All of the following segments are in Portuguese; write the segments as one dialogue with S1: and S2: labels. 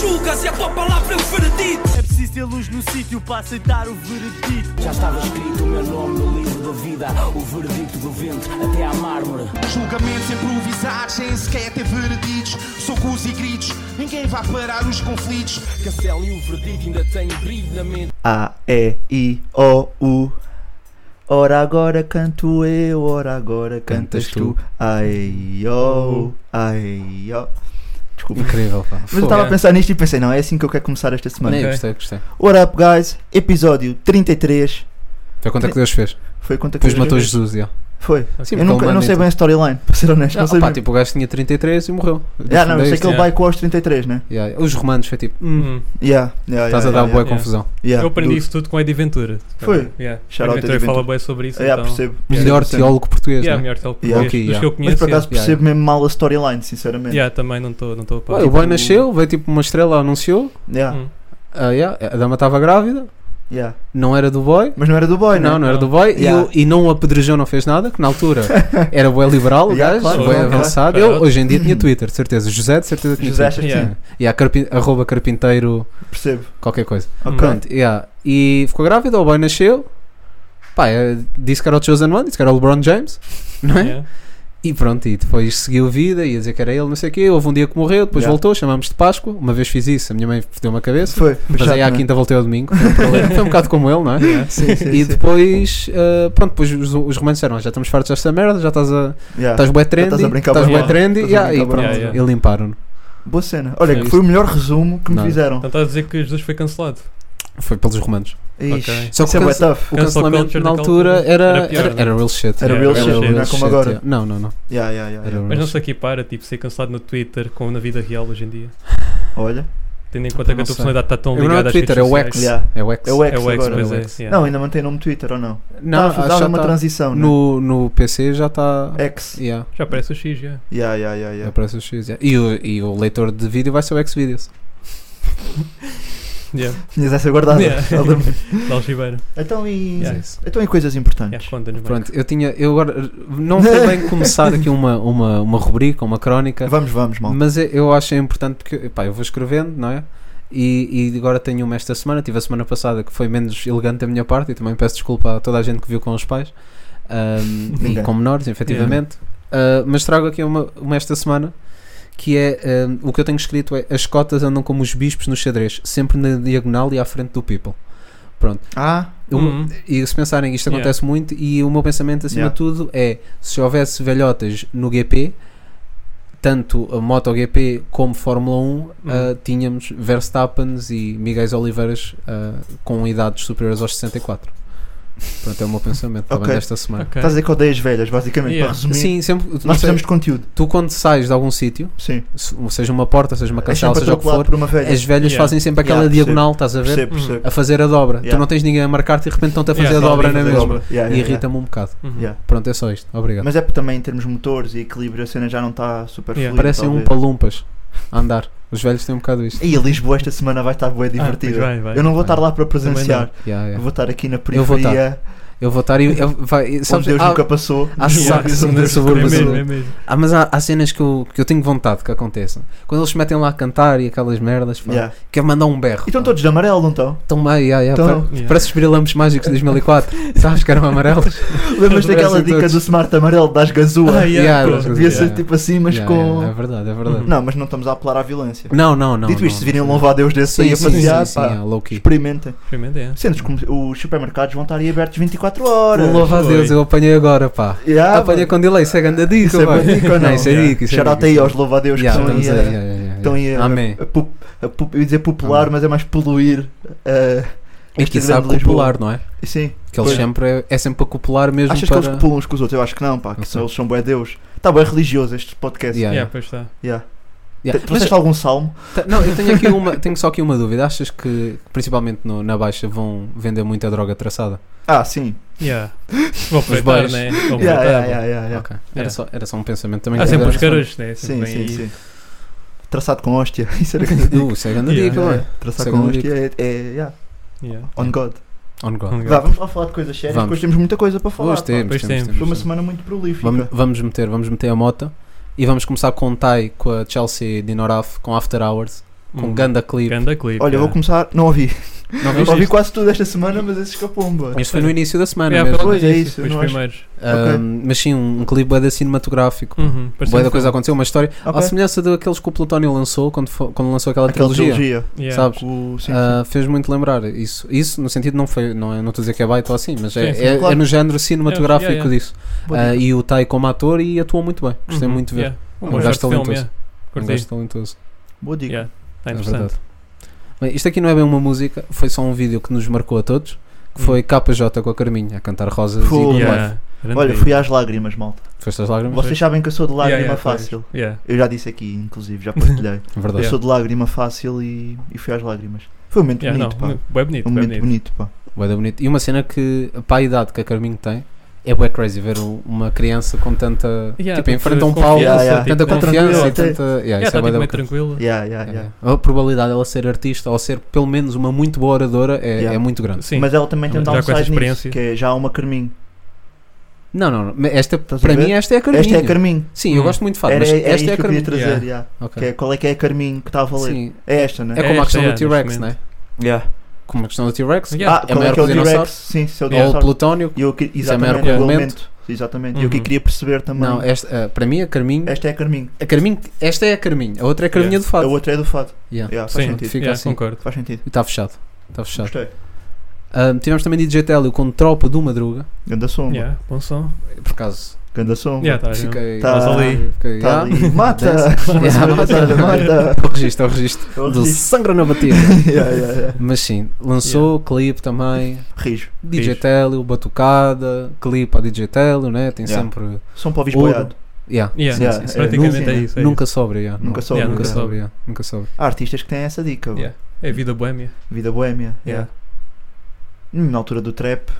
S1: julgas e a tua palavra é o veredito.
S2: É preciso ter luz no sítio para aceitar o veredito.
S3: Já estava escrito o meu nome no livro da vida, o veredito do vento até à mármore.
S4: Julgamentos improvisados, sem sequer ter vereditos. Socos e gritos, ninguém vai parar os conflitos.
S5: Castelo e o veredito ainda têm brilho na mente.
S6: A, E, I, O, U. Ora agora canto eu, ora agora cantas,
S7: Cantas
S6: tu.
S7: tu. Uhum.
S6: Ai, oh, ai, oh. Desculpa.
S7: Incrível, pá.
S6: Mas eu estava a pensar nisto e pensei, não, é assim que eu quero começar esta semana.
S7: Nem
S6: What
S7: eu gostei, gostei.
S6: up, guys? Episódio 33.
S7: Foi a conta que Deus fez.
S6: Foi conta que
S7: Depois
S6: eu
S7: matou tipo
S6: escrevi.
S7: Jesus, já.
S6: Foi.
S7: Sim,
S6: eu, nunca, eu não sei bem a storyline, para ser honesto. não sei
S7: pá,
S6: bem.
S7: tipo, o gajo tinha 33 e morreu. Tipo,
S6: Ah, não, sei
S7: Defendeste,
S6: que ele
S5: yeah.
S6: vai com aos 33, né?
S7: já, já. Os romanos, foi tipo,
S5: Uhum.
S6: Yeah, yeah,
S7: estás
S6: yeah,
S7: a dar
S6: yeah,
S7: boa
S5: yeah.
S7: confusão.
S6: Hum. yeah.
S5: Eu aprendi
S6: Dude.
S5: isso tudo com Eddie Ventura.
S6: Foi?
S5: Yeah.
S6: Shout out
S5: Eddie Ventura
S6: Eddie
S5: fala
S6: Ventura.
S5: bem sobre isso.
S6: Yeah, tipo,
S5: então.
S6: percebo.
S5: Yeah.
S7: Melhor teólogo português,
S5: Yeah,
S7: né?
S5: melhor que ele
S6: Yeah.
S5: conhece,
S7: Ok,
S5: dos
S7: yeah.
S5: que eu
S6: Mas
S5: conheço.
S6: por acaso
S7: yeah, yeah.
S6: percebo mesmo mal a storyline, sinceramente.
S5: yeah, também não estou não tô a par.
S7: Ué, o boy nasceu, veio tipo uma estrela, anunciou.
S6: Yeah,
S5: Hum.
S7: Ah, yeah, a dama estava grávida,
S6: yeah.
S7: não era do boy.
S6: Mas não era do boy, né?
S7: Não, não era
S5: Não.
S7: do boy e
S6: Yeah.
S7: eu- e não o apedrejou, não fez nada, que na altura era bué liberal, o
S6: Yeah,
S7: gajo,
S6: claro,
S7: bué
S6: claro,
S7: avançado.
S5: claro.
S7: Eu hoje em dia tinha Twitter, de certeza. José, de certeza que tinha
S6: José,
S7: Twitter.
S6: achas que
S5: Yeah.
S6: sim?
S7: Yeah, carpin- arroba carpinteiro,
S6: Percebo.
S7: qualquer coisa.
S6: Ok.
S7: Pronto, yeah. e ficou grávida, o boy nasceu. Pá, eh, disse que era o Chosen One, disse que era o LeBron James, não é?
S5: Yeah.
S7: E pronto, e depois seguiu vida, ia dizer que era ele, não sei o quê. Houve um dia que morreu, depois
S6: Yeah.
S7: voltou, chamámos de Páscoa. Uma vez fiz isso, a minha mãe deu uma cabeça.
S6: Foi.
S7: Mas aí à
S6: né?
S7: quinta voltei ao domingo, foi um, problema. Foi um bocado como ele, não é?
S6: Sim, sim, sim.
S7: E depois, eh, pronto, depois os, os romanos disseram: "Ah, já estamos fartos desta merda, já estás a.
S6: Yeah.
S7: Estás bué trendy,
S6: estás a brincar
S7: estás
S5: bué.
S7: bué trendy,
S6: Estás a
S7: yeah, e
S6: brincar
S7: pronto,
S6: bué.
S5: Yeah, yeah.
S7: e limparam-no.
S6: Boa cena. Olha,
S5: Sim.
S6: que foi o melhor resumo que me
S7: Nada.
S6: fizeram.
S5: Então estás a dizer que Jesus foi cancelado.
S7: Foi pelos romanos.
S6: Ixi,
S7: Só que
S6: isso é bué
S7: cansa-
S6: tough.
S7: O
S5: Cancel
S7: cancelamento
S5: culture
S7: na
S5: naquela
S7: altura
S5: altura
S7: era,
S5: era pior,
S7: era,
S5: né?
S7: era real shit.
S6: é? Era real shit, não é como agora.
S7: yeah. Não, não, não.
S6: Yeah, yeah, yeah,
S7: Era
S6: yeah.
S5: Mas não
S7: real
S5: se equipara, tipo, ser cancelado no Twitter com na vida real hoje em dia.
S6: Olha.
S5: Tendo em conta que
S7: Então não
S5: a tua
S7: sei.
S5: personalidade está
S7: Eu
S5: tão
S7: não é
S5: ligada às
S7: Twitter, é
S5: redes
S7: o
S5: sociais.
S7: X.
S6: Yeah.
S7: É o X.
S6: É o X
S5: É o X,
S6: agora.
S5: pois
S6: né?
S5: é. yeah.
S6: Não, ainda mantém nome Twitter ou não?
S7: Não,
S6: Tá,
S7: acho
S6: dá
S7: que
S6: uma
S7: tá-
S6: transição, né? É
S7: no, no PC já está.
S6: X.
S7: Yeah,
S5: Já parece o X, já.
S6: Yeah, yeah, yeah, yeah.
S7: aparece o X. yeah. E, o, e o leitor de vídeo vai ser o Xvideos.
S5: Yeah.
S6: Tinhas essa guardada.
S5: Yeah.
S6: Lembro-me.
S5: Da Algibeira.
S6: Então e.
S5: Yeah.
S6: Então e coisas
S5: Yeah,
S6: importantes.
S5: conta-nos, Marco.
S7: Pronto, eu tinha. Eu agora. Não foi bem começar aqui uma, uma, uma rubrica, uma crónica.
S6: Vamos, vamos, mal.
S7: Mas eu- eu acho importante porque pá, eu vou escrevendo, não é? E, e agora tenho uma esta semana, tive a semana passada que foi menos elegante da minha parte e também peço desculpa a toda a gente que viu com os pais ahm, e
S6: Ninguém.
S7: com menores, efetivamente. Ah, mas trago aqui uma, uma esta semana que é ahm, o que eu tenho escrito é as cotas andam como os bispos no xadrez, sempre na diagonal e à frente do people.
S6: Ah,
S7: Eu-
S5: Uhum.
S7: E se pensarem, isto
S5: Yeah.
S7: acontece muito e o meu pensamento acima
S6: Yeah.
S7: de tudo é se houvesse velhotas no GP, tanto a MotoGP como Fórmula 1,
S5: Uhum.
S7: ah, tínhamos Verstappens e Miguel Oliveiras ah, com idades superiores aos 64. Pronto, é o meu pensamento também
S6: Ok.
S7: desta semana.
S5: Ok.
S6: estás a dizer que odeias velhas, basicamente,
S5: Yeah.
S6: para resumir.
S7: Sim, sempre não
S6: Nós
S7: sei,
S6: precisamos de conteúdo.
S7: tu quando sais de algum sítio,
S6: Sim.
S7: se- seja uma porta, seja uma
S6: É
S7: cancela,
S6: sempre
S7: seja o que
S6: atropelado
S7: for,
S6: por uma velha.
S7: as velhas
S5: Yeah.
S7: fazem sempre aquela
S6: Yeah, percebo.
S7: diabo diagonal, estás a ver?
S6: Percebo,
S5: Hum.
S6: percebo.
S7: A fazer a dobra.
S6: Yeah.
S7: Tu não tens ninguém a marcar-te e de repente estão-te a fazer
S5: Yeah,
S7: a dobra,
S5: alguém
S7: não é
S5: faz a
S7: mesmo?
S6: Yeah,
S5: dobra.
S6: yeah,
S7: E
S6: yeah.
S7: irrita-me um bocado.
S5: Uhum.
S6: Yeah.
S7: Pronto, é só isto. Obrigado.
S6: Mas é porque também em termos de motores e equilíbrio a cena já não está super
S5: Yeah.
S6: fluida,
S7: Parecem um
S6: talvez.
S7: palumpas a andar. Os velhos têm um bocado isto.
S6: E a Lisboa esta semana vai estar bué
S5: Ah,
S6: divertida.
S5: pois vai, vai.
S6: Eu não vou
S7: Vai.
S6: estar lá para presenciar.
S7: Yeah,
S6: Eu
S7: yeah.
S6: Vou estar aqui na
S7: Eu vou estar.
S6: periferia,
S7: Eu vou estar e. eu- vai- e-
S6: onde
S7: sabes,
S6: Deus
S7: há,
S6: nunca passou.
S7: há
S5: Yeah.
S7: sacos
S5: Yeah.
S7: de
S5: É
S7: sabor
S5: mesmo, é
S7: mas,
S5: mesmo.
S7: há, mas há, há cenas que eu, que eu tenho vontade que aconteçam. Quando eles se metem lá a cantar e aquelas merdas, pá,
S6: Yeah.
S7: quero mandar um
S6: E
S7: berro.
S6: estão
S7: pá.
S6: Então todos Então- de amarelo, não estão?
S7: Estão meio, yeah, yeah,
S6: Estão.
S7: pare-
S5: Yeah.
S7: Parece os Virilampos Mágicos de 2004. Sabes que eram amarelos?
S6: Lembras daquela
S7: Parecem
S6: dica
S7: todos.
S6: do smart amarelo das
S5: Ah,
S6: gazua?
S5: yeah,
S7: Yeah,
S5: pô.
S7: mas-
S6: Devia ser
S7: Yeah.
S6: tipo assim, mas
S7: Yeah,
S6: com.
S7: yeah, é verdade, é verdade.
S6: Não, mas não estamos a apelar à violência.
S7: Não, não, não.
S6: Dito isto,
S7: não.
S6: se virem louvar a Deus desse aí
S7: Sim,
S6: a
S7: sim, sim,
S6: passear,
S7: sim, é
S6: pá,
S7: yeah, low-key.
S6: experimentem.
S5: Experimenta, é.
S6: Centros comer- os supermercados vão estar aí abertos 24 horas.
S7: Um Louva a Deus,
S5: Oi.
S7: eu apanhei agora, pá.
S6: Yeah,
S7: apanhei
S6: mano.
S7: com delay, isso é ganda dica,
S6: Ah, Isso é
S7: pá.
S6: boa dica ou não?
S7: Não, isso é
S6: Yeah.
S7: dica, isso é
S6: Shout out
S7: dica.
S6: aí aos louva-a-Deus
S7: Yeah,
S6: que
S7: estamos
S6: estão aí
S7: aí,
S6: a-
S7: yeah, yeah, yeah.
S6: Estão aí a,
S7: Amém.
S6: a pu- a pu- eu ia dizer popular,
S7: Amém.
S6: mas é mais poluir. Uh,
S7: E
S6: este
S7: que isso há
S6: grande Lisboa.
S7: copular, não é?
S6: Sim.
S7: Que eles
S6: Pois.
S7: sempre é, é sempre para copular mesmo
S6: Achas
S7: para.
S6: que eles pulam uns com os outros? Eu acho que não, pá. Que
S7: Não
S6: são,
S7: sei.
S6: eles são bué Deus. Está bem religioso este podcast.
S7: Yeah,
S5: Yeah,
S7: yeah.
S5: pois está.
S6: Yeah.
S7: Yeah.
S6: Te-
S7: Mas,
S6: Trouxeste algum salmo?
S7: ta- não, eu tenho aqui uma, tenho só aqui uma dúvida. Achas que principalmente no- na baixa vão vender muita droga traçada?
S6: Ah, sim.
S5: Yeah. Vou aproveitar,
S7: boys.
S5: né? Vou
S6: Yeah, yeah,
S5: aproveitar, bom.
S6: yeah, yeah, yeah.
S7: Ok.
S5: Yeah.
S7: Era, só, era só um pensamento também.
S5: Há
S7: que
S5: sempre
S7: era-
S5: os carujos,
S7: é
S5: né?
S6: Sim,
S5: Sempre
S6: sim,
S5: vem aí.
S6: sim. Traçado com hóstia. Isso era
S7: Uh, isso é grande
S5: Yeah.
S7: dica,
S6: É,
S7: ué.
S6: Traçado
S7: Isso é
S6: com
S7: grande
S6: hóstia é, é, yeah,
S5: Yeah.
S6: on God.
S7: On God.
S6: Vá, vamos lá falar de coisas sérias,
S7: Vamos.
S6: porque hoje temos muita coisa para falar.
S7: Hoje
S6: pá.
S7: temos,
S5: Pois
S7: temos, temos,
S5: temos.
S6: Foi uma
S7: temos.
S6: semana muito prolífica.
S7: Vamos, vamos um meter, vamos meter a moto e vamos começar com o Tai com a Chelsea de Noraf com After Hours. com
S5: Hum.
S7: ganda clipe.
S5: Ganda clipe.
S6: Olha,
S5: é.
S6: vou começar. Não ouvi.
S7: Não
S5: Viste
S6: ouvi
S5: isto?
S6: quase tudo esta semana, mas esse escapou-me. bué.
S7: Este foi no início da semana
S5: É,
S7: mesmo.
S5: pelo
S6: Pois é
S5: início,
S6: isso,
S5: foi os
S6: não acho.
S5: primeiros.
S7: Ah, mas sim, um, um clipe bué da cinematográfico.
S5: Uhum,
S7: Boa da
S5: parecia-
S7: coisa aconteceu, uma história.
S6: Ok.
S7: À semelhança daqueles que o Plutónio lançou quando, fo- quando lançou aquela,
S6: Aquela
S7: trilogia.
S6: trilogia.
S5: Yeah.
S7: Sabes?
S6: com o- sim,
S7: Ah, fez muito lembrar isso. Isso, no sentido, não foi. Não é- não estou a dizer que é baita ou assim, mas é,
S5: Sim, sim,
S7: é-
S6: claro.
S7: é no género cinematográfico
S5: Yeah, yeah.
S7: disso.
S6: sim. Boa
S7: Ah,
S6: dica.
S7: e o Tai como ator e atuou muito bem. Gostei
S5: Uhum,
S7: muito de ver.
S5: yeah. Um
S7: Um
S5: bom
S7: gajo
S5: gajo de filme,
S7: talentoso.
S5: yeah.
S7: Um
S5: Curti.
S7: gajo talentoso.
S6: Boa dica.
S5: Yeah. Está
S7: É
S5: interessante.
S7: verdade. Bem, isto aqui não é bem uma música, foi só um vídeo que nos marcou a todos. Que foi KJ com a Carminha a cantar Rosas e
S6: Fogo.
S7: Good Life.
S5: Hum. Yeah. Grande
S6: Olha,
S5: clipe.
S6: fui às lágrimas, malta.
S7: Foste às lágrimas?
S6: Vocês sabem que eu sou de lágrima
S5: Yeah, yeah,
S6: fácil.
S5: pois. Yeah.
S6: Eu já disse aqui, inclusive, já partilhei.
S7: é Verdade.
S6: Eu sou de lágrima fácil e, e fui às lágrimas. Foi um momento
S5: Yeah,
S6: bonito,
S5: não,
S6: pá.
S5: bué bonito,
S6: Um
S5: bué
S6: momento
S5: bonito.
S6: bonito, pá.
S7: Bué da bonito. E uma cena que, para a idade que a Carminho tem, é bué crazy ver um- uma criança com tanta. tipo,
S5: Yeah, tanta
S7: em frente a um
S5: confiança,
S7: palco,
S6: Yeah, yeah.
S5: tipo,
S7: tanta
S5: né?
S7: confiança e
S6: Tranquila,
S7: tanta. Yeah,
S5: Yeah,
S7: isso é
S5: está
S7: bué
S5: tipo
S7: da
S5: meio
S7: bacana.
S5: tranquila.
S6: Yeah, yeah, yeah.
S7: Yeah. A probabilidade dela ser artista ou ser pelo menos uma muito boa oradora é,
S6: Yeah.
S7: é muito grande.
S5: Sim.
S6: Mas ela também tem um
S5: Já com essa
S6: downside nisso,
S5: experiência.
S6: que é já há uma Carminho.
S7: Não, não, não. mas Esta,
S6: Estás a
S7: para
S6: ver?
S7: mim, esta é a Carminho.
S6: Esta é a Carminho.
S7: Sim,
S5: Hum.
S7: eu gosto muito de fato,
S6: Era,
S7: mas
S6: era
S7: esta
S6: isto
S7: é a
S6: que eu queria
S7: Carminho.
S6: trazer,
S5: Yeah.
S6: yeah.
S7: Ok.
S6: Que é, qual é que é a Carminho que está a valer?
S7: Sim.
S6: É esta, né?
S7: É como a
S5: Esta
S7: questão
S5: é,
S7: do T-Rex,
S5: neste
S7: não é?
S6: Yeah.
S7: Como a questão do T-Rex.
S5: Yeah.
S6: Ah,
S7: É
S6: qual é
S7: maior
S6: que é o
S7: que o
S6: T-Rex? Sim, se é o
S7: Ou o
S6: dinossauro.
S7: Plutónio.
S6: E eu que-
S7: Isso é maior
S6: Exatamente,
S7: que o
S6: o
S7: elemento.
S6: elemento. Exatamente. E eu que
S5: Uhum.
S6: queria perceber também.
S7: Não, esta, eh, para mim, a Carminho.
S6: Esta é a Carminho.
S7: A Carminho, esta é a Carminho, a outra é a Carminha
S5: Yeah.
S7: do Fado.
S6: A outra é do fado.
S7: Yeah.
S6: Yeah, faz
S5: Sim,
S6: sentido.
S7: fica Tá.
S5: yeah,
S7: assim.
S5: concordo.
S6: Faz sentido.
S7: E está fechado. Está fechado.
S6: Gostei.
S7: Ahm, tivemos também DJ Télio com Tropa do Madruga.
S6: Ganda som.
S5: Yeah, bom som.
S7: Por acaso,
S6: Ganda som.
S5: Yeah, tá, yeah.
S7: fiquei.
S6: Tá
S7: fiquei-
S5: ali.
S7: fiquei- ah.
S6: Tá
S7: yeah.
S6: ali. Mata!
S7: Yeah,
S6: Mata! Mata!
S7: O registro, é o registro.
S6: É o
S7: Do
S6: registro.
S7: Sangra na Batida.
S6: Yeah, yeah, yeah.
S7: Mas sim, lançou clipe também.
S6: Rijo.
S7: DJ
S5: Fixe.
S7: Télio, Batucada, clipe a DJ Télio, né? Tem
S6: Yeah.
S7: sempre.
S6: Som para o
S7: Ouro.
S6: boiado.
S7: Yeah.
S5: Yeah,
S6: Yeah,
S5: isso
S6: é,
S5: praticamente
S6: nunca-
S5: é isso. é
S7: Nunca sobra, yeah.
S6: Nunca
S7: Não.
S6: sobra,
S5: Yeah,
S7: Nunca
S5: nunca
S7: sobra,
S5: sobra.
S7: yeah. Nunca sobra.
S6: Há artistas que têm essa dica. bro.
S5: Yeah. É vida boêmia.
S6: Vida boémia.
S5: Yeah.
S6: yeah. Hum, Na altura do trap,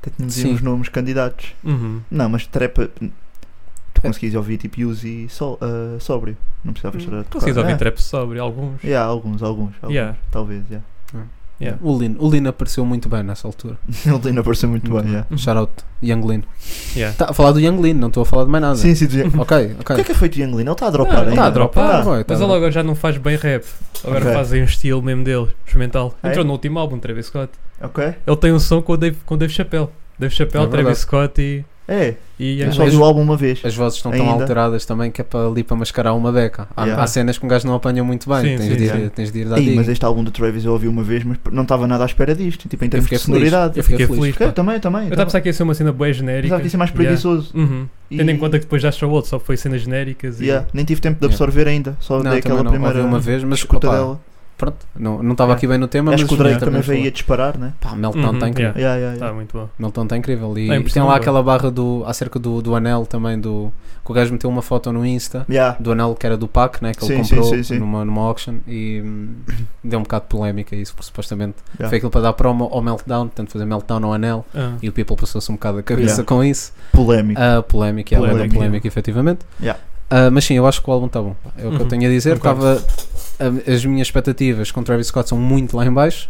S6: até tínhamos aí
S7: Sim.
S6: uns nomes candidatos.
S5: Uhum.
S6: Não, mas trap. hum, Tu conseguis ouvir tipo Uzi so, ah, sóbrio. Não precisavas estar a tocar.
S5: Consegues ouvir
S6: Ah,
S5: trap sobre alguns.
S6: yeah, tá alguns, alguns. alguns
S5: Yeah.
S6: Talvez, yeah.
S5: Yeah.
S7: O Lino, o Lino apareceu muito bem nessa altura.
S6: Ele ainda apareceu muito,
S7: Muito
S6: bem,
S7: bem.
S6: yeah.
S5: Uhum.
S7: Shout out, Young Lino.
S5: Yeah.
S7: Tá a falar do Young Lin, não estou a falar de mais nada.
S6: Sim, sim, dizia.
S7: Ok,
S6: O que é
S7: ok.
S6: que é feito de Anglina? Ele está a
S5: Não,
S6: dropar
S5: ele
S6: ainda.
S5: tá a dropar,
S6: Tá.
S7: Vai, tá
S5: Mas
S7: bem.
S5: ele agora já não faz bem rap. Agora
S6: Ok.
S5: faz aí um estilo mesmo dele, experimental.
S6: É?
S5: Entrou no último álbum, Travis Scott.
S6: Ok.
S5: Ele tem um som com o Dave, com o Dave Chappelle. Dave Chappelle,
S7: É verdade.
S5: Travis Scott e.
S6: É,
S5: e
S6: eu
S5: Young
S6: só
S5: Lean.
S6: vi o álbum uma vez.
S7: As vozes estão tão
S6: Ainda.
S7: alteradas também que é para ali para mascarar uma beca. Há,
S6: Yeah.
S7: há cenas que um gajo não apanha muito bem.
S5: Sim,
S7: tens,
S5: sim,
S7: de ir,
S5: sim.
S7: tens de ir dar
S6: Ei,
S7: dica.
S6: mas é este álbum do Travis eu ouvi uma vez, mas não estava nada à espera disto, tipo em
S7: Eu
S6: termos
S7: fiquei
S6: de
S7: feliz.
S6: sonoridade.
S5: Eu fiquei feliz.
S6: Ok,
S5: pá.
S6: Eu também, também.
S5: Eu estava a pensar que ia ser uma cena boa genérica.
S6: Pensava que ia ser mais
S5: Yeah.
S6: preguiçoso.
S5: Uhum.
S6: E-
S5: Tendo em conta que depois já achou outro, só foi cenas genéricas e.
S6: Yeah, Nem tive tempo de
S7: Yeah.
S6: absorver ainda, só dei
S7: não, também
S6: aquela
S7: não,
S6: primeira
S7: ouvi uma vez, mas
S6: escuta
S7: opá,
S6: dela.
S7: pronto, não não estava
S6: Yeah.
S7: aqui bem no tema,
S6: Acho
S7: mas
S6: que o Drake também
S7: também
S6: veio a
S7: falou.
S6: disparar, né?
S7: Pá, Melton
S5: Uhum,
S7: está incrível.
S5: yeah.
S6: Yeah, yeah,
S5: Tá
S6: yeah.
S5: muito bom.
S7: Melton está incrível.
S5: Não, é
S7: E tem
S5: impressionante,
S7: lá
S5: é.
S7: aquela barra do, acerca do, do anel também, do, que o gajo meteu uma foto no Insta.
S6: Yeah.
S7: Do anel que era do PAC, né, que ele
S6: Sim, sim,
S7: comprou
S6: sim, sim.
S7: Numa, numa auction e hum, deu um bocado de polémica isso, porque supostamente
S6: Yeah.
S7: foi aquilo para dar promo ao Meltdown, portanto fazer Meltdown ao anel
S5: Ah.
S7: e o People passou-se um bocado a cabeça
S6: Yeah.
S7: com isso.
S6: Polémico.
S7: A polémica, a
S6: Polémica.
S7: polémica, polémica efetivamente.
S6: Yeah.
S7: Ah, mas sim, eu acho que o álbum está bom. É o que
S5: Uhum.
S7: eu tenho a dizer.
S5: Concordo.
S7: Estava, ah, as minhas expectativas com Travis Scott são muito lá em baixo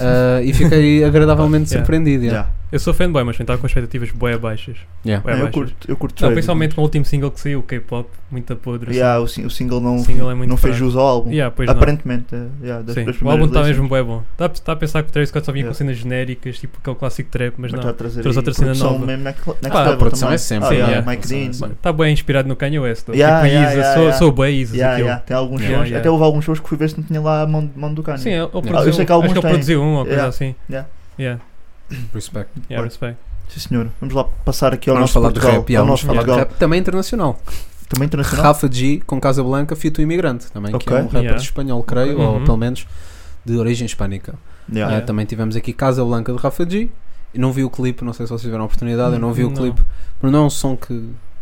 S7: ah, e fiquei agradavelmente
S5: Yeah.
S7: surpreendido. yeah.
S6: Yeah.
S5: Eu sou fanboy, mas estava com expectativas boé baixas.
S7: Yeah.
S5: Bué
S6: Não, Ah, Eu
S5: baixas.
S6: curto, eu curto
S5: Não,
S6: Travis.
S5: principalmente com o último single que saiu, o K-pop, muito a podre. assim.
S6: Yeah, o, sing- o single não,
S5: O single é muito
S6: não fez
S5: fraco.
S6: jus ao álbum.
S5: Yeah, pois não.
S6: Aparentemente, eh, yeah, das,
S5: Sim,
S6: das
S5: o
S6: primeiras
S5: álbum está
S6: listens,
S5: mesmo bem bom. Está tá a pensar que o Travis Scott só vinha
S6: Yeah.
S5: com cenas genéricas, tipo aquele clássico trap,
S6: mas
S5: mas
S6: tá- está a
S5: não.
S6: trazer
S5: Trouxe
S6: aí
S5: outra cena
S6: produção
S5: nova.
S6: mesmo next, next
S5: Pá, a
S6: level
S7: produção
S6: também.
S7: é sempre, é
S6: Ah, yeah,
S5: yeah.
S6: Mike Dean.
S7: Sim.
S5: Está bem Tá inspirado no Kanye West. though.
S6: Yeah,
S5: tipo
S6: yeah,
S5: Yeezus,
S6: yeah,
S5: sou,
S6: yeah.
S5: sou bem Isis.
S6: Yeah, yeah, Tem alguns
S5: Yeah,
S6: shows,
S5: yeah.
S6: até houve alguns shows que fui ver se não tinha lá a mão, mão do Kanye.
S5: Sim, é. ele ele produziu.
S6: Ah, eu sei que alguns
S5: acho que ele
S6: têm.
S5: produziu um ou coisa
S6: Yeah.
S5: assim.
S6: Yeah.
S5: Yeah,
S7: Respect.
S5: yeah,
S6: Bom.
S5: respect.
S6: Sim, senhor. Vamos lá passar aqui ao
S7: Vamos
S6: nosso
S7: falar de
S6: Portugal.
S7: rap, yeah,
S6: ao
S7: vamos
S6: nosso
S7: falar de
S6: Portugal.
S7: rap também é internacional.
S6: Também internacional.
S7: Rafa G com Casablanca, Fito Imigrante, também, que é
S6: Uhum. Ok.
S7: um rapper
S5: Yeah.
S7: espanhol, creio,
S5: Ok.
S7: ou
S5: Uhum.
S7: pelo menos de origem hispânica.
S6: Yeah.
S7: Ah, Também tivemos aqui Casablanca de Rafa G. Eu não vi o clipe, não sei se vocês tiveram a oportunidade, eu não vi o
S5: Não.
S7: clipe, porque não é um som que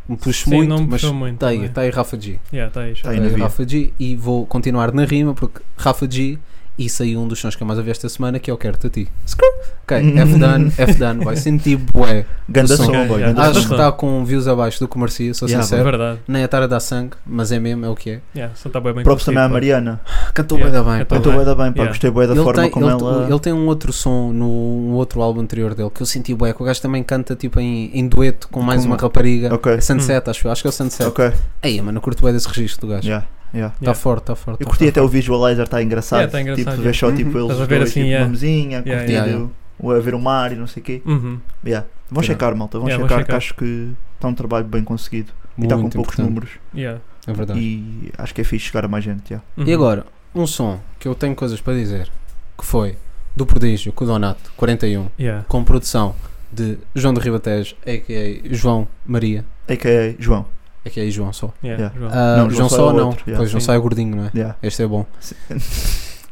S7: me puxe
S5: Sim,
S7: muito,
S5: não me
S7: mas
S5: puxou muito.
S7: está aí,
S5: também.
S7: está aí Rafa G.
S5: Yeah, tá aí, já.
S6: Tá aí
S7: Tá
S6: na
S7: aí
S6: via.
S7: Rafa G. E vou continuar na rima, porque Rafa G. E saiu um dos sons que eu mais ouvi esta semana, que é o Quero-te a ti. Screw. Ok, F-Done, F-Done, vai sentir bué.
S6: Ganda
S7: o som,
S6: som,
S5: ok,
S6: boy.
S5: yeah.
S6: ganda
S5: Ah,
S7: Acho
S6: som.
S7: que está com views abaixo do comercio, sou
S6: Yeah,
S5: É
S7: sincero.
S5: verdade.
S7: Nem a tara dá sangue, mas é mesmo, é o que é.
S5: Yeah, só tá bué bem
S6: Props
S5: conseguido,
S6: também à
S5: pá.
S6: Mariana.
S7: Cantou
S5: Yeah,
S7: bué da bem, pá.
S5: Tá
S6: Cantou
S5: bem.
S6: bem da bem, pá.
S5: Yeah.
S6: Gostei bem da
S7: Tipo, Ele
S6: forma
S7: tem,
S6: como
S7: ele,
S6: ela.
S7: ele tem um outro som no um outro álbum anterior dele que eu senti bué, que o gajo também canta tipo em, em dueto com mais
S6: Com-
S7: uma rapariga.
S6: Ok.
S5: Hum.
S7: É Sunset, acho eu, acho que é o Sunset.
S6: Ok.
S7: Aí, mano, eu curto bué desse registro do gajo.
S6: Yeah. yeah.
S7: Está
S5: Yeah.
S7: forte, está forte.
S6: Eu
S7: tá
S6: curti
S7: forte.
S6: até o visualizer, está engraçado.
S5: Yeah, tá engraçado,
S6: Tipo, ver
S5: yeah.
S6: só tipo,
S7: Uhum.
S6: eles
S5: Estás a
S6: dois,
S5: ver assim,
S6: tipo,
S5: yeah.
S6: uma mesinha,
S5: Yeah,
S6: curtir
S7: yeah,
S6: o- o- a ver o mar e não sei o quê.
S5: Uhum.
S6: Yeah. Vão
S7: Sim.
S6: checar, malta, vão
S5: Yeah, vão
S6: checar, que
S5: checar.
S6: acho que está um trabalho bem conseguido. E está com
S7: Muito
S6: poucos
S7: importante.
S6: números.
S5: Yeah.
S7: É verdade.
S6: E acho que é fixe chegar a mais gente. yeah.
S5: Uhum.
S7: E agora, um som que eu tenho coisas para dizer, que foi do Prodígio com o Donato, 41,
S5: Yeah.
S7: com produção de João de Ribatejo, a.k.a. João Maria,
S6: A.k.a. João.
S7: a.k.a. João só.
S5: Yeah.
S6: Yeah.
S5: João.
S7: Ah,
S6: Não, João
S7: João
S6: Só
S7: só
S6: é o
S7: não,
S6: outro, yeah,
S7: pois João
S5: sim.
S7: só é gordinho, não é?
S6: Yeah.
S7: Este é bom.
S6: Se-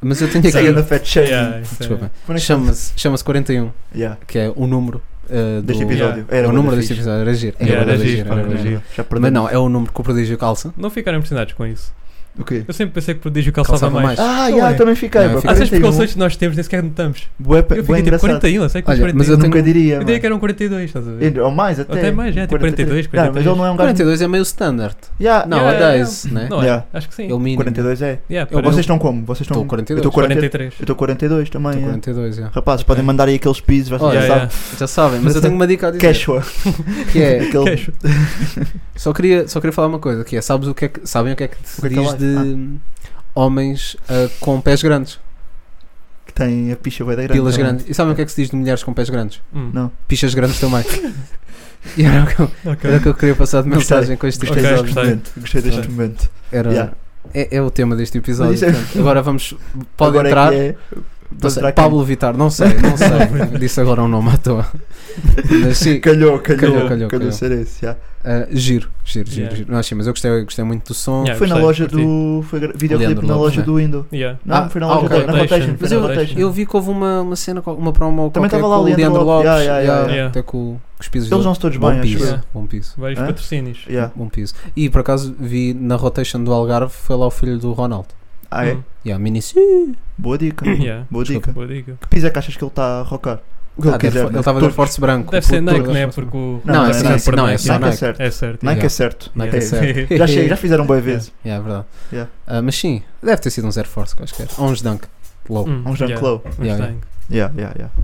S7: Mas eu tenho aqui...
S6: Segue na fat shaming.
S5: Yeah, isso é-
S7: Desculpa.
S6: Como é que
S7: Chama-se chama 41,
S6: chama? Yeah.
S7: que é o número ah, do...
S6: Deste episódio.
S7: É
S6: Era
S7: o
S6: bué
S7: número
S6: da
S7: deste
S6: fixe.
S7: episódio, era giro.
S5: Yeah,
S7: bué
S5: era
S7: da
S5: giro,
S7: giro, era
S5: era
S7: bué da
S5: giro.
S7: giro.
S6: Já
S7: Mas
S6: perdemos.
S7: não, é o número que o Prodígio calça.
S5: é- Não ficaram impressionados com isso.
S6: O quê?
S5: Eu sempre pensei que o prodígio calçava,
S7: Calçava mais.
S5: mais.
S6: Ah,
S5: Não
S6: yeah,
S5: é.
S6: também fiquei.
S7: Não,
S6: bué,
S7: eu fiquei-
S5: Há certos
S6: 41.
S5: conceitos que nós temos, nem sequer notamos.
S6: Bué pe- bué
S5: Eu fiquei tipo
S6: um. engraçado. é
S5: 41, sei que
S7: Olha, mas
S5: 41.
S7: eu
S6: Eu
S7: tenho-
S6: nunca diria.
S5: Eu diria que um eram 42, estás a ver?
S6: mano. Ou mais até.
S5: Até mais, é, tipo 42,
S6: Não, mas ele não é um gajo.
S7: 42 é meio standard.
S6: Yeah,
S7: Não,
S5: Yeah,
S7: é
S5: yeah,
S7: 10, né?
S5: Não
S6: Yeah.
S5: é? Acho que sim.
S7: É o mínimo.
S6: 42 é.
S5: Yeah,
S7: Eu-
S5: parece-
S6: Vocês estão como? Vocês estão
S7: Estou
S6: como?
S7: 42.
S6: Eu tô 40
S5: 43.
S6: Eu estou 42 também.
S7: Estou
S6: é.
S7: 42, já.
S6: Rapazes, podem mandar aí aqueles pisos, vocês
S7: Olha,
S6: já
S5: Yeah,
S6: sabem.
S5: yeah.
S7: Já sabem, mas eu tenho uma dica a dizer.
S6: Quechua.
S7: Que é,
S6: Aquele-
S5: Queixo.
S7: só, queria, só queria falar uma coisa, que é, sabes o que é que, sabem o que é que se
S6: O que é que é
S7: diz
S6: lá?
S7: de homens ah, com pés grandes,
S6: que tem a picha bué da grande.
S7: pilas
S6: também.
S7: grandes. E sabem o que é que se diz de mulheres com pés grandes?
S5: Hum,
S6: Não.
S7: Pichas grandes também. e era o, que eu,
S5: ok.
S7: era o que eu queria passar de
S6: Gostei.
S7: mensagem com este
S6: Gostei
S5: Ok,
S7: episódio.
S6: deste
S5: gostei.
S6: momento. Gostei deste
S5: Gostei.
S6: momento.
S7: Era,
S6: Yeah.
S7: é, é o tema deste episódio.
S6: Mas isso é-
S7: portanto, agora vamos. Pode
S6: Agora é
S7: entrar.
S6: que é-
S7: Não sei,
S6: entrar quem?
S7: Pablo Vitar, não sei, não sei. Disse agora um nome à toa. Mas sim,
S6: Calhou,
S7: Calhou,
S6: calhou,
S7: calhou,
S6: calhou,
S7: calhou.
S6: ser esse. já.
S7: ah, giro, giro, giro,
S5: Yeah.
S7: giro. Não, sim, mas eu gostei, gostei muito do som.
S5: Yeah,
S6: Foi na
S5: gostei,
S6: loja
S5: curti.
S6: do. Foi gra- videoclipe
S7: Leandro
S6: na
S7: Lopes,
S6: loja
S7: né?
S6: do Window.
S5: Yeah.
S7: Ah,
S6: Não, foi na
S7: ah,
S6: loja
S7: ok.
S6: do. Na Rotation. Foi
S7: Mas
S6: na
S7: eu,
S6: Rotation.
S7: eu vi que houve uma, uma cena, qual- uma promo
S6: Também
S7: qualquer
S6: tava lá
S7: com
S6: o
S7: o
S6: Leandro
S7: Leandro Lopes,
S6: Lopes. Yeah, yeah,
S7: yeah,
S5: yeah.
S7: até com, com os pisos
S6: Eles
S7: dele.
S6: vão todos
S7: Bom
S6: bem, acho
S7: piso,
S6: eu.
S5: Yeah.
S7: bom piso,
S5: Vários
S6: Hã?
S5: patrocínios.
S6: Yeah.
S7: bom piso. E por acaso vi na rotation do Algarve, foi lá o filho do Ronaldo.
S6: Ah, é?
S5: Hum.
S7: Yeah, mini
S6: Boa dica.
S5: Yeah.
S6: Boa dica.
S5: Boa dica.
S6: Que piso é que achas que ele está a rocar? O que ele
S7: Ah,
S6: quiser.
S7: deve- ele
S6: né?
S7: estava de Air
S6: Todos.
S7: Force branco.
S5: Deve ser
S7: Por-
S5: Nike,
S7: todas as
S5: né?
S7: forças.
S5: Porque o.
S6: Não, Não, é é Nike,
S7: Nike, não, é só
S6: Nike é
S7: Nike.
S6: certo.
S5: É certo.
S6: Nike
S7: Yeah.
S6: é certo.
S7: Nike é
S5: Yeah.
S7: certo.
S6: Já che- já fizeram boa vez.
S7: Yeah, é verdade.
S6: Yeah.
S7: Ah, mas sim, deve ter sido um Air Force quaisquer. Ou uns Dunk. Low.
S5: Hum,
S6: Um Jean
S5: yeah.
S6: Clow.
S5: Um
S7: Yeah,
S5: Dunk.
S6: Yeah, yeah, yeah.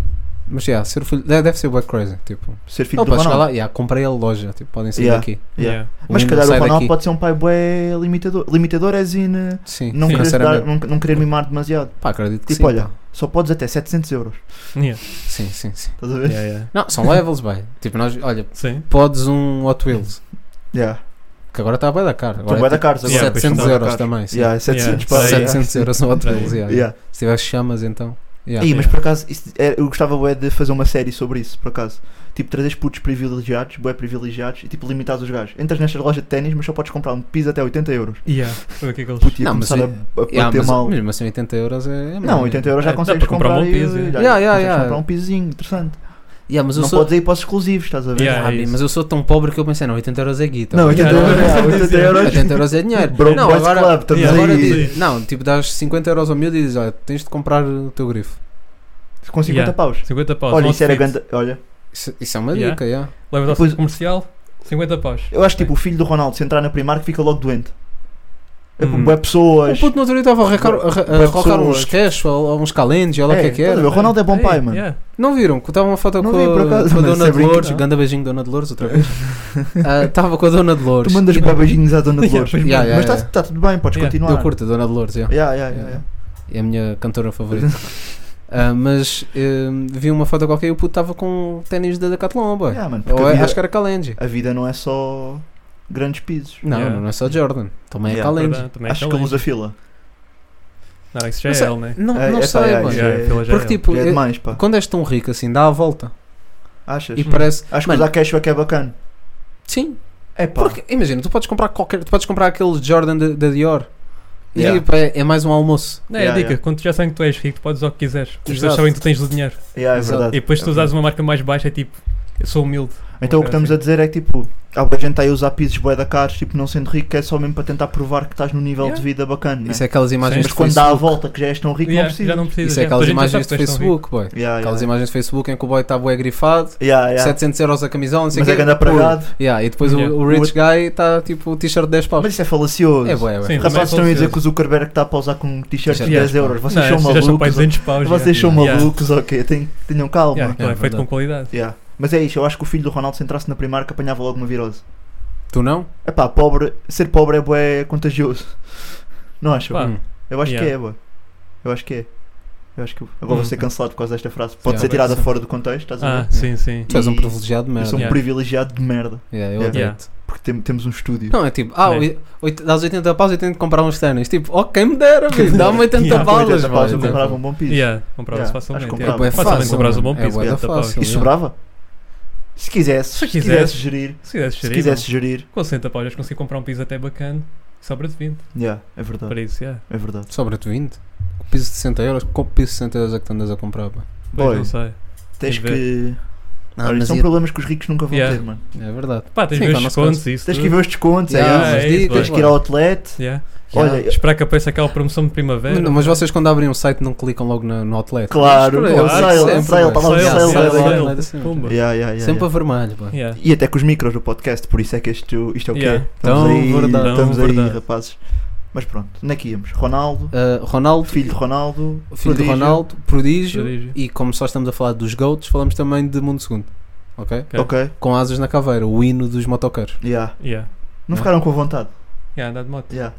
S7: Mas yeah, ser o filho, deve deve ser Black Crazy. Tipo,
S6: Ser filho
S7: não,
S6: do
S7: pode chegar lá,
S6: Ronaldo.
S7: yeah, comprei a loja. Tipo, podem sair
S6: Yeah.
S7: daqui.
S6: Yeah.
S5: Yeah.
S6: Mas se
S7: Um
S6: calhar o
S7: sai
S6: Ronaldo
S7: daqui.
S6: pode ser um pai bué limitador. Limitador é zine.
S7: Sim,
S6: Não querer, dar,
S7: financeiramente.
S6: não, não querer mimar demasiado.
S7: Pá, acredito que
S6: Tipo,
S7: sim.
S6: olha,
S7: pá.
S6: só podes até 700 euros.
S5: Yeah.
S7: Sim, sim, sim.
S6: Estás a ver?
S5: Yeah, yeah.
S7: Não, são levels, bem. Tipo, nós, olha,
S5: Sim.
S7: podes um Hot Wheels,
S6: Yeah.
S7: que agora está bem da cara.
S6: Então
S7: Agora
S6: vai
S7: é
S6: da caros
S7: tipo
S6: agora.
S5: Yeah, tá
S7: 700
S6: Bué da
S7: euros
S6: caros.
S7: também. Sim.
S6: Yeah, 700
S5: Yeah.
S6: para
S5: Sim.
S7: 700 euros um Hot Wheels, yeah, yeah.
S6: Yeah.
S7: Se tiver chamas, então. Yeah.
S6: Ei, mas
S5: Yeah.
S6: por acaso, isso era- eu gostava bué, de fazer uma série sobre isso, por acaso. Tipo, trazer putos privilegiados, bué privilegiados, e tipo, limitados os gajos. Entras nesta loja de ténis, mas só podes comprar um piso até 80 euros.
S5: Yeah. Foi o que é que eles.
S6: Puto, ia
S7: Não, mas
S6: começar
S7: é-
S6: a, a bater
S7: Yeah, mas
S6: mal.
S7: mesmo assim 80 euros é. é
S6: Não,
S7: muito.
S6: 80 euros
S5: É,
S6: já
S5: dá
S6: consegues
S5: para comprar um
S6: comprar,
S5: bom piso,
S6: e-
S5: yeah.
S6: já
S7: Yeah, yeah,
S6: consegues
S7: yeah.
S6: comprar um pisozinho, interessante.
S7: Yeah, mas eu
S6: não
S7: sou.
S6: podes ir para os exclusivos, estás a ver?
S5: Yeah,
S7: Ah,
S5: é
S7: bem,
S5: isso.
S7: mas eu sou tão pobre que eu pensei, não, 80 euros é guita.
S6: Não, 80
S5: Yeah,
S6: euros,
S5: não,
S6: yeah,
S5: não,
S6: 80
S5: yeah.
S6: euros.
S7: 80 euros é dinheiro.
S6: Broke
S7: não,
S6: Boys
S7: agora,
S6: Club, estamos
S5: yeah,
S7: agora
S6: aí.
S5: diz-
S7: diz- não, tipo, dás 50 euros ao miúdo e dizes, olha, tens de comprar o teu grifo.
S6: Com 50
S5: Yeah. um
S6: paus.
S5: 50 paus.
S6: Olha, isso era
S5: Outfit.
S6: grande. Olha,
S7: Isso, isso é uma
S5: Yeah.
S7: dica, yeah.
S5: Levas ao
S6: Depois-
S5: centro comercial, 50 paus.
S6: eu acho que tipo, o filho do Ronaldo, se entrar na Primark, fica logo doente. É
S5: Hum.
S6: por boé
S7: O
S6: pessoas.
S7: puto no outro dia estava a arrancar- a, a, a
S6: Pessoas.
S7: rocar uns cash ou, ou uns calendes, olha o que é que
S6: estás a ver,
S7: era.
S6: O Ronaldo é bom
S5: Ei,
S6: pai, mano.
S5: yeah.
S7: Não viram? Que Estava uma foto
S6: Não
S7: com,
S6: vi, por
S7: a-
S6: acaso,
S7: com a
S6: mas
S7: Dona
S6: sem brincar,
S7: Dolores,
S6: não.
S7: ganda beijinho Dona Dolores outra vez. Ah, Estava com a Dona Dolores.
S6: Tu mandas
S7: E-
S6: bué beijinhos à Dona
S5: Yeah,
S6: Dolores.
S5: pois
S7: Yeah, yeah,
S6: Mas
S7: yeah.
S6: está tudo bem, podes
S5: Yeah.
S6: continuar.
S7: Eu curto a Dona Dolores, yeah.
S6: Yeah, yeah, yeah, yeah.
S7: é a minha cantora favorita. Ah, mas eh, vi uma foto qualquer e o puto estava com ténis da Decathlon, boy.
S6: Yeah, mano, porque
S7: Ou
S6: a,
S7: é,
S6: vida,
S7: acho que era Calenji.
S6: a vida não é só grandes pisos.
S7: Não,
S5: Yeah.
S7: não é só Jordan. Também é
S6: Yeah,
S7: Calenji.
S5: Verdade, também é
S6: Acho que ele
S5: challenge.
S6: usa fila.
S5: Não, isso já
S7: Mas
S5: é
S7: é-
S5: ele, né?
S7: Não,
S6: É,
S7: não
S6: é,
S7: sei,
S6: pá,
S7: boy.
S5: Já é, pela já
S7: Porque
S5: é.
S7: tipo,
S6: Já é
S7: eu-
S6: demais, pá.
S7: quando és tão rico assim, dá a volta.
S6: Achas?
S7: E parece.
S6: Acho que
S7: Mano,
S6: usar cashback é bacana.
S7: Sim,
S6: É pá.
S7: porque imagina, tu podes comprar qualquer. Tu podes comprar aquele Jordan da da Dior. E
S6: Yeah.
S7: pá, é é mais um almoço.
S5: Não, é
S6: Yeah,
S5: a dica,
S6: yeah.
S5: quando tu já sabem que tu és rico, tu podes usar o que quiseres. As pessoas
S7: Exato.
S5: sabem que tu tens o dinheiro.
S6: Yeah, é
S7: Exato.
S6: verdade.
S5: E depois tu
S6: É
S5: usares uma marca mais baixa, é tipo, eu sou humilde.
S6: Então o que
S5: Uma coisa
S6: estamos a dizer é que tipo, há boa gente aí a usar pisos bué da caros, tipo, não sendo rico, que é só mesmo para tentar provar que estás num nível
S5: Yeah.
S6: de vida bacana, né?
S7: Isso é aquelas imagens
S6: Mas
S7: do
S6: quando dá a
S7: Facebook.
S6: volta que já és tão rico,
S5: Yeah,
S6: não precisa.
S5: já não precisas.
S7: Isso é
S5: já.
S7: aquelas
S5: Toda a gente já
S7: imagens do
S5: sabe que tu és tão rico.
S7: Facebook, boy.
S6: Yeah,
S7: Aquelas
S6: yeah.
S7: imagens do Facebook em que o boy está bué grifado,
S6: Yeah, yeah.
S7: 700 euros a camisola, não sei o
S6: Mas
S7: quê,
S6: é grande
S7: puro.
S6: apagado.
S7: Yeah, e depois o-
S5: Yeah.
S7: o, rich guy está tipo o t-shirt de 10 paus.
S6: Mas isso é falacioso.
S7: É bué, é bué.
S5: Sim,
S6: Rapazes estão
S5: Também é
S6: a dizer
S5: falacioso.
S6: que o Zuckerberg está a pausar com um t-shirt de
S7: Yeah.
S6: 10 euros.
S5: Não,
S6: Vocês
S5: esses
S6: são
S5: já são para
S6: malucos.
S5: aí 200 paus.
S6: Vocês são
S5: Yeah.
S6: malucos, ok. Tem- Tenham calma.
S5: Yeah, aquilo
S7: É
S5: é feito
S7: verdade.
S5: com qualidade.
S6: Yeah. Mas é isso, eu acho que o filho do Ronaldo, se entrasse na Primark, apanhava logo uma virose.
S7: Tu não?
S6: Epá, pobre, ser pobre é bué contagioso. Não acham?
S5: Pá,
S7: Hum.
S6: Eu acho que
S5: yeah.
S6: é, boa. Eu acho que é. Eu acho que agora vou
S5: Hum.
S6: ser cancelado por causa desta frase. Pode
S7: Yeah.
S6: ser tirada fora do contexto, estás a ver?
S5: Ah, sim, sim.
S7: Tu és um
S6: E-
S7: privilegiado de
S6: Eu
S7: merda.
S6: sou um
S5: Ah, Yeah.
S6: privilegiado de merda.
S7: Yeah, eu
S6: Yeah.
S7: odeio-te.
S5: Yeah.
S6: Porque tem- temos um estúdio.
S7: Não, é tipo, ah,
S5: É.
S7: oi- oit- dás 80 paus e tenho de comprar uns ténis. Tipo, oh, quem me dera,
S6: Quem
S7: filho,
S6: me
S7: dá-me 80
S5: Yeah,
S6: Com 80
S7: balas.
S6: paus eu
S7: pá.
S6: comprava um bom piso.
S5: Yeah, compravas
S6: Yeah,
S5: facilmente.
S6: acho que
S5: yeah.
S6: comprava. É bué
S5: facilmente
S7: fácil,
S5: compravas um
S7: mano.
S5: bom
S7: É
S5: piso.
S7: bué da
S5: 40 paus.
S7: fácil.
S6: E sobrava? Se quisesse, se,
S5: Se
S6: quisesse,
S5: quisesse.
S6: gerir,
S5: Se quisesse
S6: se
S5: gerir,
S6: quisesse gerir,
S5: mano, com 60 paus, consegui comprar um piso até bacana. Sobra de 20.
S6: yeah, é verdade,
S5: Para isso, yeah.
S6: é verdade.
S7: Sobra-te 20. Com Piso de 60 euros, com piso de 60 euros é que tu andas a comprar, pá.
S5: Pois,
S6: Boy.
S5: não sei.
S6: Tens
S5: de
S6: que...
S7: Ah,
S6: Olha, é um
S7: mas
S6: são
S7: e-
S6: problemas que os ricos nunca vão
S5: Yeah.
S6: ter, mano.
S7: É verdade.
S5: Pá, tens
S7: Sim,
S5: de ver
S7: pá,
S5: os
S7: nós
S5: descontos e isso.
S6: Tens que ir
S5: tudo.
S6: ver os descontos,
S5: Yeah,
S6: é, isso.
S5: é isso,
S7: dicas,
S6: Tens que ir ao outlet.
S5: Yeah.
S6: Olha, eu-
S5: Esperar que apareça aquela promoção de primavera.
S7: Mas, mas vocês quando abrem um site não clicam logo na- no outlet.
S6: Claro,
S7: Mas,
S6: é o
S7: claro,
S6: sale, é o
S7: sempre,
S6: sale,
S7: pá.
S6: tá lá o
S7: Sale,
S6: sale,
S7: sale,
S6: sale.
S7: sale, sale, sempre.
S5: Pumba.
S6: Yeah, yeah, yeah,
S7: Sempre a
S6: yeah.
S7: vermelho, pá.
S5: Yeah.
S6: E até com os micros do podcast, por isso é que isto, isto é o quê?
S5: Yeah.
S6: Estamos
S7: Tão
S6: aí,
S7: verdade.
S6: estamos
S5: Tão
S6: aí,
S5: verdade.
S6: rapazes. Mas pronto, onde é que íamos? Ronaldo,
S7: Uh, Ronaldo,
S6: filho de Ronaldo,
S7: filho de
S6: prodígio.
S7: Ronaldo, prodígio,
S5: Prodígio.
S7: E como só estamos a falar dos GOATs, falamos também de Mundo Segundo. Ok?
S6: Ok,
S7: Com asas na caveira, o hino dos motoqueiros.
S6: yeah.
S5: Yeah.
S6: Não
S7: Yeah.
S6: ficaram com vontade.
S5: Yeah, andar de moto.
S6: Yeah.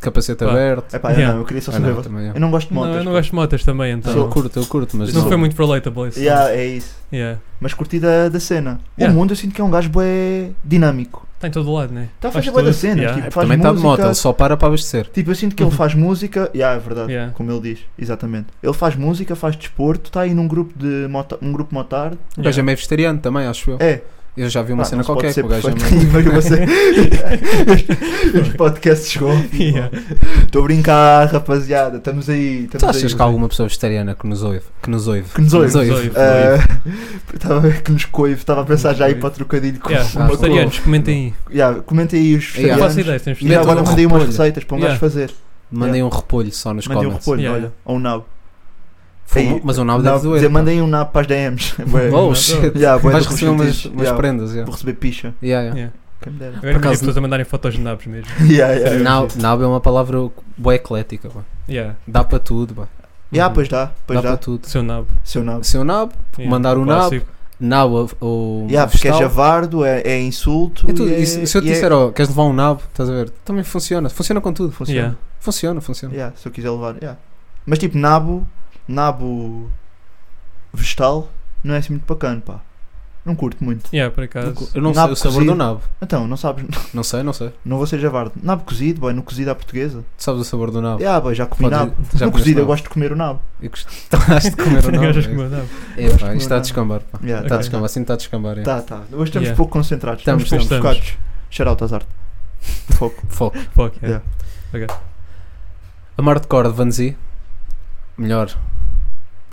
S7: Capacete
S5: Pá.
S7: aberto.
S6: Epá, eu
S5: Yeah.
S6: não, eu queria só
S7: Ah, não,
S6: saber.
S7: também é.
S6: Tá eu não gosto de
S5: Não,
S6: montas.
S5: eu não
S6: pá.
S5: gosto de motas também, então.
S6: Sou-
S7: Eu curto, eu curto, mas
S5: Não
S6: Sou-
S5: foi muito relatable isso.
S6: Yeah, é isso.
S5: Yeah.
S6: Mas curti da, da cena.
S5: Yeah.
S6: O mundo eu sinto que é um gajo bué dinâmico.
S5: Está em todo lado, né?
S6: Está a
S5: Faz
S6: fazer bué da
S5: tudo.
S6: cena.
S5: Yeah.
S6: Tipo, faz
S7: É, também está
S6: música.
S7: de moto, ele só para para abastecer.
S6: Tipo, eu sinto que ele faz música. Yeah, é verdade.
S5: Yeah.
S6: Como ele diz, exatamente. Ele faz música, faz desporto, está aí num grupo de moto, um grupo motardo.
S7: O gajo é meio vegetariano também, acho eu.
S6: É,
S7: Eu já vi uma
S6: pá,
S7: cena
S6: não se pode
S7: qualquer que
S6: ser
S7: o gajo é
S6: perfeito.
S7: meio.
S6: Mas eu passei- Este podcast chegou. ao fim,
S5: Yeah.
S6: pá. Estou a brincar, rapaziada. Estamos aí. Estamos
S7: Tu achas
S6: aí.
S7: que há alguma pessoa vegetariana que nos ouve? Que nos ouve?
S6: Que nos ouve.
S5: Nos ouve.
S6: Ah, Estava a ver que nos coivo, estava a pensar já aí para o trocadilho com
S5: Yeah, um
S6: uma cor.
S5: vegetarianos, comentem aí.
S6: Yeah, comentem aí os
S7: Yeah.
S5: Não faço
S6: vegetarianos.
S5: ideia, se temos
S6: E
S7: Metam
S6: agora
S7: um
S6: mandei umas
S7: repolho.
S6: receitas para um gajo
S5: Yeah.
S6: fazer.
S7: Mandei um repolho só nos
S6: Mandei um
S7: comments.
S6: repolho,
S5: Yeah,
S6: olha. Ou um nabo.
S7: Foi-
S6: Aí,
S7: Mas o nabo deve
S6: Nabo,
S7: doer.
S6: dizer, um
S7: pá.
S6: mandei um nabo para as DMs. Bué.
S7: Oh shit.
S6: Yeah, bué
S7: Vais
S6: do
S7: receber umas,
S6: Rositiz.
S7: umas
S6: Yeah,
S7: prendas.
S6: Vou
S7: Yeah.
S6: receber picha.
S7: Yeah, yeah.
S5: Yeah.
S6: Quem me dera.
S5: Agora
S7: acaso-
S5: as pessoas a mandarem fotos de nabos mesmo.
S6: Yeah, yeah, eu
S7: Nabo-
S6: preciso.
S7: Nabo é uma palavra boa eclética. pá.
S5: Yeah.
S7: Dá para tudo. pá.
S6: Yeah, pois dá, pois
S7: Dá para
S6: dá.
S7: tudo.
S5: Seu nabo.
S6: Seu nabo.
S7: Seu nabo,
S5: Yeah.
S7: Mandar o nabo.
S5: Clássico.
S7: nabo ou.
S6: Yeah, porque é javardo, é, é insulto.
S7: É tudo.
S6: e é-
S7: E se se eu te
S6: e é-
S7: disser, ó, queres levar um nabo, estás a ver? Também funciona. Funciona com tudo.
S6: Funciona.
S5: Yeah.
S7: Funciona, funciona.
S6: Yeah, se eu quiser levar, yeah. Mas tipo, nabo, nabo vegetal, não é assim muito bacana, pá. Não curto muito.
S5: Yeah, por acaso.
S7: Eu não sei
S6: Nabo
S7: o sabor
S6: cozido.
S7: do nabo.
S6: Então, não sabes,
S7: Não sei, não sei.
S6: não vou ser javardo. Nabo cozido, boy, no cozido à portuguesa.
S7: Tu sabes o sabor do nabo.
S6: Yeah, boy, já comi
S7: Podes-
S6: nabo.
S7: já
S6: no
S7: comeste
S6: cozido eu
S7: nabo?
S6: gosto de comer o nabo.
S7: Eu gostaste de comer o
S5: Não gajas
S7: nabo.
S5: como o nabo.
S7: É, é,
S6: Gosto de
S7: pá,
S6: comer
S7: isto está a
S6: nabo.
S7: descambar. pá.
S6: Yeah,
S7: Está a
S5: Ok.
S7: descambar, sim, está a descambar. é.
S6: Tá, tá. Hoje estamos
S5: Yeah.
S6: pouco concentrados, estamos,
S7: Estamos,
S6: pouco
S5: estamos.
S6: focados. Shout out Azar. Foco.
S7: Foco.
S5: Fuck, yeah.
S6: Yeah.
S7: Amar de Cor de Vanzi. Melhor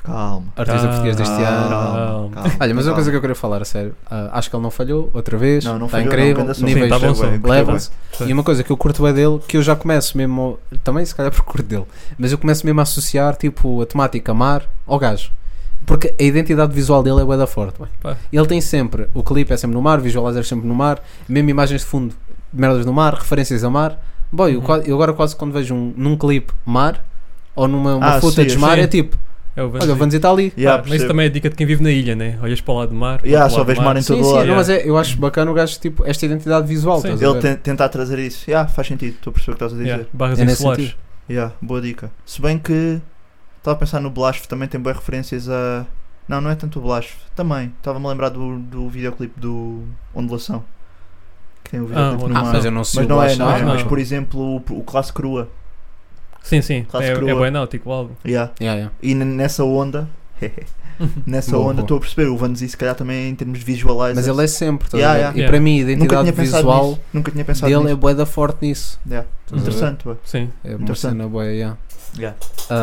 S6: Calma.
S7: artista
S5: Ah,
S7: português deste ano.
S6: Calma,
S5: ano.
S6: calma,
S7: Olha, mas uma
S6: calma.
S7: coisa que eu queria falar, a sério. ah, acho que ele não falhou outra vez.
S6: Não, não
S7: está
S6: foi
S7: incrível.
S6: não,
S7: níveis
S5: Sim, tá bom som.
S7: levels.
S5: Sim.
S7: E uma coisa que eu curto é dele, que eu já começo mesmo, também se calhar por curto dele, mas eu começo mesmo a associar tipo a temática mar ao gajo. Porque a identidade visual dele é bué da forte. bem.
S5: Pá.
S7: Ele tem sempre, o clipe é sempre no mar, visualizer sempre no mar, mesmo imagens de fundo, merdas no mar, referências a mar. Boy, eu,
S5: Uhum.
S7: qua- eu agora quase quando vejo um, num clipe mar ou numa uma
S6: Ah,
S7: footage
S6: sim,
S7: mar
S5: sim.
S7: é tipo,
S5: É o
S7: olha, o
S5: Vanzi.
S7: Vanzi está ali.
S6: Yeah,
S5: Pá, mas isso
S6: percebo.
S5: também é dica de quem vive na ilha, né? Olhas para o lado do mar. para
S6: Yeah,
S5: o
S6: só
S5: lado do
S6: vês mar em todo
S7: Sim, sim,
S6: lado.
S7: não,
S5: Yeah.
S7: mas é, eu acho bacana o gajo, tipo, esta identidade visual.
S5: Sim.
S7: estás a
S6: é Ele
S7: ver?
S6: ten- tentar trazer isso. Yeah, faz sentido, estou a perceber o que estás a dizer.
S5: Yeah. Barras
S7: É nesse
S5: insulares.
S7: sentido.
S6: Yeah, boa dica. Se bem que estava a pensar no Blasf, também tem boas referências a. Não, não é tanto o Blasf. Também. Estava-me a lembrar do, do videoclipe do Ondulação. Que tem o videoclipe
S5: Ah,
S6: no
S5: Ah,
S6: mar.
S7: mas eu não sei
S6: Mas
S7: o
S6: não é,
S7: Blas,
S6: não é.
S5: não.
S6: Mas por exemplo, o, o Classe Crua.
S5: Sim, sim.
S6: Classe
S5: É,
S6: crua.
S5: é bem náutico o álbum.
S6: Yeah.
S7: Yeah, yeah.
S6: E n- nessa onda. nessa
S7: Boa,
S6: onda
S7: boa.
S6: estou a perceber. O Vanzi, se calhar, também em termos de visualizer.
S7: Mas ele é sempre, estás
S6: Yeah,
S7: a ver?
S6: yeah.
S7: E
S5: Yeah.
S7: para mim, a
S6: Nunca
S7: identidade
S6: tinha pensado
S7: visual
S6: nisso. Nunca tinha pensado
S7: dele é
S6: nisso.
S7: bué da forte nisso.
S6: Yeah.
S7: Estás a ver?
S6: Interessante, ué.
S5: Sim.
S7: É uma
S6: Interessante.
S7: cena bué, yeah.
S6: Yeah.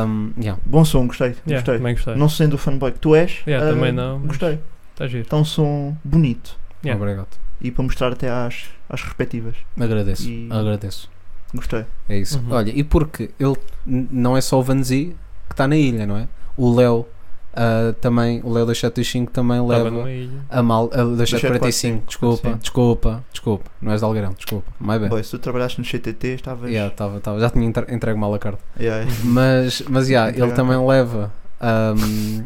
S7: Um, yeah.
S6: Bom som, gostei.
S5: Yeah,
S6: gostei.
S5: também gostei.
S6: Não sendo o fanboy que tu és.
S5: Yeah,
S6: ah,
S5: também não, mas-
S6: Gostei.
S5: Está giro.
S6: Está um som bonito.
S5: Yeah.
S7: Obrigado.
S6: e para mostrar até às, às respectivas.
S7: Agradeço,
S6: E-
S7: agradeço.
S6: Gostei.
S7: É isso.
S5: Uhum.
S7: Olha, e porque ele n- não é só o Vanzi que está na ilha, não é? O Léo ah, também, o Léo da 725 também
S5: Estava numa
S7: leva
S5: ilha.
S7: a mal, ah, a, da 745,
S6: 745,
S7: desculpa,
S6: sim.
S7: desculpa, desculpa, não és de Algarão, desculpa, mais bem.
S6: Boy, se tu trabalhaste no CTT, estavas.
S7: Yeah, tava, tava, já tinha entre- entregue mal a carta.
S6: Yeah, é. yeah.
S7: Mas, mas yeah, ele
S6: Entregar.
S7: também leva um,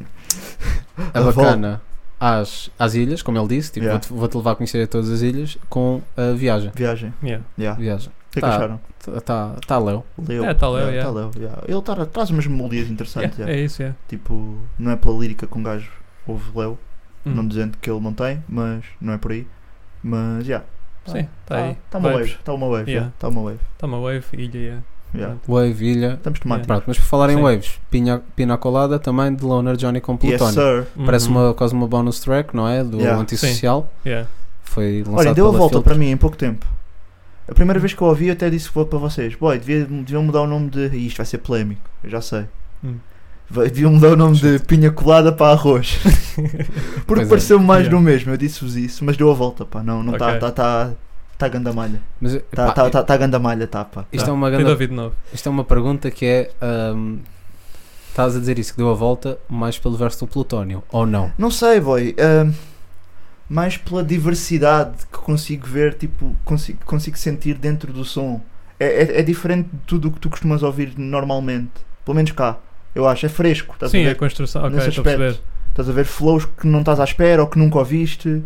S7: a
S6: A
S7: bacana às, às ilhas, como ele disse, tipo,
S6: Yeah.
S7: vou-te vou-te levar a conhecer todas as ilhas com a viagem.
S6: Viagem.
S5: Yeah.
S6: Yeah.
S7: viagem.
S6: O que é que
S7: Tá.
S6: acharam?
S7: Está tá, tá Léo.
S6: Leu.
S5: É, tá Leo,
S6: Yeah,
S5: yeah.
S6: tá Leo, yeah. Ele tá- traz umas melodias interessantes.
S5: É,
S6: yeah.
S5: é isso, é.
S6: Tipo, não é pela lírica que um gajo ouve Leo,
S5: Hum.
S6: não dizendo que ele não tem, mas não é por aí. Mas, já.
S5: Sim, tá aí.
S6: Está uma
S5: Vibes.
S6: wave, está uma wave,
S5: Yeah.
S6: está uma wave.
S5: Tá uma wave, ilha, yeah.
S6: yeah.
S7: Wave, Ilha.
S6: Estamos temáticos.
S7: Pronto, mas por falar em
S5: Sim.
S7: waves, Pina, Pina Colada também de Loner Johnny
S6: é
S7: com Plutónio.
S6: Yes, sir.
S5: Uhum.
S7: Parece uma, quase uma bonus track, não é? Do
S6: Yeah.
S7: Antissocial.
S5: Yeah.
S7: Foi lançado
S6: Olha, deu a
S7: pela
S6: volta
S7: Filter.
S6: para mim em pouco tempo. A primeira vez que eu ouvi, eu até disse para vocês: Boy, devia, deviam mudar o nome de. Ih, Isto vai ser polémico, eu já sei.
S5: Hum.
S6: Vai- Deviam mudar o nome de Pinha Colada para Arroz.
S7: Pois
S6: Porque
S7: é.
S6: pareceu mais
S5: Yeah.
S6: do mesmo, eu disse-vos isso, mas deu a volta, pá. Não, não está.
S5: Ok.
S6: Está tá, tá ganda malha.
S7: Mas,
S6: Está
S7: pá,
S5: é
S6: tá, tá, tá ganda malha, tá, pá.
S7: Isto,
S5: Tá.
S7: é uma
S5: Tem
S7: grande,
S5: David novo.
S7: isto é uma pergunta que é. ahm, estás a dizer isso, que deu a volta mais pelo verso do Plutónio, ou não?
S6: Não sei, boy. ahm, mais pela diversidade que consigo ver, tipo, consigo, consigo sentir dentro do som. É, é, é diferente de tudo o que tu costumas ouvir normalmente. Pelo menos cá, eu acho. É fresco, estás
S5: Sim,
S6: a
S5: é a
S6: ver?
S5: construção. Ok,
S6: nesse
S5: estou a perceber.
S6: aspecto. Estás a ver flows que não estás à espera ou que nunca ouviste.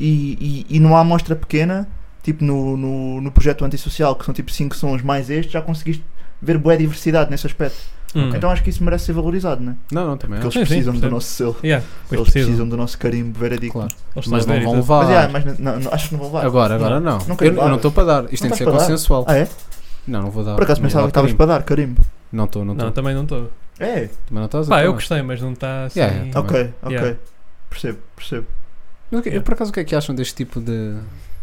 S6: E, e, e não há amostra pequena, tipo no, no, no projeto antissocial, que são tipo 5 sons mais este, já conseguiste ver boa diversidade nesse aspecto.
S5: Hum. É.
S6: Então acho que isso merece ser valorizado, né?
S7: Não, não, também
S6: Porque eles
S7: acho.
S5: Sim, sim,
S6: precisam do
S5: percebo.
S6: nosso selo.
S5: Yeah, pois
S6: Eles
S5: precisam.
S6: precisam do nosso carimbo veradicto.
S7: Claro.
S5: Eles estão a
S7: Mas
S5: ver
S7: não
S5: e
S7: vão
S5: tudo.
S7: levar.
S6: Mas, yeah, mas não- não- não- acho que não vou levar.
S7: Agora, agora não.
S6: Não
S7: eu,
S6: quero
S7: eu
S6: dar.
S7: não estou para dar. Isto
S6: Não
S7: tem que
S6: estás
S7: ser
S6: para dar?
S7: consensual.
S6: Ah, é?
S7: Não, não vou dar.
S6: Por acaso
S7: Não vou
S6: pensava que
S7: dar
S6: estavas
S7: Ah, carimbo.
S6: para dar, carimbo.
S7: Não estou, não
S5: Não,
S7: estou.
S5: também não estou.
S6: É?
S7: Também não estás a
S5: Pá, eu
S7: também.
S5: gostei, mas não está assim.
S7: Yeah, yeah, tá bem.
S6: Ok, ok.
S5: Yeah.
S6: Percebo, percebo.
S7: Mas o que-
S5: Yeah.
S7: Por acaso, o que é que acham deste tipo de.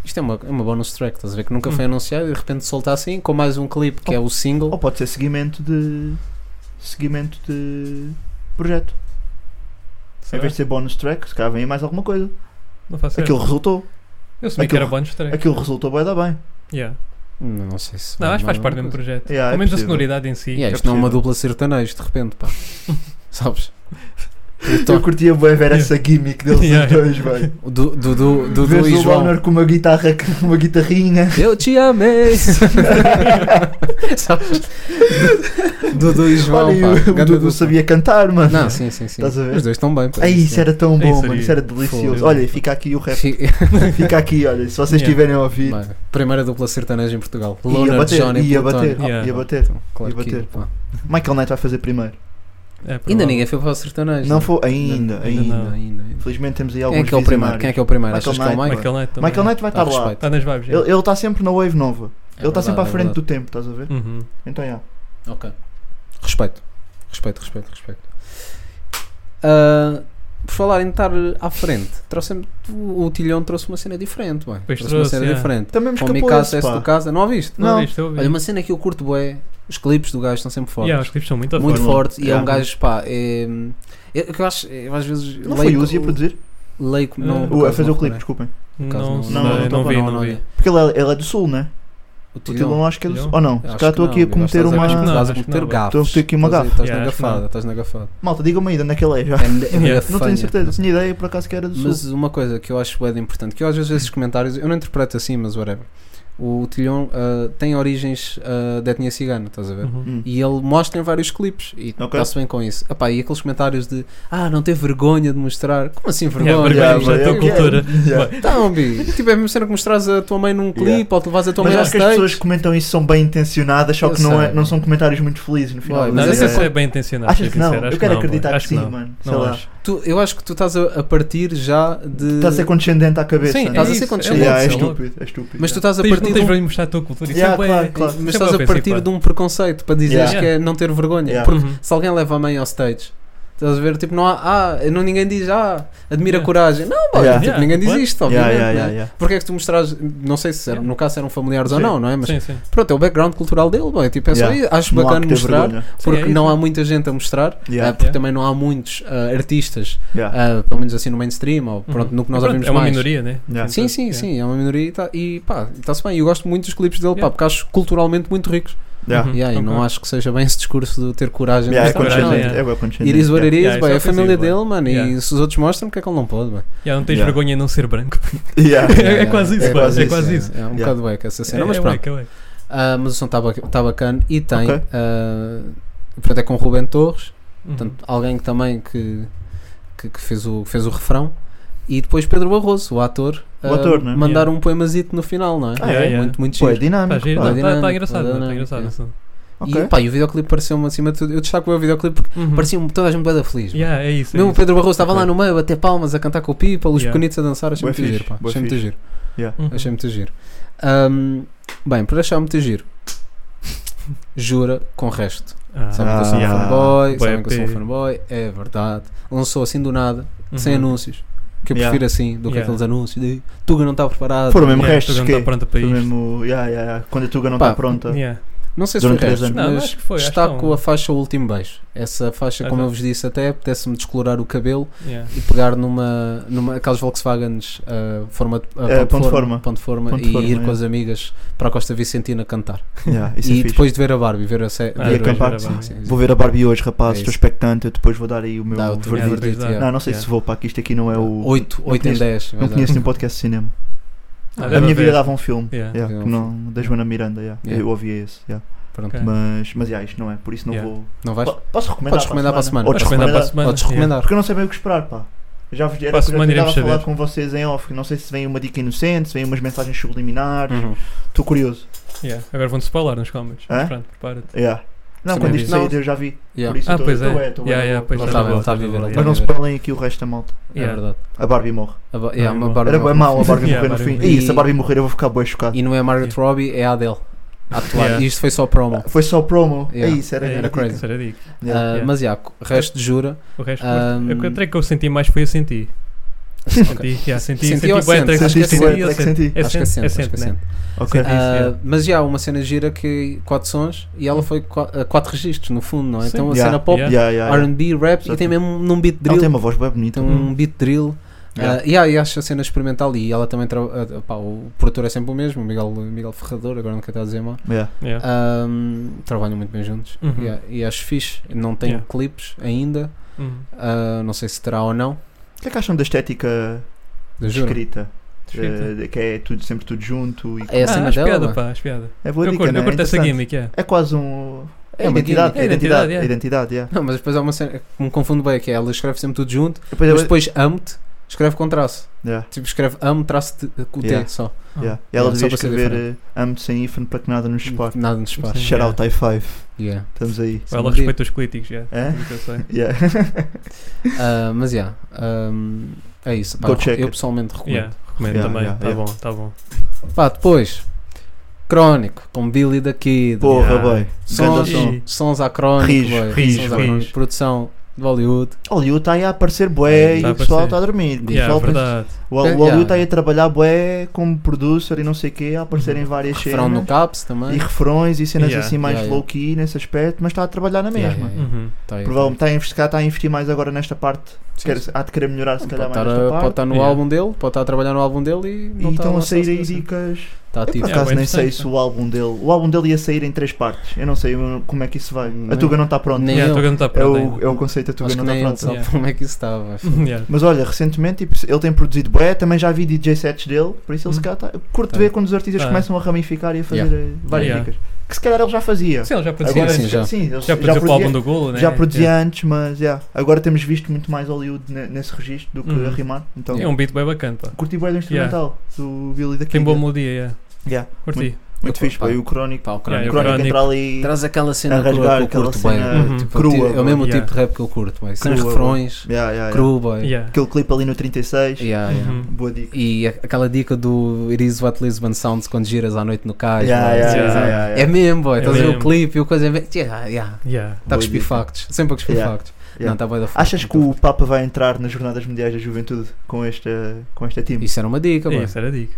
S7: Isto é uma, é uma bonus track, estás a ver? Que nunca foi
S5: Hum.
S7: anunciado e de repente solta assim, com mais um clipe que é o
S6: Ou
S7: single.
S6: pode ser seguimento de. seguimento de. projeto. Em
S5: Será?
S6: vez de ser bonus track, se calhar vem aí mais alguma coisa.
S5: Não faço ideia.
S6: Aquilo resultou.
S5: Eu sabia que
S6: aquilo-
S5: era bonus track.
S6: Aquilo resultou bem, dá bem.
S5: Yeah.
S7: Não, não sei se.
S5: Não, acho que faz
S7: não-
S5: parte do
S7: não-
S5: mesmo projeto.
S6: Yeah, é
S5: Pelo menos a
S6: possível.
S5: sonoridade em si.
S7: Yeah,
S6: É
S7: isto não é uma
S6: possível.
S7: dupla sertanejo, de repente, pá. Sabes? Então.
S6: Eu curtia bem ver essa gimmick deles
S5: Yeah.
S6: os dois, velho.
S7: O Du- Dudu Dudu e
S6: Vês o
S7: João.
S6: Loner com uma guitarra, com uma guitarrinha.
S7: Eu te amei! Sabes? Dudu e João,
S6: Olha, e
S7: pá.
S6: o- o
S7: Ganda
S6: Dudu
S7: dupla.
S6: sabia cantar, mano.
S7: Não, sim, sim, sim.
S6: Estás a ver?
S7: Os dois estão bem, pá.
S6: Ai, isso era
S7: É
S6: tão bom,
S5: Isso
S6: mano.
S5: aí.
S6: Isso era delicioso.
S5: Foda-se.
S6: Olha, fica aqui o rap.
S7: Fi-
S6: Fica aqui, olha. Se vocês
S5: Yeah.
S6: tiverem a ouvir,
S7: Bem, Primeira dupla sertaneja em Portugal.
S6: ia
S7: Loner,
S6: bater,
S7: Johnny
S6: ia
S7: Plutónio.
S6: bater,
S5: Yeah.
S6: ia bater.
S7: Claro
S6: Ia
S7: que
S6: bater.
S7: pá.
S6: Michael Knight vai fazer primeiro.
S5: É,
S7: Ainda
S5: provável.
S7: ninguém foi para o sertanejo.
S6: Não
S7: né?
S6: foi ainda,
S5: ainda
S6: ainda.
S5: não.
S7: ainda, ainda.
S6: Felizmente temos aí
S7: Quem
S6: alguns
S7: é que é o primeiro?
S6: visionários.
S7: Quem é que é o primeiro?
S6: Michael
S7: Achas que é o
S6: Knight,
S7: Michael?
S5: Michael Knight também.
S6: Michael Knight vai
S7: Tá
S6: estar lá.
S7: respeito.
S5: Está nas vibes.
S6: Ele está sempre na wave nova.
S7: É
S6: Ele está
S7: verdade,
S6: sempre à
S7: é
S6: frente
S7: verdade.
S6: do tempo, estás a ver?
S5: yeah. Uhum.
S6: Então, já.
S7: Ok. Respeito. Respeito, respeito, respeito. Ah, por falar em estar à frente, trouxe o, o Tilhão trouxe uma cena diferente, bem.
S5: Pois
S7: uma
S5: trouxe, é.
S7: cena
S5: yeah.
S7: diferente.
S6: Também me
S7: Com o
S6: escapou
S7: Mikasa
S6: esse,
S7: S
S6: pá.
S7: do Casa, não a viste?
S6: Não.
S5: Isto eu ouvi.
S7: Olha, uma cena que eu curto bué, os clipes do gajo estão sempre fortes.
S5: Yeah, tá os clipes são muito
S7: muito
S5: fortes.
S7: forte e é um
S6: Yeah.
S7: gajo pá é, eu, eu acho eu às vezes
S6: Não foi o Uzi a produzir?
S7: leio que não
S5: Ah.
S7: por
S6: O- A
S7: acaso
S6: fazer
S7: não
S6: o clipe, desculpem.
S7: reparei. Por
S5: Não,
S7: acaso
S5: não,
S6: não- não
S5: não
S7: tava,
S5: vi,
S7: não,
S5: não
S7: não
S5: vi.
S7: olhei.
S6: Porque ele é, ele é do Sul, né?
S7: o
S6: O Tilão acho que é do Sul.
S5: Tilhão?
S6: Ou não?
S7: Acho
S6: Se calhar
S7: que
S6: estou aqui a
S7: não, eu acho que
S6: cometer
S7: estás
S5: Acho
S6: uma.
S5: que
S6: Então
S5: não,
S7: estás a
S5: acho que
S7: cometer
S5: não.
S7: gafos
S6: Estou a cometer aqui uma
S7: Estás a-
S6: gafe.
S7: estás na
S5: Yeah, acho que
S7: gafada
S5: não.
S7: estás na gafada
S6: Malta, digam-me aí de onde é que ele é já.
S7: É ne- é
S5: Yeah.
S6: Não
S7: gafanha.
S6: tenho certeza, tinha ideia por acaso que era do Sul.
S7: mas uma coisa que eu acho bem importante que eu às vezes esses comentários eu não interpreto assim mas whatever o Tilhão ah, tem origens ah, da etnia cigana estás a ver
S5: Uhum.
S6: Hum.
S7: E ele mostra em vários clipes e
S6: Ok.
S7: está-se bem com isso. Epá, e aqueles comentários de ah, não teve vergonha de mostrar. Como
S6: É
S7: assim vergonha?
S5: Yeah, vergonha
S6: Yeah,
S5: de mostrar a
S6: yeah,
S5: tua
S6: yeah.
S5: cultura.
S6: Yeah.
S5: Bem,
S7: Então, Bi, tipo, é a mesma cena que mostrares a tua mãe num clipe
S6: Yeah.
S7: ou te levas a tua
S6: Mas
S7: mãe à
S6: acho que as
S7: stage.
S6: pessoas que comentam isso são bem intencionadas, só
S7: Eu
S6: que não, é-
S7: sei.
S6: não são comentários muito felizes no final.
S7: Olha,
S6: do
S5: Não,
S7: Mas
S6: dia.
S5: isso
S7: esse
S5: é, bem intencionado.
S6: Achas
S5: ser
S6: que não?
S5: sincero.
S6: Eu
S5: Acho
S6: quero
S5: não,
S6: acreditar
S5: acho
S6: que sim,
S5: não.
S6: mano. Sei
S5: Não
S6: lá.
S5: acho.
S7: Tu- eu acho que tu estás a, a partir já de.
S6: Está a ser condescendente à cabeça.
S5: Sim,
S6: né?
S7: Estás a
S5: É
S7: ser
S5: isso,
S6: Yeah,
S7: condescendente.
S6: é
S5: louco, é louco.
S6: estúpido, é estúpido.
S7: Mas tu
S6: yeah.
S7: estás a
S5: Tens- Não
S7: partir.
S5: tens
S7: de um-
S5: vergonha de mostrar a tua cultura. Isso
S6: Yeah,
S5: é bem.
S6: claro, claro.
S7: Mas
S5: sempre
S7: estás
S5: eu
S7: a
S5: pensei,
S7: partir
S5: pá.
S7: de um preconceito para dizeres
S6: Yeah.
S7: que é não ter vergonha.
S6: Yeah.
S7: Porque
S5: Uhum.
S7: se alguém leva a mãe ao stage, estás a ver? Tipo, não há. ah, não, ninguém diz, ah, admira
S5: Yeah.
S7: a coragem. Não, pá,
S6: Yeah.
S7: tipo,
S5: Yeah.
S7: ninguém diz
S5: What?
S7: isto,
S6: Yeah,
S7: obviamente.
S6: yeah,
S7: né?
S6: yeah, yeah.
S7: Porque é que tu mostras. Não sei se eram-
S5: Yeah.
S7: no caso eram familiares ou
S6: Sim.
S7: não, não é? Mas
S5: Sim, sim.
S7: pronto, é o background cultural dele. Bem, tipo, é só
S6: Yeah.
S7: isso. acho
S6: Não há
S7: bacana
S6: que ter
S7: mostrar.
S6: vergonha.
S7: porque
S5: Sim, é
S7: não
S5: isso.
S7: há muita gente a mostrar,
S6: Yeah.
S7: eh, porque
S5: Yeah.
S7: também não há muitos eh, artistas,
S6: Yeah.
S7: eh, pelo menos assim no mainstream, ou pronto,
S5: Uhum.
S7: no que nós
S5: Pronto,
S7: ouvimos
S5: É uma
S7: mais.
S5: minoria, né?
S6: Yeah.
S7: Sim, sim,
S5: Yeah.
S7: sim, é uma minoria e, tá, e pá, está-se bem. Eu gosto muito dos clipes dele, pá,
S5: Yeah.
S7: porque acho culturalmente muito ricos.
S6: Yeah.
S5: Uhum.
S7: E aí, não
S5: Concordo.
S7: acho que seja bem esse discurso de ter coragem
S6: Yeah, é
S7: de mostrar.
S5: coragem,
S7: não,
S6: condescendente.
S5: yeah.
S6: É bem
S7: é. It
S6: condescendente.
S7: is what it is,
S5: Yeah,
S7: pá,
S5: isso
S7: é
S5: é
S7: a família
S5: ofensivo,
S7: dele, mano, e
S5: Yeah.
S7: se os outros mostram, porque é que ele não pode, bá?
S5: Yeah, Não tens
S6: Yeah.
S5: vergonha em não ser branco.
S6: Yeah.
S5: É- é quase isso,
S6: pá, é
S5: quase isso.
S7: É, é um
S6: Yeah.
S7: bocado beca essa cena,
S5: É-
S7: mas
S5: é
S7: pronto.
S5: ué, que é ué.
S7: Ah, mas o som está bacana e tem,
S6: Ok.
S7: ah, pronto, é com o Ruben Torres,
S5: Uhum.
S7: Portanto, alguém que também que, que, que fez, o, fez o refrão E depois Pedro Barroso, o ator,
S6: O
S7: ah,
S6: ator, né?
S7: mandar
S5: é? Yeah.
S7: um poemazito no final, não é?
S6: Ah, é?
S7: Muito, muito
S6: Pô, é
S7: giro.
S5: Está
S6: dinâmico. pá.
S7: dinâmico,
S5: tá engraçado,
S7: tá
S5: está
S7: dinâmico,
S5: engraçado.
S7: é.
S5: assim.
S6: Ok.
S7: E, pá, e o videoclipe pareceu-me acima de tudo. Eu destaco o videoclipe porque
S5: Uhum.
S7: parecia-me toda a gente bem feliz. mano.
S5: Yeah, é isso. é
S7: Mesmo o
S5: isso.
S7: Pedro Barroso estava lá no meio a bater palmas, a cantar com o Pipa, os
S5: Yeah.
S7: pequenitos a dançar. Achei
S6: Bué
S7: muito
S6: fixe,
S7: giro, pá.
S6: bué
S7: Achei muito
S6: fixe.
S7: giro.
S5: Uhum.
S7: Achei muito giro. Ahm, bem, por achar muito giro, jura com resto.
S5: Ah,
S7: Sabem que eu sou um
S6: Ah,
S7: fanboy,
S5: bué
S7: sabem que eu sou um
S5: pi.
S7: fanboy, é verdade. Lançou assim do nada,
S5: uhum.
S7: sem anúncios. Que eu
S6: Yeah.
S7: prefiro assim do que
S5: Yeah.
S7: aqueles anúncios de Tuga não está preparado.
S6: Foram mesmo
S5: Yeah,
S6: restos
S5: tu
S6: que
S5: não tá pronta para
S6: Foi
S5: isto.
S6: mesmo, yeah, yeah, yeah. Quando a Tuga não
S7: Pá,
S6: está pronta.
S5: Yeah.
S7: Não sei se foi
S6: Durante três
S7: resto,
S5: anos. Não,
S7: mas
S5: acho que foi, acho que
S7: destaco
S5: foi um.
S7: a faixa O Último Beijo. Essa faixa, como
S5: Exato.
S7: eu vos disse até, pudesse-me descolorar o cabelo
S5: Yeah.
S7: e pegar numa, numa aquelas Volkswagens ah, forma, de- ah,
S6: É, ponto de forma.
S7: ponto de forma,
S6: Ponto de
S7: e
S6: forma,
S7: ir
S6: é.
S7: com as amigas para a Costa Vicentina cantar.
S6: Yeah, isso é
S7: e
S6: fixe.
S7: depois de ver a Barbie, ver a série.
S6: E
S5: Ah, era bem,
S6: acampar,
S5: era
S7: sim,
S5: bem.
S7: sim,
S6: Vou ver a Barbie hoje, rapaz.
S7: É
S6: Estou
S7: isso.
S6: expectante. Eu depois vou dar aí o meu
S7: Dá o teu
S6: verdito.
S5: verdito,
S7: verdito.
S5: yeah.
S6: Não, não sei
S5: Yeah.
S6: se vou para aqui. Isto aqui não é o.
S7: 8,
S6: não
S7: 8 em é
S6: conheço-
S7: 10.
S6: Não conheço nenhum podcast de cinema.
S5: Ah,
S6: a
S5: deve
S6: minha vida
S5: haver.
S6: dava um filme.
S5: Yeah.
S6: yeah,
S7: Dava
S6: que
S7: um
S6: não- da Joana Miranda. yeah.
S7: Yeah.
S6: Eu ouvia esse. yeah.
S7: Pronto,
S5: Ok.
S6: Mas, mas yeah, isto não é. Por isso não
S5: Yeah.
S6: vou.
S7: não vais?
S6: Po- Posso recomendar?
S7: Podes recomendar para a semana.
S6: Ou
S5: Podes recomendar para a semana.
S7: Podes recomendar.
S6: Porque eu não sei bem o que esperar, pá. Eu Já vos era
S5: Para a
S6: o que eu estava
S5: semana
S6: a
S5: iremos
S6: falar
S5: saber.
S6: com vocês em off. Não sei se vem uma dica inocente, se vem umas mensagens subliminares.
S7: Uhum.
S6: Estou curioso.
S5: Yeah. Agora vão-te spoiler nos comments.
S6: Hã?
S5: Pronto, prepara-te.
S6: Yeah. Não,
S5: Sim,
S6: quando
S5: não
S6: isto
S7: vi.
S6: sair eu já vi.
S7: é Yeah.
S6: Por isso
S5: Ah,
S6: estou-
S5: pois é.
S6: estou bem, estou bem,
S5: Yeah, yeah,
S6: vou-
S5: pois
S6: vou
S7: Ele
S5: é.
S7: está
S6: dar
S7: bem, ele
S6: uma
S7: está a
S6: volta.
S7: viver. ele está a
S6: Mas não
S7: viver.
S6: spoilem aqui o resto da malta.
S7: É
S5: Yeah.
S7: verdade.
S6: A Barbie morre.
S7: A ba- yeah, uma
S5: Era
S7: Barbie
S6: Era bem
S7: morre.
S6: mau a Barbie
S5: Yeah,
S6: morrer no
S5: Barbie.
S6: fim. Ih, se a
S7: E-
S6: Barbie morrer eu vou ficar bem chocado.
S7: E não é Margaret Robbie, é a Adele. A atuar.
S5: Yeah.
S7: E isto foi só promo.
S6: Foi só promo. É
S7: Yeah.
S6: isso, era
S5: É,
S7: Era
S6: grande.
S7: crazy.
S5: isso era dica.
S6: Yeah.
S7: Ah,
S5: yeah.
S7: Mas, yeah, co- resto de jura.
S5: O resto,
S7: Um,
S5: a track que eu senti mais foi eu senti. Senti, yeah, senti,
S7: Senti
S5: senti,
S7: ou
S5: bué a
S7: sente?
S5: track,
S6: Sentiste
S5: senti,
S6: bué a
S5: eu
S6: track,
S5: senti.
S6: senti?
S5: É
S7: Acho que é
S5: sente,
S7: sempre,
S5: é
S7: acho que é
S5: sente, né?
S7: sempre.
S6: Ok.
S5: Senti.
S7: Ah,
S5: yeah.
S7: Mas já, há uma cena gira que quatro sons e ela foi qua- a quatro registros no fundo, não é?
S5: Sim.
S7: Então a
S6: Yeah.
S7: cena pop,
S5: Yeah.
S6: Yeah, yeah, yeah.
S7: RB, rap e
S6: Exato.
S7: tem mesmo num beat
S6: Ela
S7: drill.
S6: tem uma voz bem
S7: Tem
S6: bonita.
S5: Hum.
S7: um beat drill.
S6: Yeah.
S7: Ah, yeah, e acho a cena experimental e ela também. tra- ah, pá, o produtor é sempre o mesmo, o Miguel, Miguel Ferrador, agora não quero estar a dizer mal.
S6: Yeah.
S5: Yeah.
S7: Ahm, trabalham muito bem juntos
S5: Uhum.
S7: Yeah, e acho fixe. Não tem
S5: Yeah.
S7: clipes ainda,
S5: Hum.
S7: ah, não sei se terá ou não.
S6: O que é que acham da estética
S7: eu Juro.
S6: escrita?
S5: Escrita.
S6: Eh, que é tudo, sempre tudo junto. E...
S7: É a cena dela.
S5: ah, espiada,
S7: não é?
S5: pá, espiada.
S6: É boa
S5: Eu
S6: dica,
S5: curto,
S6: né?
S5: eu curto essa
S6: Interessante.
S5: gimmick, é.
S6: É quase um. É,
S7: É uma
S6: identidade, é
S7: gimmick.
S6: identidade,
S5: É identidade,
S6: é
S5: é.
S6: identidade, yeah.
S7: Não, mas depois há uma cena que me confundo bem, que é ela escreve sempre tudo junto,
S6: Depois
S7: mas
S6: ela,
S7: depois amo-te, escreve com traço.
S6: yeah,
S7: Tipo, escreve amo traço de- com o
S6: Yeah.
S7: T só.
S6: yeah.
S7: Ah,
S6: ela
S7: yeah,
S6: devia
S7: só para ser
S6: escrever eh, amo-te sem hífen para que nada nos separe.
S7: Nada nos faz.
S5: Sim.
S6: Shout out high five.
S7: Yeah.
S6: Estamos aí.
S7: Sim,
S5: Ela
S7: mas
S5: respeita os políticos, yeah.
S6: É?
S5: Tudo que eu sei.
S6: Yeah.
S7: Ah, mas yeah, ahm, é isso. pá,
S6: Go check
S7: eu
S6: it.
S7: pessoalmente recomendo.
S5: Yeah, recomendo
S6: Yeah,
S5: também.
S6: yeah,
S5: tá
S6: yeah.
S5: bom, tá bom.
S7: Pá, depois, Crónico, com Billy da Kid.
S6: Porra,
S5: Yeah.
S6: boy.
S7: sons,
S6: Ganda som.
S7: sons à Crónico.
S6: Rijo,
S7: boy,
S5: rijo,
S7: sons à
S5: rijo.
S7: Crónico, Produção de Hollywood.
S6: O Liu está tá aí a aparecer
S7: É,
S6: bué e
S5: Tá a
S6: o pessoal
S5: aparecer.
S6: está a dormir. O
S5: Yeah,
S6: pessoal pensa-
S5: verdade.
S6: O, o
S7: Yeah.
S6: Liu está aí a trabalhar bué como producer e não sei o quê, a aparecer em várias
S7: Uhum. Refrão no
S6: cenas.
S7: Caps também.
S6: E refrões e cenas
S5: Yeah.
S6: assim mais
S7: Yeah, yeah.
S6: low-key nesse aspecto, mas está a trabalhar na mesma.
S7: Yeah, yeah, yeah.
S5: Uhum.
S7: Tá aí,
S6: Provavelmente está a investir, está a investir mais agora nesta parte.
S7: Sim,
S6: Quer,
S7: sim.
S6: há de querer melhorar se
S7: Pode
S6: calhar mais
S7: estar,
S6: nesta
S7: a, pode
S6: parte.
S7: estar no
S5: Yeah.
S7: álbum dele, pode estar a trabalhar no álbum dele e
S6: E
S7: não está
S6: estão a
S7: lançar
S6: sair aí
S7: assim.
S6: dicas.
S7: Está
S6: Eu
S7: ativo.
S6: por
S5: É,
S6: acaso
S5: bem
S6: nem sei
S5: interessante.
S6: se o álbum dele. O álbum dele ia sair em três partes. Eu não sei como é que isso vai. A
S7: Nem-
S6: Tuga não está pronta.
S7: nem-
S5: Yeah,
S7: eu.
S5: tô a tá cantar
S6: É
S5: para
S6: o,
S5: além.
S6: é o conceito da Tuga
S7: Acho que
S6: não está
S7: nem ele
S6: pronta.
S7: sabe
S5: Yeah.
S7: como é que isso estava.
S5: Yeah.
S6: Mas olha, recentemente tipo, ele tem produzido bué, também já vi DJ sets dele, por isso ele se calhar tá, eu curto
S7: Tá.
S6: ver quando os artistas
S5: Hum. Tá.
S6: começam a ramificar e a fazer
S7: Yeah.
S6: eh, várias
S5: Yeah.
S6: dicas. Que se calhar ele já fazia.
S5: Sim, ele já produziu.
S6: Agora,
S7: sim, já.
S6: ele
S5: Já produziu para o álbum do Golo, né?
S6: já produzia
S5: Yeah.
S6: antes, mas yeah, agora temos visto muito mais Hollywood ne- nesse registro do que
S5: Uhum.
S6: a rimar. Então,
S5: É um beat bem bacana, pá.
S6: curti bué do instrumental do Billy da
S5: Tem
S6: Kid.
S5: boa melodia, yeah.
S6: Yeah,
S5: Curti.
S6: Muito fixe,
S7: pá.
S6: pá. E o Crónico,
S7: Pá, o
S5: Yeah,
S6: o
S7: Crónico.
S5: eu-
S6: Crónico
S5: é Crónico
S6: entra ali.
S7: Traz aquela
S6: A
S7: cena crua
S6: rasgar
S7: que eu
S6: aquela
S7: curto bem.
S6: cena
S5: Uhum.
S7: Tipo,
S6: crua,
S7: é o mesmo
S5: boy.
S7: tipo de rap que eu curto, bem. Sem
S6: Crua,
S7: refrões,
S6: Yeah, yeah, yeah.
S7: cru, bem.
S5: Yeah.
S6: Aquele clipe ali no 36.
S7: Yeah, yeah. Tá
S5: Uhum.
S6: Boa dica.
S7: E a- aquela dica do It is what Lisbon sounds quando giras à noite no cais.
S6: Yeah,
S7: boy.
S6: yeah,
S5: yeah,
S6: yeah, yeah, yeah.
S7: É mesmo, boy.
S5: É
S7: Estás a ver o
S5: mesmo.
S7: clipe e o coisa. é bem- Yeah, yeah.
S5: Yeah.
S7: Está a
S6: Boa
S7: cuspir
S6: dica.
S7: factos. Sempre a cuspir
S6: Yeah,
S7: factos.
S6: yeah.
S7: Não, está bem da facto,
S6: Achas
S7: muito
S6: que o
S7: bem.
S6: Papa vai entrar nas Jornadas Mundiais da Juventude com esta, com esta time?
S7: Isso era uma dica, boy.
S5: É Isso era dica.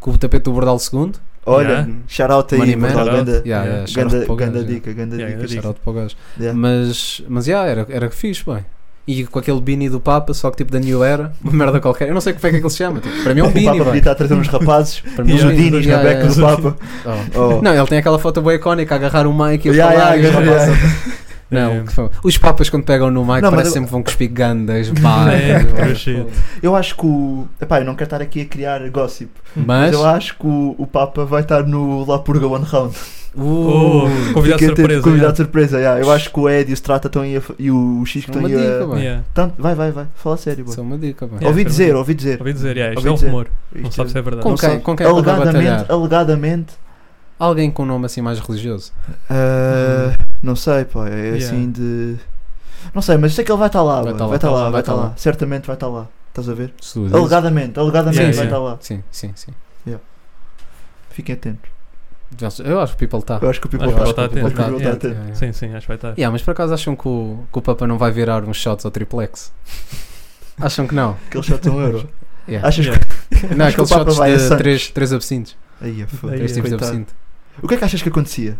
S7: Com o tapete do Bordal II.
S6: Olha,
S5: Yeah.
S6: shout out aí,
S7: Money Man.
S6: Bordal,
S5: Shout out.
S6: ganda,
S7: Yeah,
S5: Yeah.
S7: yeah, shout out
S6: ganda,
S7: para o gajo,
S6: ganda
S7: yeah.
S6: dica, ganda
S5: Yeah,
S6: dica.
S5: ganda
S7: Shout out para o gajo.
S6: Yeah.
S7: Mas, mas yeah, era, era fixe, bem. E com aquele beanie do Papa, só que tipo da New Era, uma merda qualquer. Eu não sei como é que aquilo se chama. tipo, para mim é
S6: o
S7: um
S6: Papa
S7: beanie,
S6: podia
S7: bem.
S6: estar a trazer uns rapazes,
S7: Para mim
S6: uns
S7: é um
S6: Udinis
S7: beanie,
S6: na
S7: yeah,
S6: beca do
S7: yeah.
S6: Papa.
S7: Oh.
S6: Oh.
S7: Não, ele tem aquela foto boa icónica, a agarrar o mic e a
S6: Yeah,
S7: falar.
S6: yeah,
S7: e os
S6: agarrar-
S7: rapazes- Não,
S5: É.
S7: que fa- os papas quando pegam no mic
S6: Não, mas
S7: parece
S6: eu-
S7: sempre vão cuspir gandas, pá.
S5: É, pura shit.
S6: Eu acho que o. Epá, eu não quero estar aqui a criar gossip. Mas
S7: Mas,
S6: eu acho que o, o Papa vai estar no La Purga One Round.
S5: Oh,
S7: uh,
S5: convidado
S6: Fiquei a ter
S5: surpresa.
S6: Convidado surpresa, yeah. Eu acho que o Ed e o Strata estão aí a, f- e o X que
S7: é
S6: estão
S7: uma
S6: aí
S7: dica,
S6: a.
S7: bem.
S5: yeah.
S6: Tanto, vai, vai, vai. Fala sério, boy.
S7: Isso é uma dica, bem.
S5: Yeah,
S6: ouvi,
S5: foi
S6: dizer,
S5: muito-
S6: ouvi dizer,
S5: Ouvi dizer, yeah, isto
S6: Ouvi
S5: é um
S6: dizer.
S5: rumor. Não
S6: Isto
S5: sabe se é verdade.
S7: Com
S6: não
S7: quem,
S6: sei.
S7: com quem é que ele vai
S6: Alegadamente,
S7: batalhar?
S6: alegadamente.
S7: Alguém com um nome assim mais religioso.
S6: ah, não sei, pá. É
S5: Uhum. Yeah.
S6: assim de. Não sei, mas sei que ele vai estar lá,
S7: Vai
S6: boy.
S7: tá lá,
S6: vai estar
S7: tá
S6: lá,
S7: lá,
S6: vai
S7: vai
S6: estar
S7: tá
S6: lá.
S7: lá.
S6: Certamente vai estar lá. Estás a ver?
S7: se tu dizes.
S6: Alegadamente,
S5: Sim,
S6: alegadamente vai
S5: sim.
S6: estar lá.
S7: Sim, sim, sim.
S6: Fiquem atentos.
S7: Já sei- Eu acho que o People está.
S6: Eu acho que o People
S5: Acho que
S6: está
S5: ele tá atento.
S6: Acho que o People
S5: Yeah.
S6: está atento.
S5: Sim, sim, acho que vai estar.
S7: Yeah, mas por acaso acham que o, que o Papa não vai virar uns shots ao triplex? Acham que não?
S6: Aquele shot de um euro.
S7: Yeah.
S6: Achas
S5: Yeah.
S7: não,
S6: acho que o
S7: aqueles
S6: Papa
S7: shots
S6: vai a
S7: de
S6: Santos.
S7: três, três absintos.
S6: que. Aí, é foda.
S5: Aí, tipo
S7: Três tipos de
S6: coitado.
S7: absinto.
S6: O que é que achas que acontecia? Eu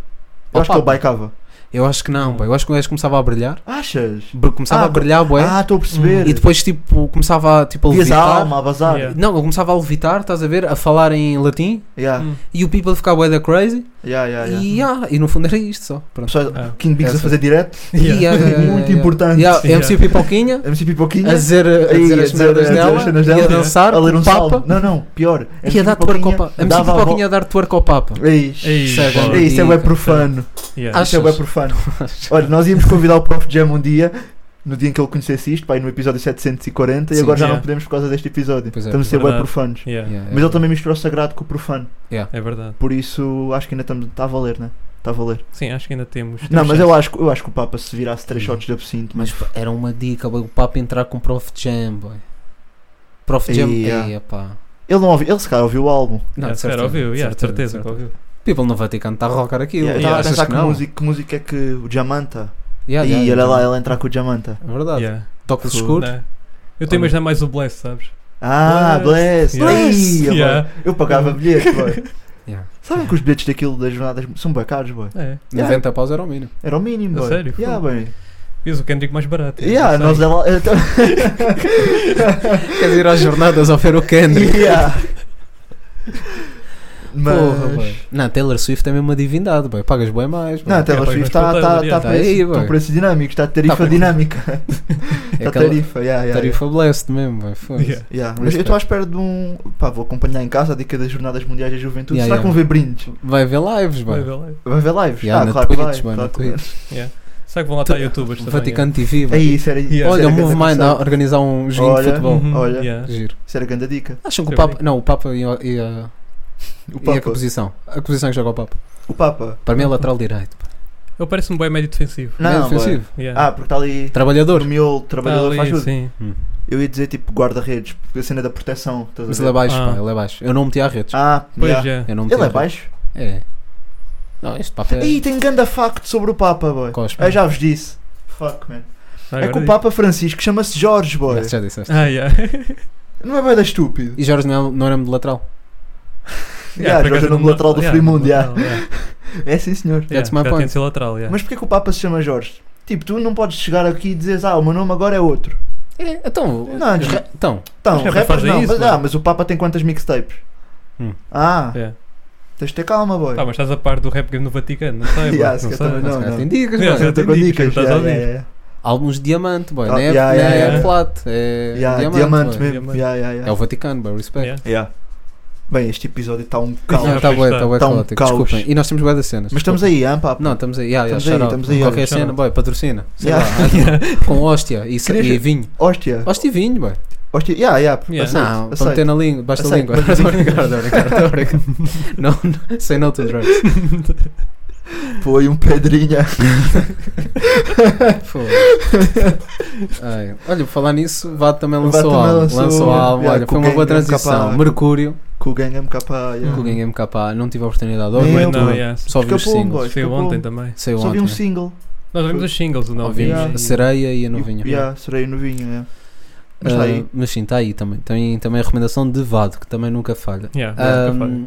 S7: Ao
S6: acho que ele
S7: Papa.
S6: baicava.
S7: Eu acho que não, pá. Eu acho que o gajo começava a brilhar.
S6: Achas?
S7: br- Começava
S6: Ah,
S7: a brilhar, bué.
S6: Ah, estou a perceber.
S7: e depois, tipo, começava a, tipo, a
S6: Vias a
S7: levitar.
S6: alma a vazar.
S5: Yeah.
S7: Não, ele começava a levitar, estás a ver? A falar em latim.
S6: Yeah,
S5: Hum.
S7: E o people ficava bué da crazy.
S6: yeah, yeah, yeah.
S7: E, ah, e no fundo era isto só. Pronto.
S6: Pessoal,
S5: Ah.
S6: King Bigs a
S7: Essa.
S6: fazer direto.
S5: Yeah.
S7: Yeah, yeah, yeah,
S6: Muito
S7: yeah.
S6: importante.
S7: Yeah,
S5: Yeah.
S7: MC Pipoquinha.
S6: MC Pipoquinha.
S7: A dizer, a
S6: Aí,
S7: dizer
S6: a
S7: as
S6: dizer- a
S7: merdas
S6: dizer as
S7: dela,
S6: cenas
S7: e a
S6: dela,
S7: dançar,
S6: a ler um
S7: o Papa,
S6: saldo. Não, não, pior. é
S7: e a dar twerk ao é Papa. MC
S6: dava a
S7: Pipoquinha tipo a dar twerk ao Papa.
S6: volta. Ixi,
S5: Ei,
S7: Isso é
S5: foda.
S7: bom.
S6: Isso é web
S7: Dica,
S6: profano.
S5: Yeah.
S6: Isso é web profano. Olha, nós íamos convidar o Prof Jam um dia, no dia em que ele conhecesse isto, pá, aí no episódio 740, e
S7: Sim,
S6: agora já
S5: yeah.
S6: não podemos por causa deste episódio.
S7: Pois é,
S6: estamos a ser
S5: verdade.
S6: web profanos.
S5: Yeah,
S7: Yeah,
S6: Mas ele também misturou o sagrado com o profano,
S5: É verdade.
S6: por isso acho que ainda estamos. Está a valer, né? Está a valer.
S5: Sim, acho que ainda temos.
S6: Não,
S5: temos
S6: mas
S5: chance.
S6: eu acho, que- eu acho que o Papa se virasse três shots de absinto, mas
S7: Mas pá, era uma dica, boy, o Papa entrar com o Prof Jam, boy. Prof Jam,
S6: Yeah.
S7: eia, pá.
S6: ele não ouviu, ele se calhar ouviu o álbum.
S7: Não,
S5: Yeah,
S7: de
S5: Espera,
S7: certeza,
S5: ouviu, yeah, de certeza
S7: de
S5: que ouviu.
S7: People no Vaticano está a rockar aquilo.
S6: Yeah, eu
S7: tá,
S6: estava a
S7: achas
S6: pensar que,
S7: não?
S6: música, que música é que o Diamanta.
S7: Yeah,
S6: e
S7: yeah,
S6: olha
S7: yeah.
S6: lá, ele entrar com o Diamanta.
S7: É verdade.
S5: Yeah.
S7: Toca-lhe
S6: Fogo.
S7: escuro.
S5: Né? Eu estou a imaginar mais o Bless, sabes?
S6: Ah,
S5: Bless.
S6: bless!
S5: Bless.
S6: Ih, agora-
S5: Yeah.
S6: Eu pagava bilhete, boy.
S7: Yeah.
S6: Sabem que os bilhetes daquilo das jornadas são bem caros, boy?
S5: É.
S6: Yeah.
S7: 90 paus era o mínimo.
S6: Era o mínimo,
S5: A
S6: boy.
S5: sério?
S6: Yeah,
S5: Fogo.
S6: bem.
S5: Fiz o Kendrick mais barato.
S6: Yeah,
S5: não
S6: nós
S5: sei.
S6: é lá.
S7: Queres ir às jornadas ao ver o Kendrick?
S6: yeah. Mas.
S7: Porra, boy. Não, Taylor Swift é mesmo uma divindade, boy. Pagas bem mais. boy.
S6: Não, até
S5: É,
S6: Taylor
S5: pois,
S6: Swift
S5: mas
S6: está
S5: pelo
S6: tá,
S5: Taylor,
S6: tá
S5: yeah.
S7: Tá aí,
S6: preço,
S7: boy.
S6: estão preços dinâmicos, está tarifa
S7: Tá bem.
S6: dinâmica.
S7: É
S6: Está
S7: aquela
S6: tarifa, yeah, yeah, yeah.
S7: tarifa blessed mesmo, boy. Foda-se.
S5: Yeah.
S6: Yeah,
S7: Mas
S6: mas eu estou à espera de um. Pá, vou acompanhar em casa a dica das Jornadas Mundiais da Juventude.
S7: Yeah,
S6: Será que vão
S7: yeah.
S6: ver brindes?
S7: Vai ver lives, boy.
S5: Vai ver lá.
S6: Vai ver lives?
S7: Yeah,
S6: ah,
S7: na
S6: claro que vai.
S7: Twitch, mano,
S6: claro
S7: na
S6: que vai.
S7: Twitch.
S5: Será que vão lá estar youtubers também?
S7: Vaticano TV,
S6: É
S7: boy.
S6: isso, era
S5: Yeah.
S6: isso
S7: Olha,
S6: era
S7: o
S6: grande
S7: Move Mind a
S6: conceito.
S7: organizar um joguinho de
S6: Olha.
S5: é?
S7: futebol.
S5: Uhum,
S6: Olha.
S5: yeah.
S7: Giro.
S6: Isso era grande dica.
S7: Acham que o
S5: Eu
S7: Papa.
S5: digo.
S7: Não, o Papa e, a- e a,
S6: O
S7: e a
S6: Papa.
S7: composição. A composição que joga o Papa.
S6: O Papa.
S7: Para mim é lateral direito. pá.
S5: Ele parece um bom médio defensivo.
S6: Uhum. Não,
S7: é
S6: boy.
S7: defensivo.
S5: Yeah.
S6: Ah, porque está ali.
S7: Trabalhador.
S6: No miolo,
S5: Tá
S6: trabalhador
S5: ali,
S6: faz tudo.
S5: sim.
S6: Eu ia dizer tipo guarda-redes, porque a cena da proteção. Estás
S7: Mas
S6: a
S7: ele
S6: ver?
S7: é baixo,
S5: Ah.
S7: pá, ele é baixo. Eu não meti a redes.
S6: Ah,
S5: Pois
S6: yeah.
S5: é.
S7: Eu não meti
S6: ele
S7: à
S6: é
S7: redes.
S6: baixo.
S7: É. Não, este Papa é.
S6: Ih, é tem grande facto sobre o Papa, boy.
S7: Cospe.
S6: Eu já vos disse. Fuck, man. É
S5: Ah, agora
S6: que o
S5: diz.
S6: Papa Francisco chama-se Jorge, boy.
S7: Já disseste.
S5: Ah, yeah.
S6: Não é bem estúpido.
S7: E Jorge não, não era de lateral.
S6: Yeah, Jorge
S5: por acaso
S6: é o nome
S5: não-
S6: lateral do
S5: yeah,
S6: Frimundo, yeah.
S5: lateral, yeah.
S6: É sim, senhor.
S5: Yeah,
S7: That's my
S5: já tem
S7: point.
S5: de ser lateral, yeah.
S6: Mas porquê que o Papa se chama Jorge? Tipo, tu não podes chegar aqui e dizeres, ah, o meu nome agora é outro.
S7: É, então.
S6: Não,
S7: os ra- Então.
S6: Então,
S5: Os rappers
S6: rappers
S5: fazem
S6: não,
S5: isso,
S6: mas,
S5: mano.
S6: ah, mas o Papa tem quantas mixtapes?
S7: Hum.
S6: Ah,
S5: Yeah.
S6: tens de ter calma, boy.
S5: É. Tá, mas estás a par do rap game no Vaticano, não sei,
S6: Yeah,
S5: bro,
S6: se
S5: não
S6: calhar
S5: sei.
S6: também
S7: se
S6: Não,
S7: calhar
S6: não.
S7: tem dicas,
S5: Yeah,
S7: mano.
S5: já-
S6: Estou com dicas,
S5: Estás a
S6: já,
S5: ouvir?
S6: já, já.
S7: Álbuns de diamante, boy.
S6: Ah,
S7: não é,
S6: yeah,
S7: não é
S6: yeah, yeah.
S7: flat. É
S6: Yeah,
S7: diamante.
S6: diamante
S7: boy.
S6: mesmo.
S5: Diamante.
S6: Yeah, yeah, yeah.
S7: É o Vaticano, boy. Respect.
S5: Yeah.
S6: Yeah. Bem, este episódio está um
S7: Não,
S6: caos.
S5: Yeah.
S7: tá bué,
S5: Tá
S7: tá bué
S6: um
S7: caótico.
S6: caos.
S7: Desculpem. E nós temos bué das cenas.
S6: Mas estamos
S7: desculpem.
S6: aí, ah, pá.
S7: Não, estamos aí. Yeah, yeah,
S6: Estamos aí,
S7: shout out.
S6: estamos aí,
S7: Qualquer
S5: olha, shout
S7: cena,
S5: out.
S7: boy, patrocina. Sei
S6: Yeah.
S7: lá. um. Com hóstia e, sa-
S6: Queria-
S7: e vinho.
S6: Hóstia.
S7: Hóstia e vinho, boy.
S6: Hóstia. Yeah, yeah.
S5: Yeah.
S6: aceito,
S7: Não, para
S6: aceito.
S7: meter na língua, basta a
S6: Aceito,
S7: língua.
S6: mas-
S7: Estou a brincar, estou a brincar, estou a brincar. Não, não, say no to drugs.
S6: Foi um pedrinha.
S7: Foda-se. Ai, Olha, por falar nisso, Vado também lançou
S6: também
S7: álbum.
S6: lançou-
S7: Lançou álbum,
S6: Yeah,
S7: olha, foi
S6: com
S7: uma
S6: quem?
S7: boa transição.
S6: MKK.
S7: Mercúrio,
S6: Com o Gang MK. yeah.
S7: com o Gang MK, não tive a oportunidade de
S6: Nem
S7: ouvir,
S6: eu,
S5: Não,
S6: bro.
S5: yeah.
S7: só vi os
S6: Escapou-me,
S7: singles.
S6: boy.
S5: Saiu
S6: Escapou-me.
S5: ontem também.
S7: Saiu
S6: Só vi
S7: ontem. né?
S6: um single.
S5: Nós ouvimos os singles, não
S7: Ouvimos
S6: Yeah.
S7: a sereia e a novinha.
S6: E- Yeah, serei novinho, é. Mas
S7: É Ah,
S6: está aí.
S7: mas sim, está aí também. Tem também a recomendação de Vado, que também nunca falha.
S5: Yeah,
S7: Ah,
S5: nunca falha.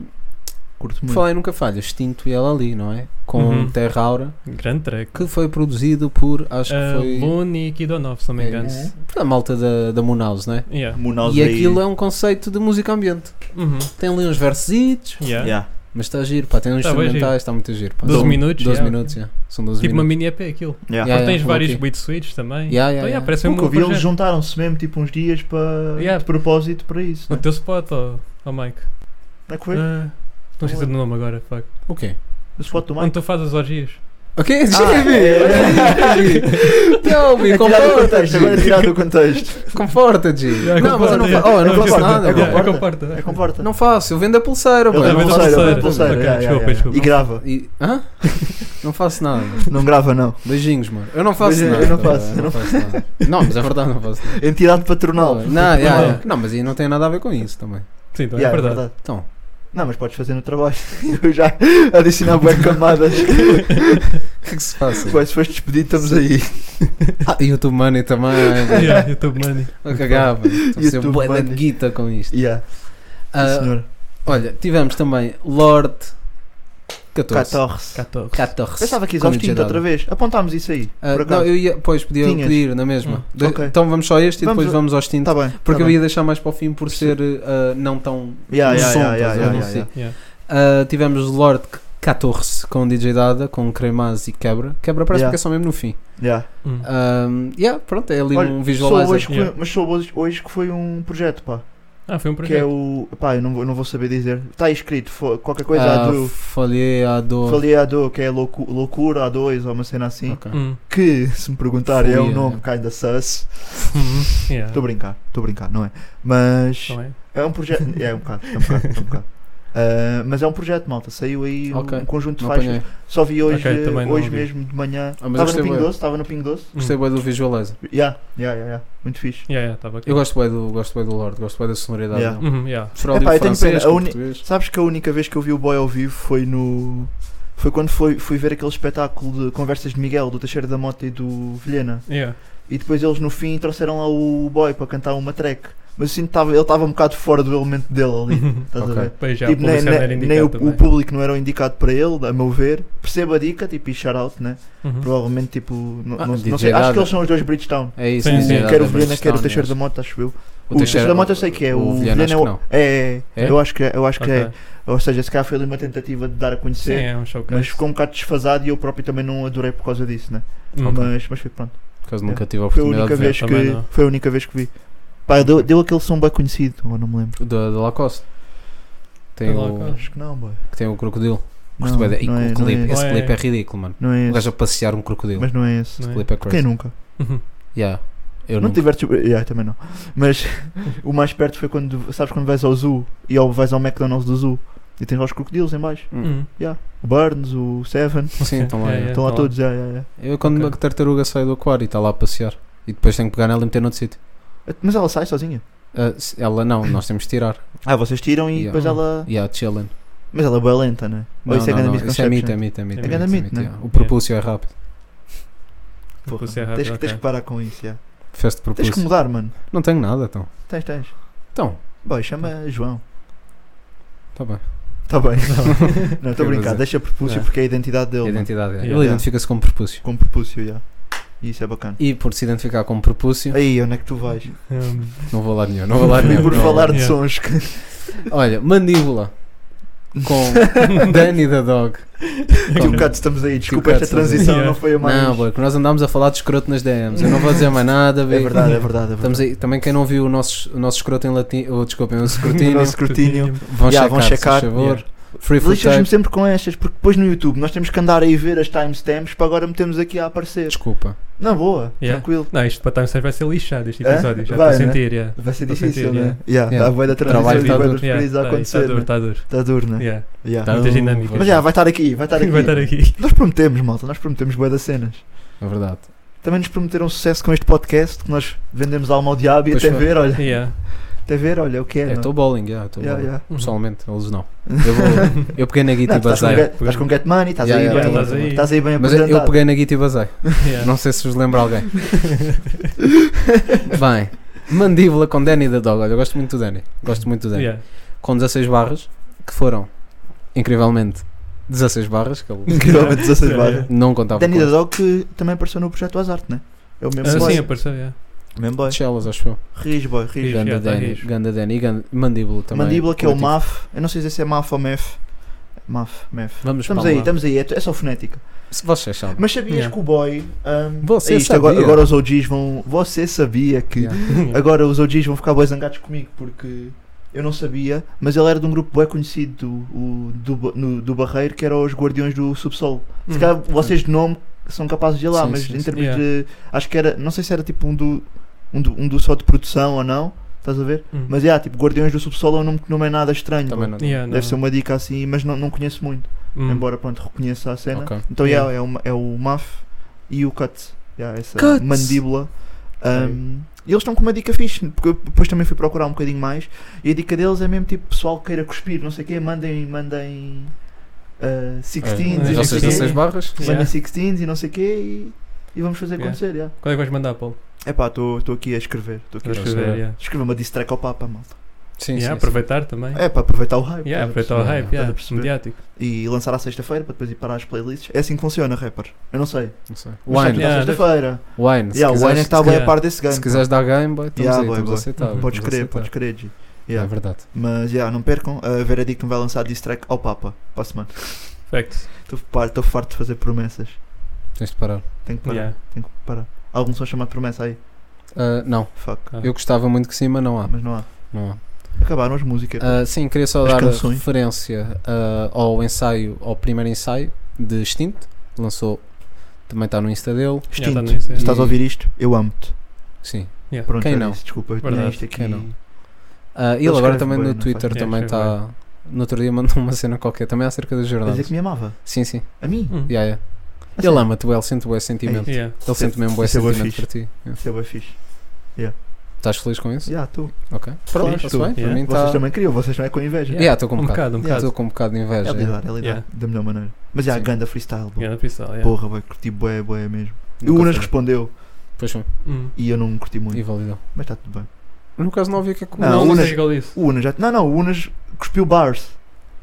S6: Curto
S7: Por
S6: muito.
S7: falar em nunca falha, Extinto e ela ali, não é? Com
S5: Uhum.
S7: Terra Aura,
S5: Grande track.
S7: que foi produzido por, acho que
S5: Ah,
S7: foi
S5: Luni e Kidonov, se não me
S7: É
S5: engano.
S7: isso. a malta da, da Monaus, não é?
S5: Yeah.
S6: Munoz
S7: E é
S6: aí.
S7: aquilo é um conceito de música ambiente.
S5: Uhum.
S7: Tem ali uns versitos,
S5: Yeah.
S6: Yeah.
S7: Mas está a giro, pá, tem uns
S5: Tá bem
S7: instrumentais, está muito a giro. Pá.
S5: 12
S7: São
S5: minutos,
S7: 12
S5: yeah.
S7: minutos, yeah. São 12
S5: Tipo uma
S7: minutos.
S5: mini EP aquilo.
S6: Yeah.
S7: Yeah,
S5: Porque tens
S7: yeah,
S5: vários
S7: ok.
S5: beat suites também.
S7: Yeah, yeah,
S5: então,
S7: yeah.
S5: parece
S6: Porque
S5: mesmo
S6: eu
S5: um
S6: vi eles
S5: projeto.
S6: juntaram-se mesmo tipo uns dias para
S5: Yeah.
S6: de propósito para isso.
S5: No
S6: Né?
S5: teu spot, ó ó Mike.
S6: Não é que foi?
S5: Ah, Não sei se é do nome agora, fuck.
S7: O quê?
S6: o spot Tá do
S5: Onde
S6: Mike.
S5: tu fazes as orgias?
S7: Ok,
S6: Ah, é.
S7: G. Telmi,
S6: É tirado do
S7: conforta-te.
S6: contexto, agora é tirado do contexto.
S7: Conforta, G.
S5: Yeah,
S7: Não, mas eu não
S5: conforta,
S7: fa- oh, eu não
S5: yeah.
S7: faço
S5: Yeah,
S7: nada.
S6: É
S7: bro.
S5: yeah,
S6: conforta.
S5: comporta.
S6: É comporta.
S7: Não faço, eu vendo a pulseira,
S6: Eu
S7: bro.
S6: também
S7: Não
S5: vendo a
S7: faço-
S6: pulseira, eu
S5: pulseira.
S6: vendo pulseira. yeah,
S5: Ok,
S6: yeah, yeah.
S5: desculpa, desculpa.
S6: E grava.
S7: E- Hã? Não faço nada.
S6: Não grava, não.
S7: Beijinhos, mano. Eu não faço
S6: Beijinho,
S7: nada.
S6: eu não
S7: cara,
S6: faço, eu não
S7: faço nada. Não, mas é verdade, não faço nada.
S6: Entidade patronal.
S7: Não, yeah, yeah. não, mas aí não tem nada a ver com isso também.
S5: Sim, então
S6: Yeah,
S5: é verdade.
S7: Então,
S6: Não, mas podes fazer no trabalho. Eu já adicionar boas camadas.
S7: o que é que se faz?
S6: Ué, se foste despedido, estamos aí.
S7: Ah, YouTube Money também.
S5: Yeah, YouTube Money.
S7: Vou cagar, mano. Estou a ser
S6: YouTube
S7: bué da
S6: Money.
S7: guita com isto.
S6: Yeah,
S7: Ah,
S6: senhor.
S7: olha, tivemos também Lord 14.
S6: 14.
S5: 14.
S7: 14.
S6: Pensava que
S7: como
S6: exaustinho
S7: dizia
S6: outra vez. Apontámos isso aí.
S7: Ah,
S6: por
S7: não,
S6: acaso.
S7: eu ia, pois podia
S6: Tinhas?
S7: pedir na mesma.
S5: Ah,
S7: De-
S6: ok.
S7: Então vamos só este
S6: Vamos
S7: e depois
S6: a-
S7: vamos ao extinto.
S6: Tá bem.
S7: porque
S6: tá
S7: eu
S6: bem.
S7: ia deixar mais para o fim por ser ah, não tão
S6: Yeah,
S7: um
S6: yeah,
S7: som,
S6: yeah,
S7: estás a
S6: yeah,
S7: ver?
S6: yeah,
S7: Sim.
S6: yeah.
S5: Yeah.
S7: Ah, tivemos Lord 14 com DJ Dada, com Cremaz e Quebra. Quebra parece
S6: Yeah.
S7: que é só mesmo no fim.
S6: Yeah.
S5: Hum.
S7: Ah, yeah, pronto, é ali
S6: Olha,
S7: um
S6: só
S7: visualizer.
S6: hoje que foi-
S5: Yeah.
S6: Mas sou hoje, hoje que foi um projeto, pá.
S5: Ah, foi um
S6: Que é
S5: projeto.
S6: o. Pá, eu não, vou- não vou saber dizer. Está aí escrito fo- qualquer coisa
S7: Ah,
S6: A2.
S7: Falhei a dor.
S6: Falei A2, que é loucu- loucura A2 ou uma cena assim.
S7: Ok.
S5: Hum.
S6: Que, se me perguntarem, é um
S7: Folia,
S6: nome
S7: né?
S6: kinda sus.
S5: Uhum. Yeah.
S6: Estou a brincar, estou a brincar, não é? Mas.
S5: Não é?
S6: É um projeto. É um bocado, é um bocado, é um bocado. Ah, mas é um projeto, malta. Saiu aí um,
S7: Ok.
S6: um conjunto de
S7: Não
S6: faixas.
S7: apanhei.
S6: Só vi hoje,
S5: Ok, também não
S6: hoje
S5: ouvi.
S6: mesmo de manhã.
S7: Ah, mas
S6: Estava
S7: gostei
S6: no Pingo
S7: bué.
S6: Doce, estava no Pingo Doce.
S7: Gostei bem do visualizer.
S6: Yeah, yeah, yeah, yeah. Muito fixe.
S5: Yeah, yeah, tava aqui.
S7: Eu gosto bem do, gosto bem do Lord, gosto bem da sonoridade.
S6: Yeah.
S7: dele.
S5: Uhum, yeah.
S7: Por ali
S6: Epá,
S7: o
S6: eu tenho
S7: francês,
S6: pena, a
S7: com o
S6: uni-
S7: português.
S6: Sabes que a única vez que eu vi o boy ao vivo foi no. Foi quando foi, fui ver aquele espetáculo de conversas de Miguel, do Teixeira da Mota e do Vilhena.
S5: Yeah.
S6: E depois eles no fim trouxeram lá o boy para cantar uma track. Mas assim, tava, ele estava um bocado fora do elemento dele ali. Estás
S7: Ok.
S6: a ver?
S5: Pois já,
S6: Tipo,
S5: a
S6: nem,
S5: publicidade
S6: nem-
S5: era
S6: nem o,
S5: indicada
S6: o público não era o indicado para ele, a meu ver. Percebo a dica, tipo, e shout-out, né?
S5: também. Uhum.
S6: Provavelmente, tipo, não,
S7: Ah,
S6: não- não
S7: DJ
S6: sei. Acho que
S7: Dada.
S6: eles são os dois Bridgetown.
S7: É isso,
S5: Sim,
S7: é
S5: sim.
S7: isso.
S6: Quero o
S7: É
S6: Vilhena, quero o
S7: Bridgestone,
S6: Teixeira
S7: é.
S6: da Mota, acho eu.
S7: O
S6: O Teixeira da Mota eu sei que é. O Vilhena é
S7: acho
S6: o-
S7: que não.
S6: É,
S7: É?
S6: eu acho que é. Eu acho que é.
S5: Ok.
S6: Ou seja, se calhar foi ali uma tentativa de dar a
S5: Sim,
S6: conhecer.
S5: é um showcase.
S6: Mas ficou um bocado desfasado e eu próprio também não adorei por causa disso, né?
S5: Hum.
S6: Mas, mas foi pronto.
S7: Por causa nunca tive a
S6: Foi a
S7: oportunidade
S6: única
S7: de ver.
S6: vez
S5: também
S6: que.
S5: não.
S6: Foi a única vez que vi. Pá, deu, deu aquele som bem conhecido, ou não me lembro.
S7: Da, da Lacoste. Tem
S5: Da
S7: o,
S5: Lacoste.
S6: Acho que não, boy.
S7: que tem o crocodilo. Gosto
S6: Não,
S7: bué da- e
S6: não é-
S7: o
S6: não
S7: clipe,
S6: é
S7: esse
S5: esse.
S7: clipe é ridículo, mano.
S6: Não é
S7: O
S6: esse.
S7: gajo a passear um crocodilo.
S6: Mas não é esse.
S5: Não é?
S7: clipe é
S6: Quem
S7: crazy.
S6: nunca?
S5: Uhum.
S7: Yeah. Eu
S6: não
S7: não
S6: tiveste. eh, Yeah, também não. Mas o mais perto foi quando. Sabes quando vais ao Zoo e ao, vais ao McDonald's do Zoo e tens lá os crocodilos em baixo.
S5: Uhum.
S6: O Burns, o Seven.
S7: Sim, estão lá.
S5: É,
S7: yeah.
S5: é.
S6: Estão lá
S5: tá lá.
S6: todos, yeah, yeah, yeah.
S7: Eu quando
S5: Ok.
S7: a tartaruga sai do aquário e está lá a passear. E depois tenho que pegar nela e meter noutro sítio.
S6: Mas ela sai sozinha.
S7: Ah, se- ela não, nós temos de tirar.
S6: Ah, vocês tiram e
S7: Yeah.
S6: depois ela.
S7: Yeah, chilling.
S6: Mas ela é bem lenta, né? Ou
S7: Não,
S6: isso é
S7: não,
S6: grande
S7: não, isso é mito, é
S6: misconception?
S7: mito, é mito.
S5: É
S6: grande
S7: mito,
S6: mito, né?
S7: yeah. O propúcio é rápido.
S6: Porra,
S5: Você é rápido,
S6: tens, que, tens
S5: ok.
S6: que parar com isso, yeah.
S7: Festa de
S6: Tens que
S7: propúcio.
S6: mudar, mano.
S7: Não tenho nada, então.
S6: Tens, tens.
S7: Então,
S6: Boy,
S5: Tá.
S6: chama João.
S7: está bem.
S6: Tá bem. não, estou a brincar.
S7: dizer.
S6: Deixa propúcio
S7: É.
S6: porque é a identidade dele. mano.
S7: Identidade. yeah.
S5: Yeah.
S7: Ele
S6: Yeah.
S7: identifica-se como propúcio.
S6: Com propúcio, já. E isso é bacana.
S7: E por se identificar como propúcio,
S6: Aí, onde é que tu vais?
S5: Hum.
S7: não vou lá nenhum, não vou lá
S6: E
S7: nenhum.
S6: por
S7: não vou lá
S6: falar de
S5: yeah.
S6: sons que.
S7: nenhum. Olha, mandíbula com Danny the Dog.
S6: Tio um bocado estamos aí. Desculpa,
S7: Tio
S6: esta
S7: Cato, um estamos aí.
S6: transição
S5: Yeah.
S6: não foi a mais.
S7: Não, boy, que nós andámos a falar de escroto nas DMs. Eu não vou dizer mais nada,
S6: é
S7: bem.
S6: verdade, é verdade. É
S7: Estamos
S6: verdade.
S7: aí. Também quem não viu o nosso, o nosso escroto em latim, ou desculpem, o escrutínio,
S6: O nosso escrutínio.
S7: vão,
S6: Yeah,
S7: checar,
S6: vão
S7: se
S6: checar,
S7: faz favor.
S5: yeah.
S7: Free for
S6: Lixas-me
S7: tape.
S6: sempre com estas, porque depois no YouTube nós temos que andar aí ver as timestamps para agora metermos aqui a aparecer.
S7: Desculpa.
S6: Na boa,
S5: Yeah.
S6: tranquilo.
S5: Não, isto para estar um vai ser lixado este
S6: É?
S5: episódio. Já estou
S6: Vai,
S5: a
S6: né?
S5: sentir, yeah.
S6: Vai ser
S5: Tô
S6: difícil, né?
S5: sentindo, yeah.
S6: Yeah,
S7: Yeah.
S6: A boa da transição
S7: Trabalho
S6: e
S5: tá
S6: vai
S5: duro,
S6: dos
S5: yeah,
S6: felizes a
S5: tá, isso
S6: acontecer.
S5: Está duro,
S6: né?
S5: está duro.
S6: Tá duro, né?
S5: Yeah.
S6: Yeah.
S7: Tá.
S5: Muitas dinâmicas.
S6: Mas já, vai estar aqui, vai estar aqui.
S5: Vai estar aqui.
S6: Nós prometemos, malta, nós prometemos boa das cenas.
S7: É verdade.
S6: Também nos prometeram sucesso com este podcast, que nós vendemos alma ao diabo e
S7: Pois
S6: até
S7: foi.
S6: ver, olha,
S5: Yeah.
S6: até ver, olha, o que é.
S7: Eu
S6: não?
S7: estou bowling, yeah, eu estou
S6: Yeah,
S7: bowling.
S6: yeah.
S7: Pessoalmente, eles não. Eu, vou- eu peguei na guita
S6: Não, tá
S7: e
S6: tu estás, com
S7: basei.
S6: get, estás com Get Money, estás,
S7: Yeah,
S6: aí,
S7: yeah,
S6: bem,
S5: estás aí.
S6: estás aí bem
S7: Mas eu-
S6: apresentado.
S7: eu peguei na guita e basei.
S5: Yeah.
S7: Não sei se vos lembra alguém. Bem, mandíbula com Danny da Dog. Olha, eu gosto muito do Danny. Gosto muito do Danny.
S5: Yeah.
S7: Com 16 barras, que foram, incrivelmente, 16 barras, que ele
S6: Incrivelmente 16
S5: Yeah,
S6: barras.
S5: yeah.
S7: não contava
S6: Danny
S7: com.
S6: da Dog que também apareceu no projeto Azarte, né? É o mesmo
S5: Ah,
S6: boy.
S5: sim, apareceu, yeah.
S6: O mesmo boy.
S7: Chelas, acho eu.
S6: Riz, boy, riz.
S5: Riz.
S7: Ganda
S5: já tá
S7: Danny,
S5: rijo.
S7: Ganda Danny e Ganda- Mandíbula também.
S6: Mandíbula que é o
S7: coletivo.
S6: MAF, eu não sei se esse é MAF ou MEF. Maf, mef.
S7: Vamos
S6: Estamos
S7: para
S6: aí,
S7: lá.
S6: estamos aí, é, é só fonética.
S7: Se vocês sabem.
S6: Mas sabias
S5: Yeah.
S6: que o boy. ahm,
S7: Você
S6: é isto,
S7: sabia?
S6: Agora, agora os OGs vão. Você sabia que.
S7: Yeah.
S6: Agora os OGs vão ficar bois zangados comigo porque eu não sabia, mas ele era de um grupo bem conhecido o, do, Ba- no- do Barreiro que era os Guardiões do Subsolo. Se calhar vocês de nome são capazes de ir lá,
S7: Uhum. Sim,
S6: mas
S7: sim,
S6: em
S7: sim.
S6: termos de. Acho que era. Não sei se era tipo um do. Um do, um do só de produção ou não, estás a ver?
S5: Hum.
S6: Mas é, tipo, Guardiões do Subsolo é um nome que não é nada estranho.
S7: Também
S6: pá.
S7: não.
S5: Uhum. Yeah, não.
S6: Deve ser uma dica assim, mas não, não conheço muito.
S5: Hum.
S6: Embora, pronto, reconheça a cena.
S7: Ok.
S6: Então,
S5: Yeah.
S6: yeah, é, o, é o Maf e o Cut. Yeah, essa
S7: Cut!
S6: mandíbula. Um, e eles estão com uma dica fixe, porque eu depois também fui procurar um bocadinho mais. E a dica deles é mesmo tipo: pessoal que queira cuspir, não sei o quê, mandem, mandem uh, 16s e
S5: É,
S6: não
S5: vocês
S6: sei
S5: não
S6: quê.
S5: sei-
S7: vocês barras?
S5: Yeah.
S6: Mandem 16s e não sei o quê e, e vamos fazer
S5: Yeah.
S6: acontecer. Yeah.
S5: Qual é que vais mandar, Paulo?
S6: Epá, estou aqui a escrever. Estou aqui a
S5: Vais
S7: sei.
S6: escrever.
S5: escrever, yeah.
S6: Escreva uma diss track ao Papa, malta.
S7: Sim,
S5: Yeah, aproveitar também.
S6: É para aproveitar o hype.
S5: Yeah,
S6: estás a
S5: aproveitar o
S7: perceber,
S5: hype, yeah,
S6: estás a perceber.
S5: mediático.
S6: e lançar à sexta-feira para depois ir para as playlists. É assim que funciona, rapper. Eu não sei.
S7: Não sei.
S6: Mas está
S7: Wine,
S6: tudo à
S5: Yeah,
S6: sexta-feira. Yeah,
S7: wine. se
S6: o Wayne é que
S7: quiseres-
S6: está bem a
S5: calhar-
S6: par desse game.
S7: Se tá. quiseres dar game, boy, estamos
S6: Yeah,
S7: aí,
S6: boy,
S7: estamos
S6: boy.
S7: aceitável.
S6: Podes
S7: estamos
S6: crer,
S7: aceitável.
S6: podes crer. G.
S7: É
S6: Yeah.
S7: verdade.
S6: Mas yeah, não percam, a Veredicto vai lançar diss track ao Papa para a semana.
S5: Facts.
S6: Estou par- estou farto de fazer promessas.
S7: Tens de parar.
S6: Tenho que parar,
S5: Yeah.
S6: tenho que parar. Alguns são chamados de promessa aí.
S7: Ah, não,
S6: Fuck.
S5: Ah.
S7: eu gostava muito que sim, mas não há.
S6: Mas não há.
S7: Não há.
S6: Acabaram as músicas.
S7: Ah, sim, queria só
S6: As
S7: dar
S6: canções.
S7: referência ah, ao ensaio, ao primeiro ensaio de Extinto. Lançou, também está no Insta dele.
S6: Extinto.
S5: Yeah, tá nisso, é.
S6: Estás a ouvir isto? Eu amo-te.
S7: Sim.
S6: Pronto,
S7: Quem
S6: era
S7: não?
S6: isso, Desculpa, eu tinha
S5: Verdade,
S6: isto aqui.
S7: quem não? Ah, ele
S6: Ele
S7: agora
S6: escreve
S7: também
S6: bué,
S7: no
S6: não
S7: Twitter
S5: faz?
S7: também
S5: É,
S7: está. No outro dia mandou uma cena qualquer, também acerca
S6: A
S7: das
S6: dizer
S7: jornadas.
S6: é que me amava.
S7: Sim, sim.
S6: A mim?
S5: Hum.
S7: Yeah, yeah.
S6: A
S7: Ele
S6: sério?
S7: ama-te, ele sente o bué sentimento.
S5: Yeah.
S7: Ele sente mesmo o bué
S6: Isso é bué
S7: sentimento
S6: fixe.
S7: por ti. Yeah.
S6: Isso é bem fixe.
S7: Estás feliz com isso?
S6: Yeah, tu.
S7: Ok. Pronto,
S6: Feliz,
S5: tá
S7: está
S6: tu.
S7: bem. Para
S5: Yeah.
S7: mim
S6: Vocês
S7: está.
S6: também queriam, vocês não é com inveja.
S7: Yeah, estou com um
S5: Um
S7: bocado.
S5: bocado, um
S6: Yeah.
S5: bocado.
S7: Estou com um bocado de
S6: É
S7: inveja. yeah.
S6: lidar, é lidar.
S5: Yeah.
S6: Da melhor maneira. Mas yeah,
S7: Sim.
S6: ganda freestyle. bro.
S5: Yeah, freestyle, yeah.
S6: Porra, vai curti bué, bué mesmo. E o
S7: Nunca
S6: Unas
S7: foi.
S6: respondeu
S7: Pois foi.
S5: Hum.
S6: e eu não curti muito.
S7: E validou.
S6: Mas está tudo bem.
S7: No caso não havia que é que-
S6: Não,
S5: Não, não
S6: Unas-
S5: sei igual isso.
S6: O Unas já. Não, não, o Unas cuspiu bars.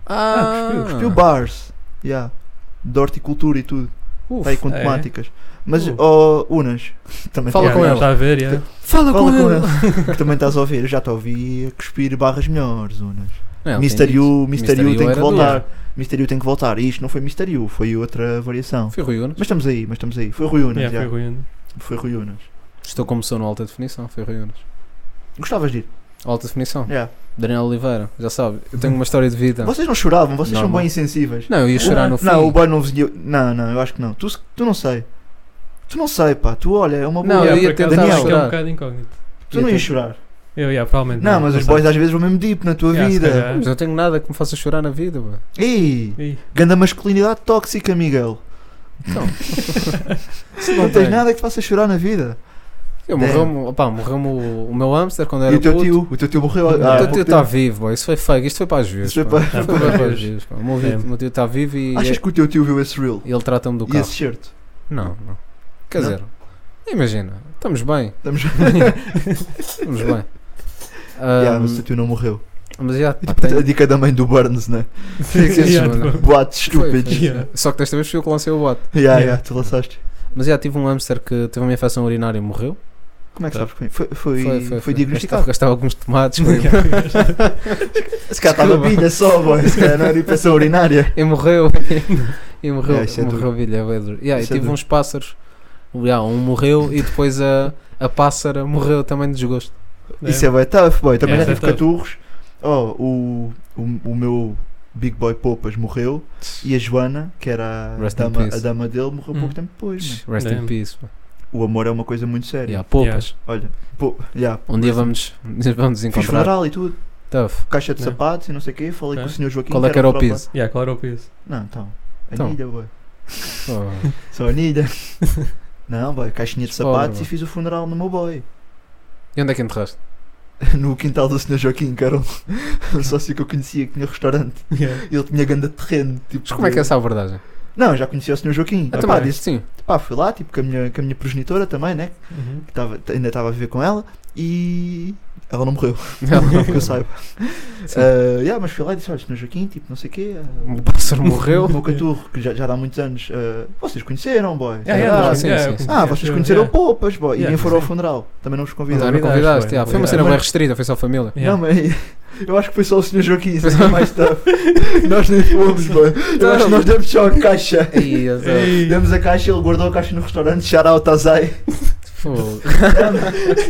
S7: Ah,
S6: Cuspiu bars. Yeah. De horticultura e tudo.
S7: Uf,
S6: Está aí com
S5: é.
S6: temáticas. Mas,
S5: Uf.
S6: oh, Unas. Também tá-
S7: Fala
S5: Yeah,
S7: com
S5: não,
S7: ele.
S5: Está a ver, yeah.
S7: Fala,
S6: Fala com ele. que também estás a ouvir. Eu já te ouvi a cuspir barras melhores, Unas.
S7: Não, ele
S6: Mister
S7: tem
S6: U,
S7: dito.
S6: Mister U tem
S7: era
S6: que
S7: do-
S6: voltar. Mister U tem que voltar. E isto não foi Mister U, foi outra variação.
S7: Foi Rui Unas.
S6: Mas estamos aí, mas estamos aí. Foi Rui Unas,
S5: Yeah, foi
S6: já.
S5: ruim.
S6: Foi Rui Unas.
S7: Estou como sou no alta definição. Foi Rui Unas.
S6: Gostavas de ir?
S7: Alta definição.
S6: Yeah.
S7: Daniel Oliveira, já sabe. Eu tenho uma história de vida.
S6: Vocês não choravam, vocês são
S7: Normal.
S6: bem insensíveis.
S7: Então. Não, eu ia chorar no fim.
S6: Não, o boy não vizinho. Não, não, eu acho que não. Tu, se- tu não sei. Tu não sei, pá. Tu olha, é uma boa.
S7: Não, eu
S5: Yeah,
S7: ia
S5: por acaso,
S7: tentar
S5: acho que é
S7: chorar.
S5: um bocado incógnito.
S6: tu não ias chorar.
S5: Eu, yeah, provavelmente.
S6: Não, mas os
S5: sei.
S6: boys às vezes vão mesmo deep na tua
S5: Yeah, se
S6: vida.
S5: calhar.
S7: Mas eu tenho nada que me faça chorar na vida, bué.
S6: Ei,
S5: Ih,
S6: ganda masculinidade tóxica, Miguel.
S7: Então.
S6: Se não tens nada que faça chorar na vida.
S7: Eu morreu-me, opá, morreu-me o, o meu hamster quando era
S6: E o teu
S7: puto.
S6: tio? ah, O teu tio morreu.
S7: o
S6: há
S7: teu
S6: pouco
S7: tio tá
S6: tempo.
S7: está vivo, boy. isso foi fake, isto foi para as vezes.
S6: Isto foi
S7: pá.
S6: para-
S7: Isto foi para as vezes. pá. O meu vi-
S5: É.
S7: o meu tio está vivo e é-
S6: Achas que o teu tio viu esse reel?
S7: e ele trata-me do
S6: E
S7: carro.
S6: esse shirt?
S7: Não, não. Quer
S6: Não?
S7: dizer, imagina, estamos bem,
S6: Estamos.
S7: estamos bem.
S6: Yeah,
S7: Ahm,
S6: mas o teu tio não morreu.
S7: mas já, pá,
S6: E tipo,
S7: tenho-
S6: a dica da mãe do Burns, né?
S5: sim,
S7: sim,
S5: yeah,
S7: mano.
S5: tipo,
S6: Boatos
S7: foi, foi.
S6: estúpidos.
S5: Yeah.
S7: Só que desta vez fui eu que lancei o bote.
S6: Yeah, yeah, tu lançaste.
S7: Mas já tive um hamster que teve uma infecção urinária e morreu.
S6: Como é que sabes? que Foi, foi, foi,
S7: Tá. Foi,
S6: foi, diagnosticado.
S7: Gastava alguns tomates. foi-
S6: Esse cara estava
S7: Desculpa.
S6: pilha só, boy. Esse cara não era infecção urinária.
S7: E morreu. e morreu.
S6: Yeah, isso é
S7: morreu
S6: duro.
S7: Billy, é bué duro. Yeah, e
S6: Isso é
S7: tive
S6: duro.
S7: uns pássaros. Yeah, um morreu e depois a, a pássara morreu também de desgosto.
S6: Isso é bem tough, boy. Também
S5: É,
S6: já
S5: isso é
S6: tive caturros. Oh, o, o, o meu Big Boy Popas morreu e a Joana, que era a
S7: Rest in
S6: dama,
S7: peace.
S6: a dama dele, morreu
S5: Hum.
S6: pouco tempo depois. mano.
S7: Rest in
S5: Damn.
S7: peace. pá.
S6: O amor é uma coisa muito séria.
S7: Yeah, poupas.
S6: Olha, pô, yeah,
S7: Um dia vamos, um dia vamos
S6: fiz
S7: encontrar.
S6: funeral e tudo.
S7: Tough.
S6: Caixa de
S5: Yeah.
S6: sapatos e não sei o quê. Falei
S5: Yeah.
S6: com o senhor Joaquim.
S7: Qual Né? é que era o
S6: tropa-
S7: piso?
S5: Yeah, claro, é o piso.
S6: Não, então.
S7: Então.
S6: Anilha, boy.
S7: Oh,
S6: Só anilha. Não, boy. Caixinha de
S7: Spoiler,
S6: sapatos e
S7: boy.
S6: fiz o funeral no meu boy.
S7: E onde é que enterraste?
S6: no quintal do Sr. Joaquim, que era um, um sócio que eu conhecia, que tinha restaurante.
S5: Yeah.
S6: Ele tinha grande terreno. Tipo,
S7: Mas como é que é essa abordagem?
S6: Não, já conhecia o Sr. Joaquim.
S7: Ah,
S6: Ah,
S7: também,
S6: pá, disse,
S7: sim.
S6: pá, fui lá, tipo, com a minha, com a minha progenitora também, né?
S5: Uhum.
S6: Que tava, t- ainda estava a viver com ela. E ela não morreu, que eu saiba.
S7: Sim.
S6: Ah, yeah, mas fui lá e disse, olha, Sr. Joaquim, tipo, não sei o quê. ah,
S7: O pássaro
S6: o
S7: morreu.
S6: meu caturro, que já, já dá muitos anos. ah, vocês conheceram, boy?
S5: Yeah,
S7: Ah,
S5: yeah,
S6: ah,
S5: nós-
S7: sim,
S5: yeah,
S7: sim,
S5: eu
S7: sim.
S5: conhecia,
S6: vocês
S5: eu-
S6: conheceram
S5: yeah.
S6: poupas, boy. e
S5: Yeah,
S6: nem foram ao
S5: sim.
S6: funeral. Também não vos
S7: Não,
S6: convidaram.
S7: não convidaste.
S5: Convidaste,
S7: yeah, Foi uma
S5: convidaste.
S7: cena bem
S6: Mas-
S7: restrita, foi só família.
S5: Yeah.
S6: Não, mas Eu acho que foi só o Sr. Joaquim, isso é mais tough. nós nem fomos, mano. Eu acho que nós demos só a caixa.
S7: Aí, exato.
S6: Demos a caixa, ele guardou a caixa no restaurante, shout out Zay.
S7: Fogo.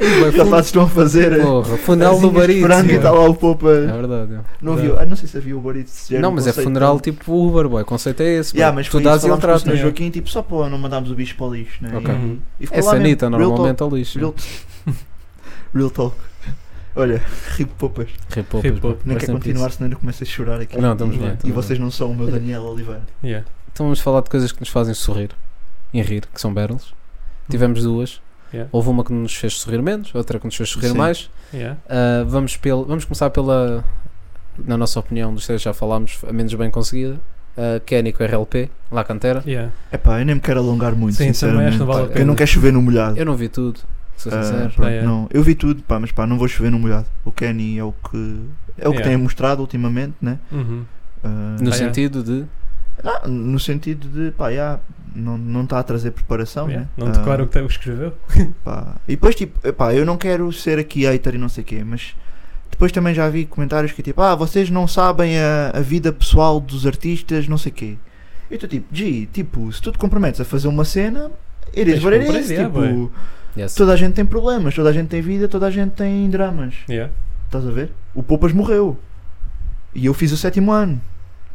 S7: Ei, vai
S6: Já
S7: fundo-
S6: fazes estão a fazer. eh,
S7: Porra, funeral
S6: coisinhas
S7: do
S6: de
S7: Barito.
S6: frango e está lá o Popa.
S7: É verdade. é.
S6: Não viu? Ah, não sei se havia o Barito. se era
S7: Não,
S6: um
S7: mas é
S6: conceito.
S7: funeral tipo Uber, boy. O conceito é esse.
S6: Yeah,
S7: boy.
S6: mas
S7: tu dás e ele trata.
S6: O Sr.
S5: yeah.
S6: Joaquim, tipo, só para não mandarmos o bicho para o lixo, né?
S7: Ok.
S5: Uhum.
S6: E ficou
S7: Essa
S6: lá mesmo.
S7: Anitta
S6: Real talk.
S7: normalmente é lixo.
S6: Real, Real talk. Olha, ripo Popas.
S7: Ripopas,
S5: Hip
S7: boy.
S5: hop.
S6: Não
S7: Faz
S6: quer
S7: sempre
S6: é continuar,
S7: isso.
S6: senão eu começo a chorar aqui.
S7: Não, estamos
S5: E-
S7: bem.
S5: e
S6: E
S7: estamos
S6: vocês não são o meu Daniel Oliveira.
S5: Yeah.
S7: bem. Então vamos falar de coisas que nos fazem sorrir e rir, que são barrels.
S6: Hum.
S7: Tivemos duas.
S5: Yeah.
S7: Houve uma que nos fez sorrir menos, outra que nos fez sorrir
S6: Sim.
S7: mais.
S5: Yeah.
S7: Uh, vamos, pelo, vamos começar pela, na nossa opinião, dos três já falámos, a menos bem conseguida, uh, Kenny com RLP, La Cantera.
S5: Yeah.
S6: Epá, eu nem me quero alongar muito,
S5: Sim, também
S6: sinceramente.
S5: acho que não vale a
S6: eu não
S5: pena.
S6: quero chover no molhado.
S7: Eu não vi tudo, sou
S6: Ah,
S7: sincero.
S6: pronto,
S5: Ah, é.
S6: não. Eu vi tudo, pá, mas pá, não vou chover no molhado. O Kenny é o que é o que
S5: Yeah.
S6: tem mostrado ultimamente, né?
S5: Uhum.
S6: Ah,
S7: no
S5: Ah, é.
S7: sentido de.
S6: não, no sentido de, pá, já, não não está a trazer preparação,
S5: Yeah.
S6: né?
S5: É, Não
S6: Ah,
S5: decoraram o que te- o que escreveu?
S6: pá. E depois, tipo, epá, eu não quero ser aqui hater e não sei o quê, mas depois também já vi comentários que tipo, ah, vocês não sabem a, a vida pessoal dos artistas, não sei o quê. Eu estou tipo, G, tipo, se tu te comprometes a fazer uma cena,
S5: Tens
S6: iris
S5: que
S6: valer isso,
S5: compreender,
S6: tipo,
S5: boy.
S7: Yes.
S6: toda a gente tem problemas, toda a gente tem vida, toda a gente tem dramas.
S5: Yeah.
S6: Estás a ver? O Poupas morreu. E eu fiz o sétimo ano.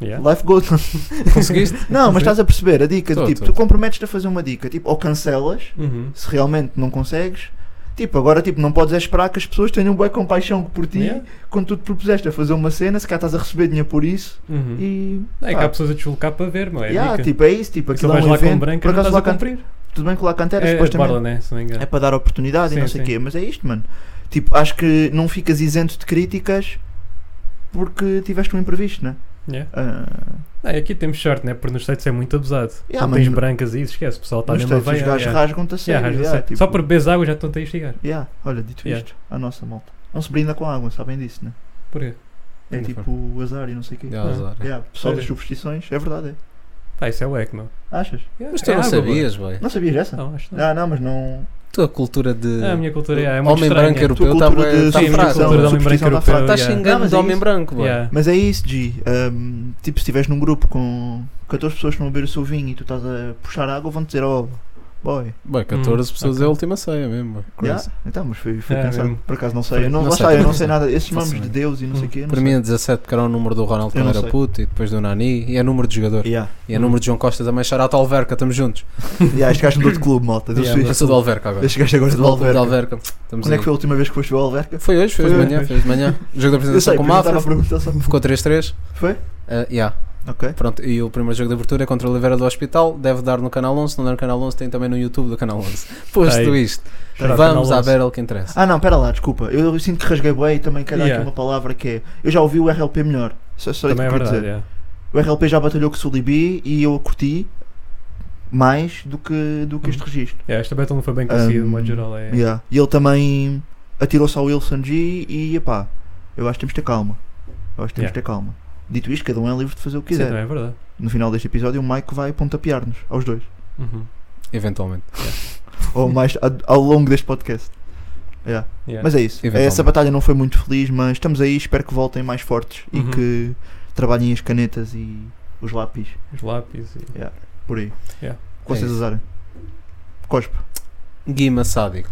S5: Yeah.
S6: Life goes on.
S7: Conseguiste?
S6: Não, mas estás a perceber a dica. de
S7: Tô,
S6: tipo,
S7: tô.
S6: tu comprometes-te a fazer uma dica. Tipo, ou cancelas,
S5: Uhum.
S6: se realmente não consegues. Tipo, agora tipo, não podes é esperar que as pessoas tenham boa compaixão por ti
S5: Yeah.
S6: quando tu te propuseste a fazer uma cena, se cá estás a receber dinheiro por isso
S5: Uhum.
S6: e.
S5: É que
S6: pá,
S5: há pessoas a deslocar para ver, não é?
S6: yeah,
S5: dica.
S6: tipo, é isso, tipo,
S5: E se
S6: aquilo é
S5: vais
S6: um
S5: lá com
S6: evento,
S5: branca,
S6: por
S5: não
S6: acaso
S5: estás
S6: lá
S5: a
S6: can...
S5: cumprir.
S6: tudo bem que lá cantera,
S5: É, é
S6: supostamente
S5: Barla, né? Se não me engano.
S6: é para dar oportunidade e
S5: Sim,
S6: não sei o
S5: sim.
S6: quê, mas é isto, mano. Tipo, acho que não ficas isento de críticas porque tiveste um imprevisto, né?
S5: Yeah.
S6: Ah,
S5: Ah, e aqui temos sorte, né? Porque nos sites é muito abusado.
S6: Yeah,
S5: Não
S6: mas
S5: tens
S6: no-
S5: brancas e isso, esquece. O pessoal está
S6: nos
S5: mesmo é, a
S6: textos,
S5: ver.
S6: os gajos rasgam-te a sério. yeah, tipo,
S5: Só por beber água já estão-te a instigar.
S6: yeah, Olha, dito
S5: Yeah. Uhum.
S6: isto, a nossa malta. Não se brinda com água, sabem disso, né?
S5: Porquê?
S6: É
S7: Muito
S6: tipo o azar e não sei o quê.
S7: Já, azar.
S6: Yeah, pessoal das
S5: Sério?
S6: superstições, é verdade, é.
S5: Ah, isso é o EC, não.
S6: Achas?
S5: Yeah,
S7: Mas tu
S5: é
S7: não
S5: água,
S7: sabias, boy.
S6: Não sabias essa?
S5: bro. Não, acho que não.
S6: Ah, não, mas não.
S7: Tu a cultura de
S5: Ah, a minha cultura yeah, é muito
S7: homem branco
S5: estranha.
S7: europeu
S6: Tua
S7: está
S6: cultura de-
S7: tá
S5: Sim, a minha
S6: fraco.
S5: cultura de
S7: fraco.
S5: homem branco
S6: Superstição tá fraca.
S5: europeu.
S7: Estás
S5: yeah.
S6: Não,
S7: xingando
S6: mas
S7: de
S6: é
S7: homem
S6: isso.
S7: branco, boy.
S5: Yeah.
S6: Mas é isso, G. Ahm, tipo, se estiveres num grupo com 14 pessoas que estão a beber o seu vinho e tu estás a puxar água, vão-te dizer, oh, boy.
S7: Boy, 14
S5: Hum,
S7: pessoas
S5: ok.
S7: é a última ceia mesmo. boy.
S6: Yeah?
S7: Crazy.
S6: Então, mas foi, foi
S5: É,
S6: pensado.
S5: mesmo.
S6: Por acaso não sei. Eu não,
S7: Não
S6: lá
S7: sei.
S6: está, eu não sei nada. Esses
S7: Faço
S6: nomes de
S7: ideia.
S6: Deus e não
S5: Hum.
S6: sei o quê. eu Não
S7: Para mim é 17 porque era o número do Ronaldo
S6: Eu
S7: quando
S6: não
S7: era
S6: sei. Hum.
S7: puto e depois do Nani e é número de jogador.
S6: sei. Yeah.
S7: E é número de João Costa também, Xará Alverca, estamos juntos.
S6: yeah, este gajo mudou de clube, malta. Deu
S7: Yeah, eu
S6: yeah,
S7: sou do Alverca agora.
S6: este gajo agora é do
S7: Futebol Clube de
S6: Alverca.
S7: Alverca. Estamos
S6: Quando é que
S7: aí.
S6: foi a última vez que foste ao Alverca?
S7: Foi hoje, foi hoje de
S6: Foi
S7: manhã,
S5: hoje.
S7: foi hoje de manhã. O jogo da
S6: Eu
S7: apresentação
S6: sei,
S7: com o
S6: mas eu estava
S7: Mafra,
S6: a perguntar só.
S7: ficou 3-3.
S6: Foi?
S7: Ah, yeah.
S6: Ok.
S7: Pronto, e o primeiro jogo de abertura é contra o Oliveira do Hospital, deve dar no Canal 11, se não der no Canal 11 tem também no YouTube do Canal 11. Posto
S5: Aí.
S7: isto,
S5: Tá, tá,
S7: vamos
S5: tá,
S7: à
S5: tá.
S7: Battle que interessa.
S6: Ah não, pera lá, desculpa. Eu, eu sinto que rasguei bem e também quero dar aqui
S5: Yeah.
S6: uma palavra que é. Eu já ouvi o RLP melhor. Só, só isso que
S5: Também é
S6: eu quero dizer.
S5: verdade. yeah.
S6: O RLP já batalhou com o Sulibi e eu a curti mais do que, do que este
S5: Uhum.
S6: registro.
S5: Yeah, Esta battle não foi bem conseguida, de
S6: Um,
S5: modo geral. É.
S6: Yeah. E ele também atirou-se ao Wilson G e epá, eu acho que temos de ter calma. Eu acho que temos de ter calma. Dito isto, cada um é livre de fazer o que
S5: Sim,
S6: quiser.
S5: também é verdade.
S6: No final deste episódio, o Mike vai pontapear-nos, aos dois.
S5: Uhum.
S7: Eventualmente.
S6: Ou mais a- ao longo deste podcast. Yeah.
S5: Yeah.
S6: Mas é isso.
S7: Eventualmente.
S6: Essa batalha não foi muito feliz, mas estamos aí. Espero que voltem mais fortes e
S5: Uhum.
S6: que trabalhem as canetas e os lápis
S5: Os lápis e.
S6: por aí.
S5: Yeah.
S6: Que vocês
S7: É isso.
S6: usarem. Cospa.
S7: Guima Sádico.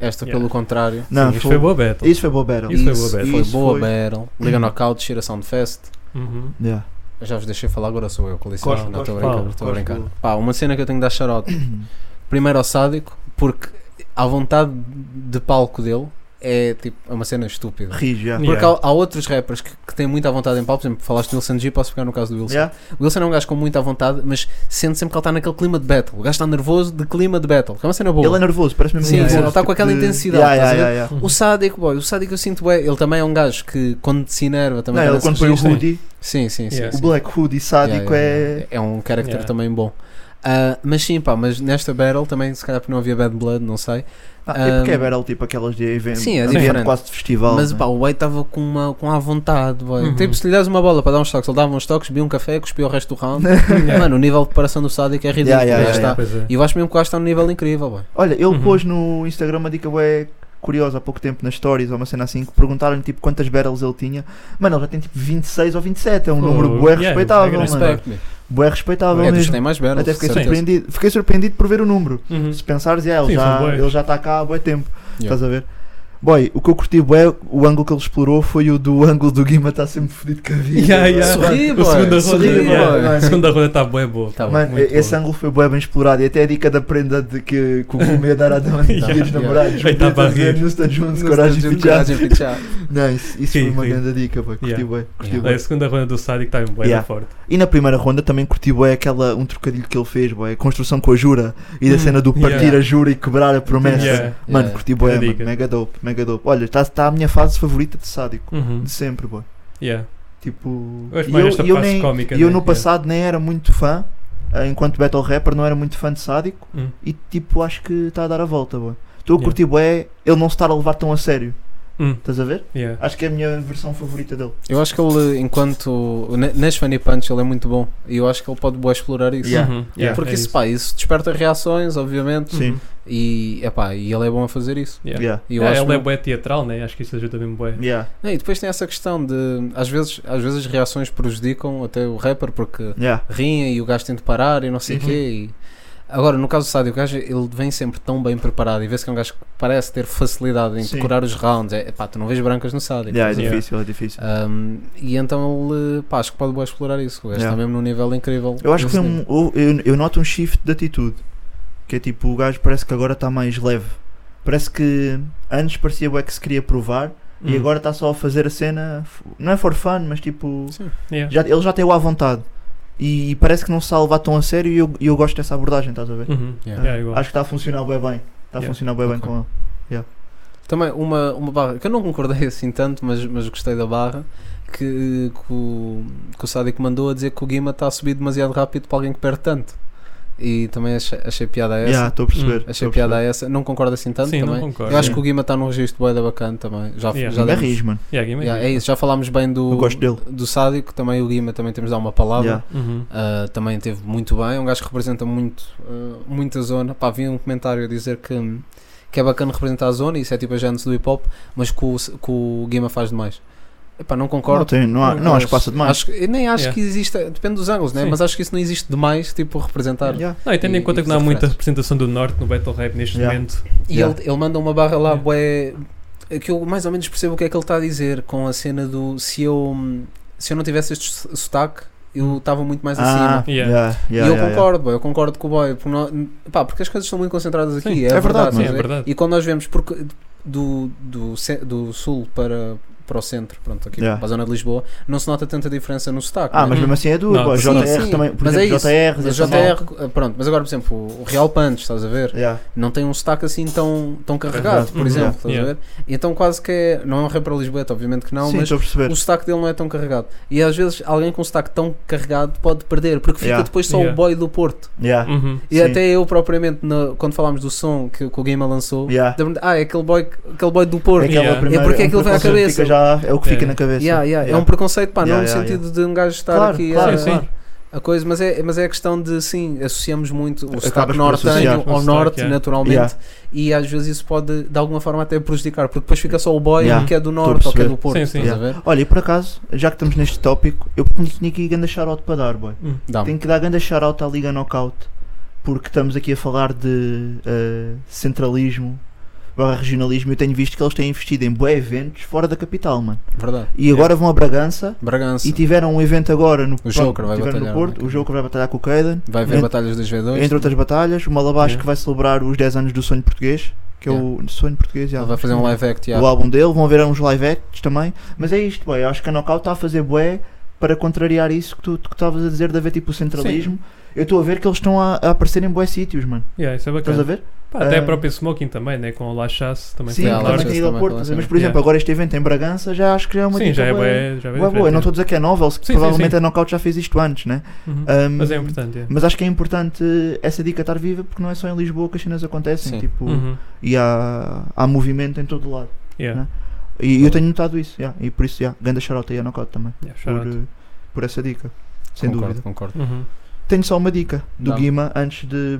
S7: Esta,
S5: Yeah.
S7: pelo contrário,
S6: Não,
S5: Sim, isto foi boa battle.
S6: Isso foi boa battle.
S5: Isso foi boa battle.
S7: foi
S6: isso
S7: boa
S6: foi-
S7: Battle. Liga Knockout, Cheira Soundfest.
S5: Uhum.
S6: Yeah.
S7: Eu já vos deixei falar, agora sou eu, com licença.
S5: Corre,
S7: não,
S5: corre,
S7: estou a brincar,
S5: fala,
S7: estou a
S6: corre,
S7: brincar.
S6: Lula.
S7: Pá, uma cena que eu tenho de dar charote. Primeiro ao Sádico, porque a vontade de palco dele é tipo, é uma cena estúpida.
S6: Rijo, yeah.
S7: Porque
S5: Yeah.
S7: há, há outros rappers que, que têm muita vontade em palco, por exemplo, falaste do Wilson G, posso pegar no caso do Wilson.
S6: Yeah.
S7: O Wilson é um gajo com muita vontade, mas sente sempre que ele está naquele clima de battle. O gajo está nervoso de clima de battle, que é uma cena boa.
S6: Ele é nervoso, parece mesmo
S7: Sim,
S6: nervoso. tipo
S7: sim, ele tá com aquela intensidade,
S6: Yeah,
S7: estás a
S6: yeah, yeah, yeah.
S7: O Sádico, boy, o Sádico eu sinto bem, ele também é um gajo que quando se enerva também
S6: Não,
S7: tem
S6: ele
S7: esse
S6: quando põe o
S7: registro.
S6: hoodie,
S7: Sim, sim, sim.
S5: Yeah.
S6: o
S7: sim.
S6: black hoodie sádico
S7: né? Yeah, yeah, yeah.
S6: é.
S7: É um character
S5: Yeah.
S7: também bom. Ah, mas sim, pá, mas nesta battle também, se calhar porque não havia Bad Blood, não sei.
S6: Ah, é porque é
S7: Um,
S6: battle tipo aquelas de evento,
S7: Sim, é
S6: ambiente
S7: diferente.
S6: quase de festival.
S7: Mas
S6: né?
S7: pá, o Wade estava com, uma- com à vontade. boy.
S5: Uhum.
S7: Tipo, se lhe das uma bola para dar uns toques, ele dava uns toques, bebia um café, cuspiu o resto do round. Mano, o nível de preparação do Sádico é
S6: Yeah,
S7: ridículo.
S6: yeah,
S7: já
S6: yeah,
S7: está.
S5: Pois é.
S7: E eu acho mesmo que o gajo está num nível incrível. um boy.
S6: Olha, ele
S5: Uhum.
S6: pôs no Instagram a dica bué curioso há pouco tempo nas stories ou uma cena assim que perguntaram tipo quantas barrels ele tinha. Mano, ele já tem tipo 26 ou 27, é um
S5: Oh,
S6: número bué
S5: yeah,
S6: respeitável,
S5: é
S6: mano.
S7: Respect, man.
S6: Bué respeitável
S7: É dos que
S6: mesmo.
S7: têm mais barrels.
S6: Até fiquei
S7: de certeza.
S6: surpreendido. Fiquei surpreendido por ver o número.
S5: Uhum.
S6: Se pensares, yeah, ele,
S5: Sim, são
S6: já,
S5: bués.
S6: ele já está cá há bué tempo.
S7: Yeah.
S6: Estás a ver? Boy, o que eu curti bué, o ângulo que ele explorou foi o do ângulo do Guima está sempre fodido com a vida.
S5: Yeah, yeah.
S7: Sorri,
S5: A
S7: boy.
S5: segunda
S7: Sorri,
S5: ronda, yeah,
S7: boy.
S5: a segunda ronda está bué boa.
S7: Tá bom.
S6: Mano,
S5: muito
S6: esse
S5: boa.
S6: ângulo foi bué bem explorado e até a dica da prenda de que, que o Guima ia dar a Dona
S5: Yeah,
S6: e os
S7: yeah.
S6: namorados.
S5: Aí tá para rir.
S6: Não está juntos,
S7: Não
S6: coragem
S7: se
S6: de
S7: deve
S6: pichar.
S7: coragem de pichar.
S6: Não, isso, isso
S5: Sim,
S6: foi uma
S5: sim.
S6: grande dica, pô. Curti
S5: Yeah.
S6: bué, curti
S7: Yeah.
S6: bué.
S5: É A segunda ronda do Sádico está bué
S6: Yeah.
S5: forte.
S6: E na primeira ronda também curti bué aquela, um trocadilho que ele fez, bué, a construção com a jura e da
S5: Hum,
S6: cena do
S5: yeah.
S6: partir a jura e quebrar a promessa.
S5: Yeah.
S6: Mano,
S7: Yeah.
S6: curti bué,
S5: Grande
S6: mano.
S5: dica.
S6: mega dope, mega dope. Olha, está tá a minha fase favorita de sádico,
S5: Uhum.
S6: de sempre, bué.
S5: Yeah.
S6: Tipo,
S5: Eu acho
S6: e
S5: mais
S6: eu,
S5: esta
S6: e eu
S5: parte
S6: nem-
S5: cómica,
S6: e eu
S5: né?
S6: no
S5: Yeah.
S6: passado nem era muito fã, eh, enquanto battle rapper não era muito fã de sádico
S5: Hum.
S6: e tipo, acho que está a dar a volta, bué. Estou a
S5: Yeah.
S6: curtir bué ele não se estar a levar tão a sério,
S5: Hum.
S6: estás a ver?
S5: Yeah.
S6: Acho que é a minha versão favorita dele.
S7: Eu acho que ele, enquanto. na- Nas Funny Punch, ele é muito bom. E eu acho que ele pode boa explorar isso.
S6: Yeah.
S5: Uhum. Yeah,
S7: Porque
S5: é
S7: isso, pá, isso desperta reações, obviamente.
S6: Sim.
S7: E, epá, e ele é bom a fazer isso.
S5: Yeah.
S6: Yeah.
S7: E eu
S5: É,
S7: acho
S5: ele é
S7: que-
S5: bué teatral, né? Acho que isso ajuda mesmo bué.
S6: Yeah.
S7: Não, E depois tem essa questão de. Às vezes, às vezes as reações prejudicam até o rapper porque
S6: Yeah.
S7: riem e o gajo tem de parar e não sei o
S6: Uhum.
S7: quê. E... Agora, no caso do Sádio, o gajo ele vem sempre tão bem preparado e vê-se que é um gajo que parece ter facilidade em
S6: Sim.
S7: decorar os rounds. É, pá, tu não vês brancas no Sádio.
S6: Yeah, é
S5: Yeah.
S6: difícil, é difícil.
S7: Um, e então ele, pá, acho que pode bué explorar isso. O gajo
S6: Yeah.
S7: está mesmo num nível incrível.
S6: Eu acho que
S7: nesse
S6: foi um,
S7: nível.
S6: ou- eu, eu noto um shift de atitude. Que é tipo, o gajo parece que agora está mais leve. Parece que antes parecia bué que se queria provar e
S5: Hum.
S6: agora está só a fazer a cena, f- não é for fun, mas tipo,
S7: Sim.
S5: Uhum. Yeah.
S6: já, ele já tem o à vontade. E, parece que não se está a levar tão a sério e eu, e eu gosto dessa abordagem, estás a ver?
S5: Uhum.
S7: Yeah.
S5: Yeah, igual.
S6: É. Acho que está a funcionar bué bem. Está a
S5: Yeah.
S6: funcionar bué bem
S7: Ok.
S6: com ele.
S7: Também uma, uma barra que eu não concordei assim tanto, mas, mas gostei da barra. Que, que o, que o Sádico mandou a dizer que o Guima está a subir demasiado rápido para alguém que perde tanto. E também achei, achei piada a essa.
S6: Yeah, Estou a perceber.
S7: Achei
S6: estou a
S7: piada a
S6: perceber.
S7: essa. Não concordo assim tanto
S5: Sim,
S7: também.
S5: não concordo.
S7: eu acho
S5: Sim.
S7: que o Guima está num registro boeda bacana também. Já,
S5: Yeah.
S7: já
S6: Guima
S7: demos-
S6: Riz, mano.
S5: Yeah, Guima
S7: Yeah,
S5: Riz.
S7: é isso, já falámos bem do,
S6: É Eu gosto dele.
S7: do Sádico, também o Guima também temos de dar uma palavra.
S6: Yeah.
S5: Uhum.
S7: Uh, também teve muito bem, é um gajo que representa muito uh, muita zona. Pá, vi um comentário a dizer que, que é bacana representar a zona, isso é tipo a gente do hip hop, mas que o, que o Guima faz demais. Epá, não
S6: Não,
S7: concordo.
S6: tem, não, há, não acho que passa demais.
S7: Acho, eu nem acho
S5: Yeah.
S7: que exista, depende dos ângulos, né?
S5: Sim.
S7: mas acho que isso não existe demais, tipo, representar.
S6: Yeah.
S5: Não, e tendo
S7: E- é
S5: em conta
S7: e
S5: que não há
S7: fazer
S5: muita
S7: frase.
S5: representação do Norte no Battle Rap neste
S6: Yeah.
S5: momento.
S7: E
S6: Yeah.
S7: ele, ele manda uma barra lá,
S5: Yeah.
S7: bué, que eu mais ou menos percebo o que é que ele está a dizer com a cena do se eu, se eu não tivesse este so- sotaque,
S5: Hum.
S7: eu estava muito mais acima.
S6: Ah,
S5: Yeah.
S6: yeah,
S7: assim, E
S6: yeah,
S7: eu
S6: yeah,
S7: concordo, boy, eu concordo com o boy, porque, não- pá, porque as coisas estão muito concentradas aqui,
S5: Sim,
S7: é,
S5: é
S6: verdade,
S7: verdade.
S6: mano.
S7: estás a
S5: Sim, é
S7: ver?
S5: verdade.
S7: E quando nós vemos porque do, do, ce- do sul para, para o centro, pronto, aqui
S6: Yeah.
S7: para a zona de Lisboa, não se nota tanta diferença no sotaque.
S6: Ah,
S7: né?
S6: mas mesmo assim é duro,
S5: Não,
S6: pô.
S5: sim,
S6: JR
S7: sim.
S6: também, por
S7: Mas é
S6: exemplo,
S7: isso.
S6: JR,
S7: Mas
S6: esse mal.
S7: JR, pronto, mas agora por exemplo, o Real Punch, estás a ver?
S6: Yeah.
S7: não tem um sotaque assim tão, tão carregado,
S6: Carregado.
S7: por
S5: Uhum.
S7: exemplo.
S5: Yeah.
S7: Estás
S5: Yeah.
S7: a ver? Então quase que é. Não é um rapper Lisboeta, obviamente que não,
S6: Sim,
S7: mas
S6: estou a perceber.
S7: o sotaque dele não é tão carregado. E às vezes alguém com um sotaque tão carregado pode perder, porque fica
S6: Yeah.
S7: depois só
S5: Yeah.
S7: o boy do Porto.
S6: Yeah.
S5: Uhum.
S7: E
S6: Sim.
S7: até eu propriamente, na- quando falámos do som que, que o Gamer lançou,
S6: Yeah.
S7: lembro-me de, ah, é aquele boy, aquele boy do Porto.
S5: Yeah. É
S6: primeira-
S7: porque
S6: um
S7: aquilo vai à
S6: preconceito
S7: cabeça.
S6: que Fica já, é o que fica
S5: É.
S6: na cabeça.
S7: Yeah, yeah. É
S6: Yeah.
S7: um preconceito, pá,
S6: Yeah,
S7: não
S6: yeah,
S7: no sentido de um gajo estar
S6: Claro,
S7: aqui
S6: claro,
S7: a,
S5: sim, sim.
S7: a coisa, mas é, mas é a questão de sim, associamos muito o
S6: Acabas
S7: sotaque
S6: por
S7: nortenho
S6: associar.
S5: O
S7: ao
S5: sotaque,
S7: norte,
S5: yeah.
S7: naturalmente,
S6: Yeah.
S7: e às vezes isso pode de alguma forma até prejudicar, porque depois fica só o boy
S6: Yeah.
S7: que é do
S6: a
S7: norte ou que é
S6: perceber.
S7: do Porto,
S5: Sim, sim.
S7: estás a ver?
S6: Olha, e por acaso, já que estamos neste tópico, eu tinha aqui ganda shoutout para dar, boy.
S5: Hum.
S7: Dá.
S6: Tenho que dar ganda shoutout à Liga Knockout, porque estamos aqui a falar de eh, centralismo barra regionalismo. Eu tenho visto que eles têm investido em bué eventos fora da capital, mano.
S7: Verdade.
S6: E agora vão a Bragança
S7: Bragança
S6: e tiveram um evento agora no,
S7: O Joker vai
S6: tiveram no
S7: batalhar,
S6: Porto.
S7: né?
S6: O Joker vai batalhar com o Caden.
S7: vai haver
S6: Ent-
S7: batalhas dos V2,
S6: Entre outras batalhas, o Malabás
S5: Yeah.
S6: que vai celebrar os 10 anos do sonho português, que é o sonho português, já.
S7: ele vai fazer um live
S6: o
S7: act, yeah.
S6: álbum dele, vão ver é uns live acts também, mas é isto, boy, eu acho que a Knockout está a fazer bué para contrariar isso que tu que tu estavas a dizer de haver tipo o centralismo. Eu estou a ver que eles estão a, a aparecer em bué sítios, mano.
S5: Yeah, isso é
S6: Estás a
S5: bacana.
S6: ver?
S5: Pá, até
S6: Ah.
S5: a própria Smoking também, né? Com o Lachasse também.
S6: Sim,
S5: tem
S7: a
S5: a
S6: também
S5: Larsa.
S7: Larsa
S6: tem ido ao
S7: também,
S6: Porto,
S7: sim.
S6: mas por exemplo,
S5: Yeah.
S6: agora este evento em Bragança já acho que já é uma
S5: Sim,
S6: dica
S5: já é
S6: bué,
S5: bué. Já é
S6: bué boa. Eu não estou a dizer que é novel, se
S5: Sim, sim,
S6: provavelmente
S5: sim.
S6: a Knockout já fez isto antes, né?
S5: Uhum.
S6: Um,
S5: Mas é importante, é.
S6: Mas acho que é importante essa dica estar viva porque não é só em Lisboa que as cenas acontecem,
S7: Sim.
S6: tipo,
S5: Uhum.
S6: e há, há movimento em todo lado.
S5: Yeah.
S6: né? E eu tenho notado isso, yeah, e por isso, yeah, ganda shoutout aí a Knockout também.
S5: Yeah, shout
S6: por,
S5: out.
S6: eh, por essa dica. Sem
S7: concordo,
S6: dúvida.
S7: concordo.
S5: Uhum.
S6: Tenho só uma dica do
S7: Dá-me.
S6: Guima antes de.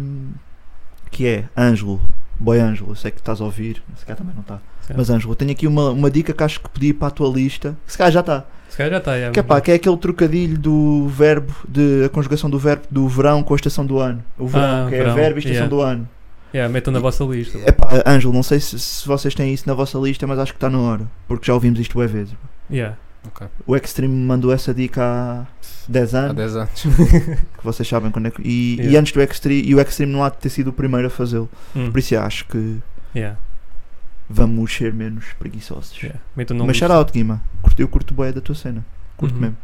S6: que é Ângelo. Boy Ângelo, eu sei que estás a ouvir, se calhar também não está.
S5: Certo.
S6: Mas Ângelo, eu tenho aqui uma, uma dica que acho que pedi para a tua lista. Se calhar já está.
S5: Se calhar já tá, está, já.
S6: Que é pá, que é aquele trocadilho do verbo, de, a conjugação do verbo do verão com a estação do ano. O verão,
S5: Ah,
S6: que é
S5: verão,
S6: verbo e estação
S5: yeah.
S6: do ano.
S5: Yeah, metam na vossa lista.
S6: É pá, Ângelo, não sei se, se vocês têm isso na vossa lista, mas acho que está na hora. Porque já ouvimos isto bué vezes.
S5: Yeah.
S6: O Extreme mandou essa dica há 10
S7: Há
S6: anos,
S7: 10 anos.
S6: que vocês sabem quando é que. E, e
S5: Yeah.
S6: antes do Extreme, e o Extreme não há de ter sido o primeiro a fazê-lo.
S5: Hum,
S6: Por isso eu acho que
S5: yeah,
S6: vamos ser menos preguiçosos.
S5: yeah. Metam na
S6: Mas
S5: lista.
S6: shout out, Guima. Curti- Eu curto bué da tua cena. Curto
S5: Uhum.
S6: mesmo.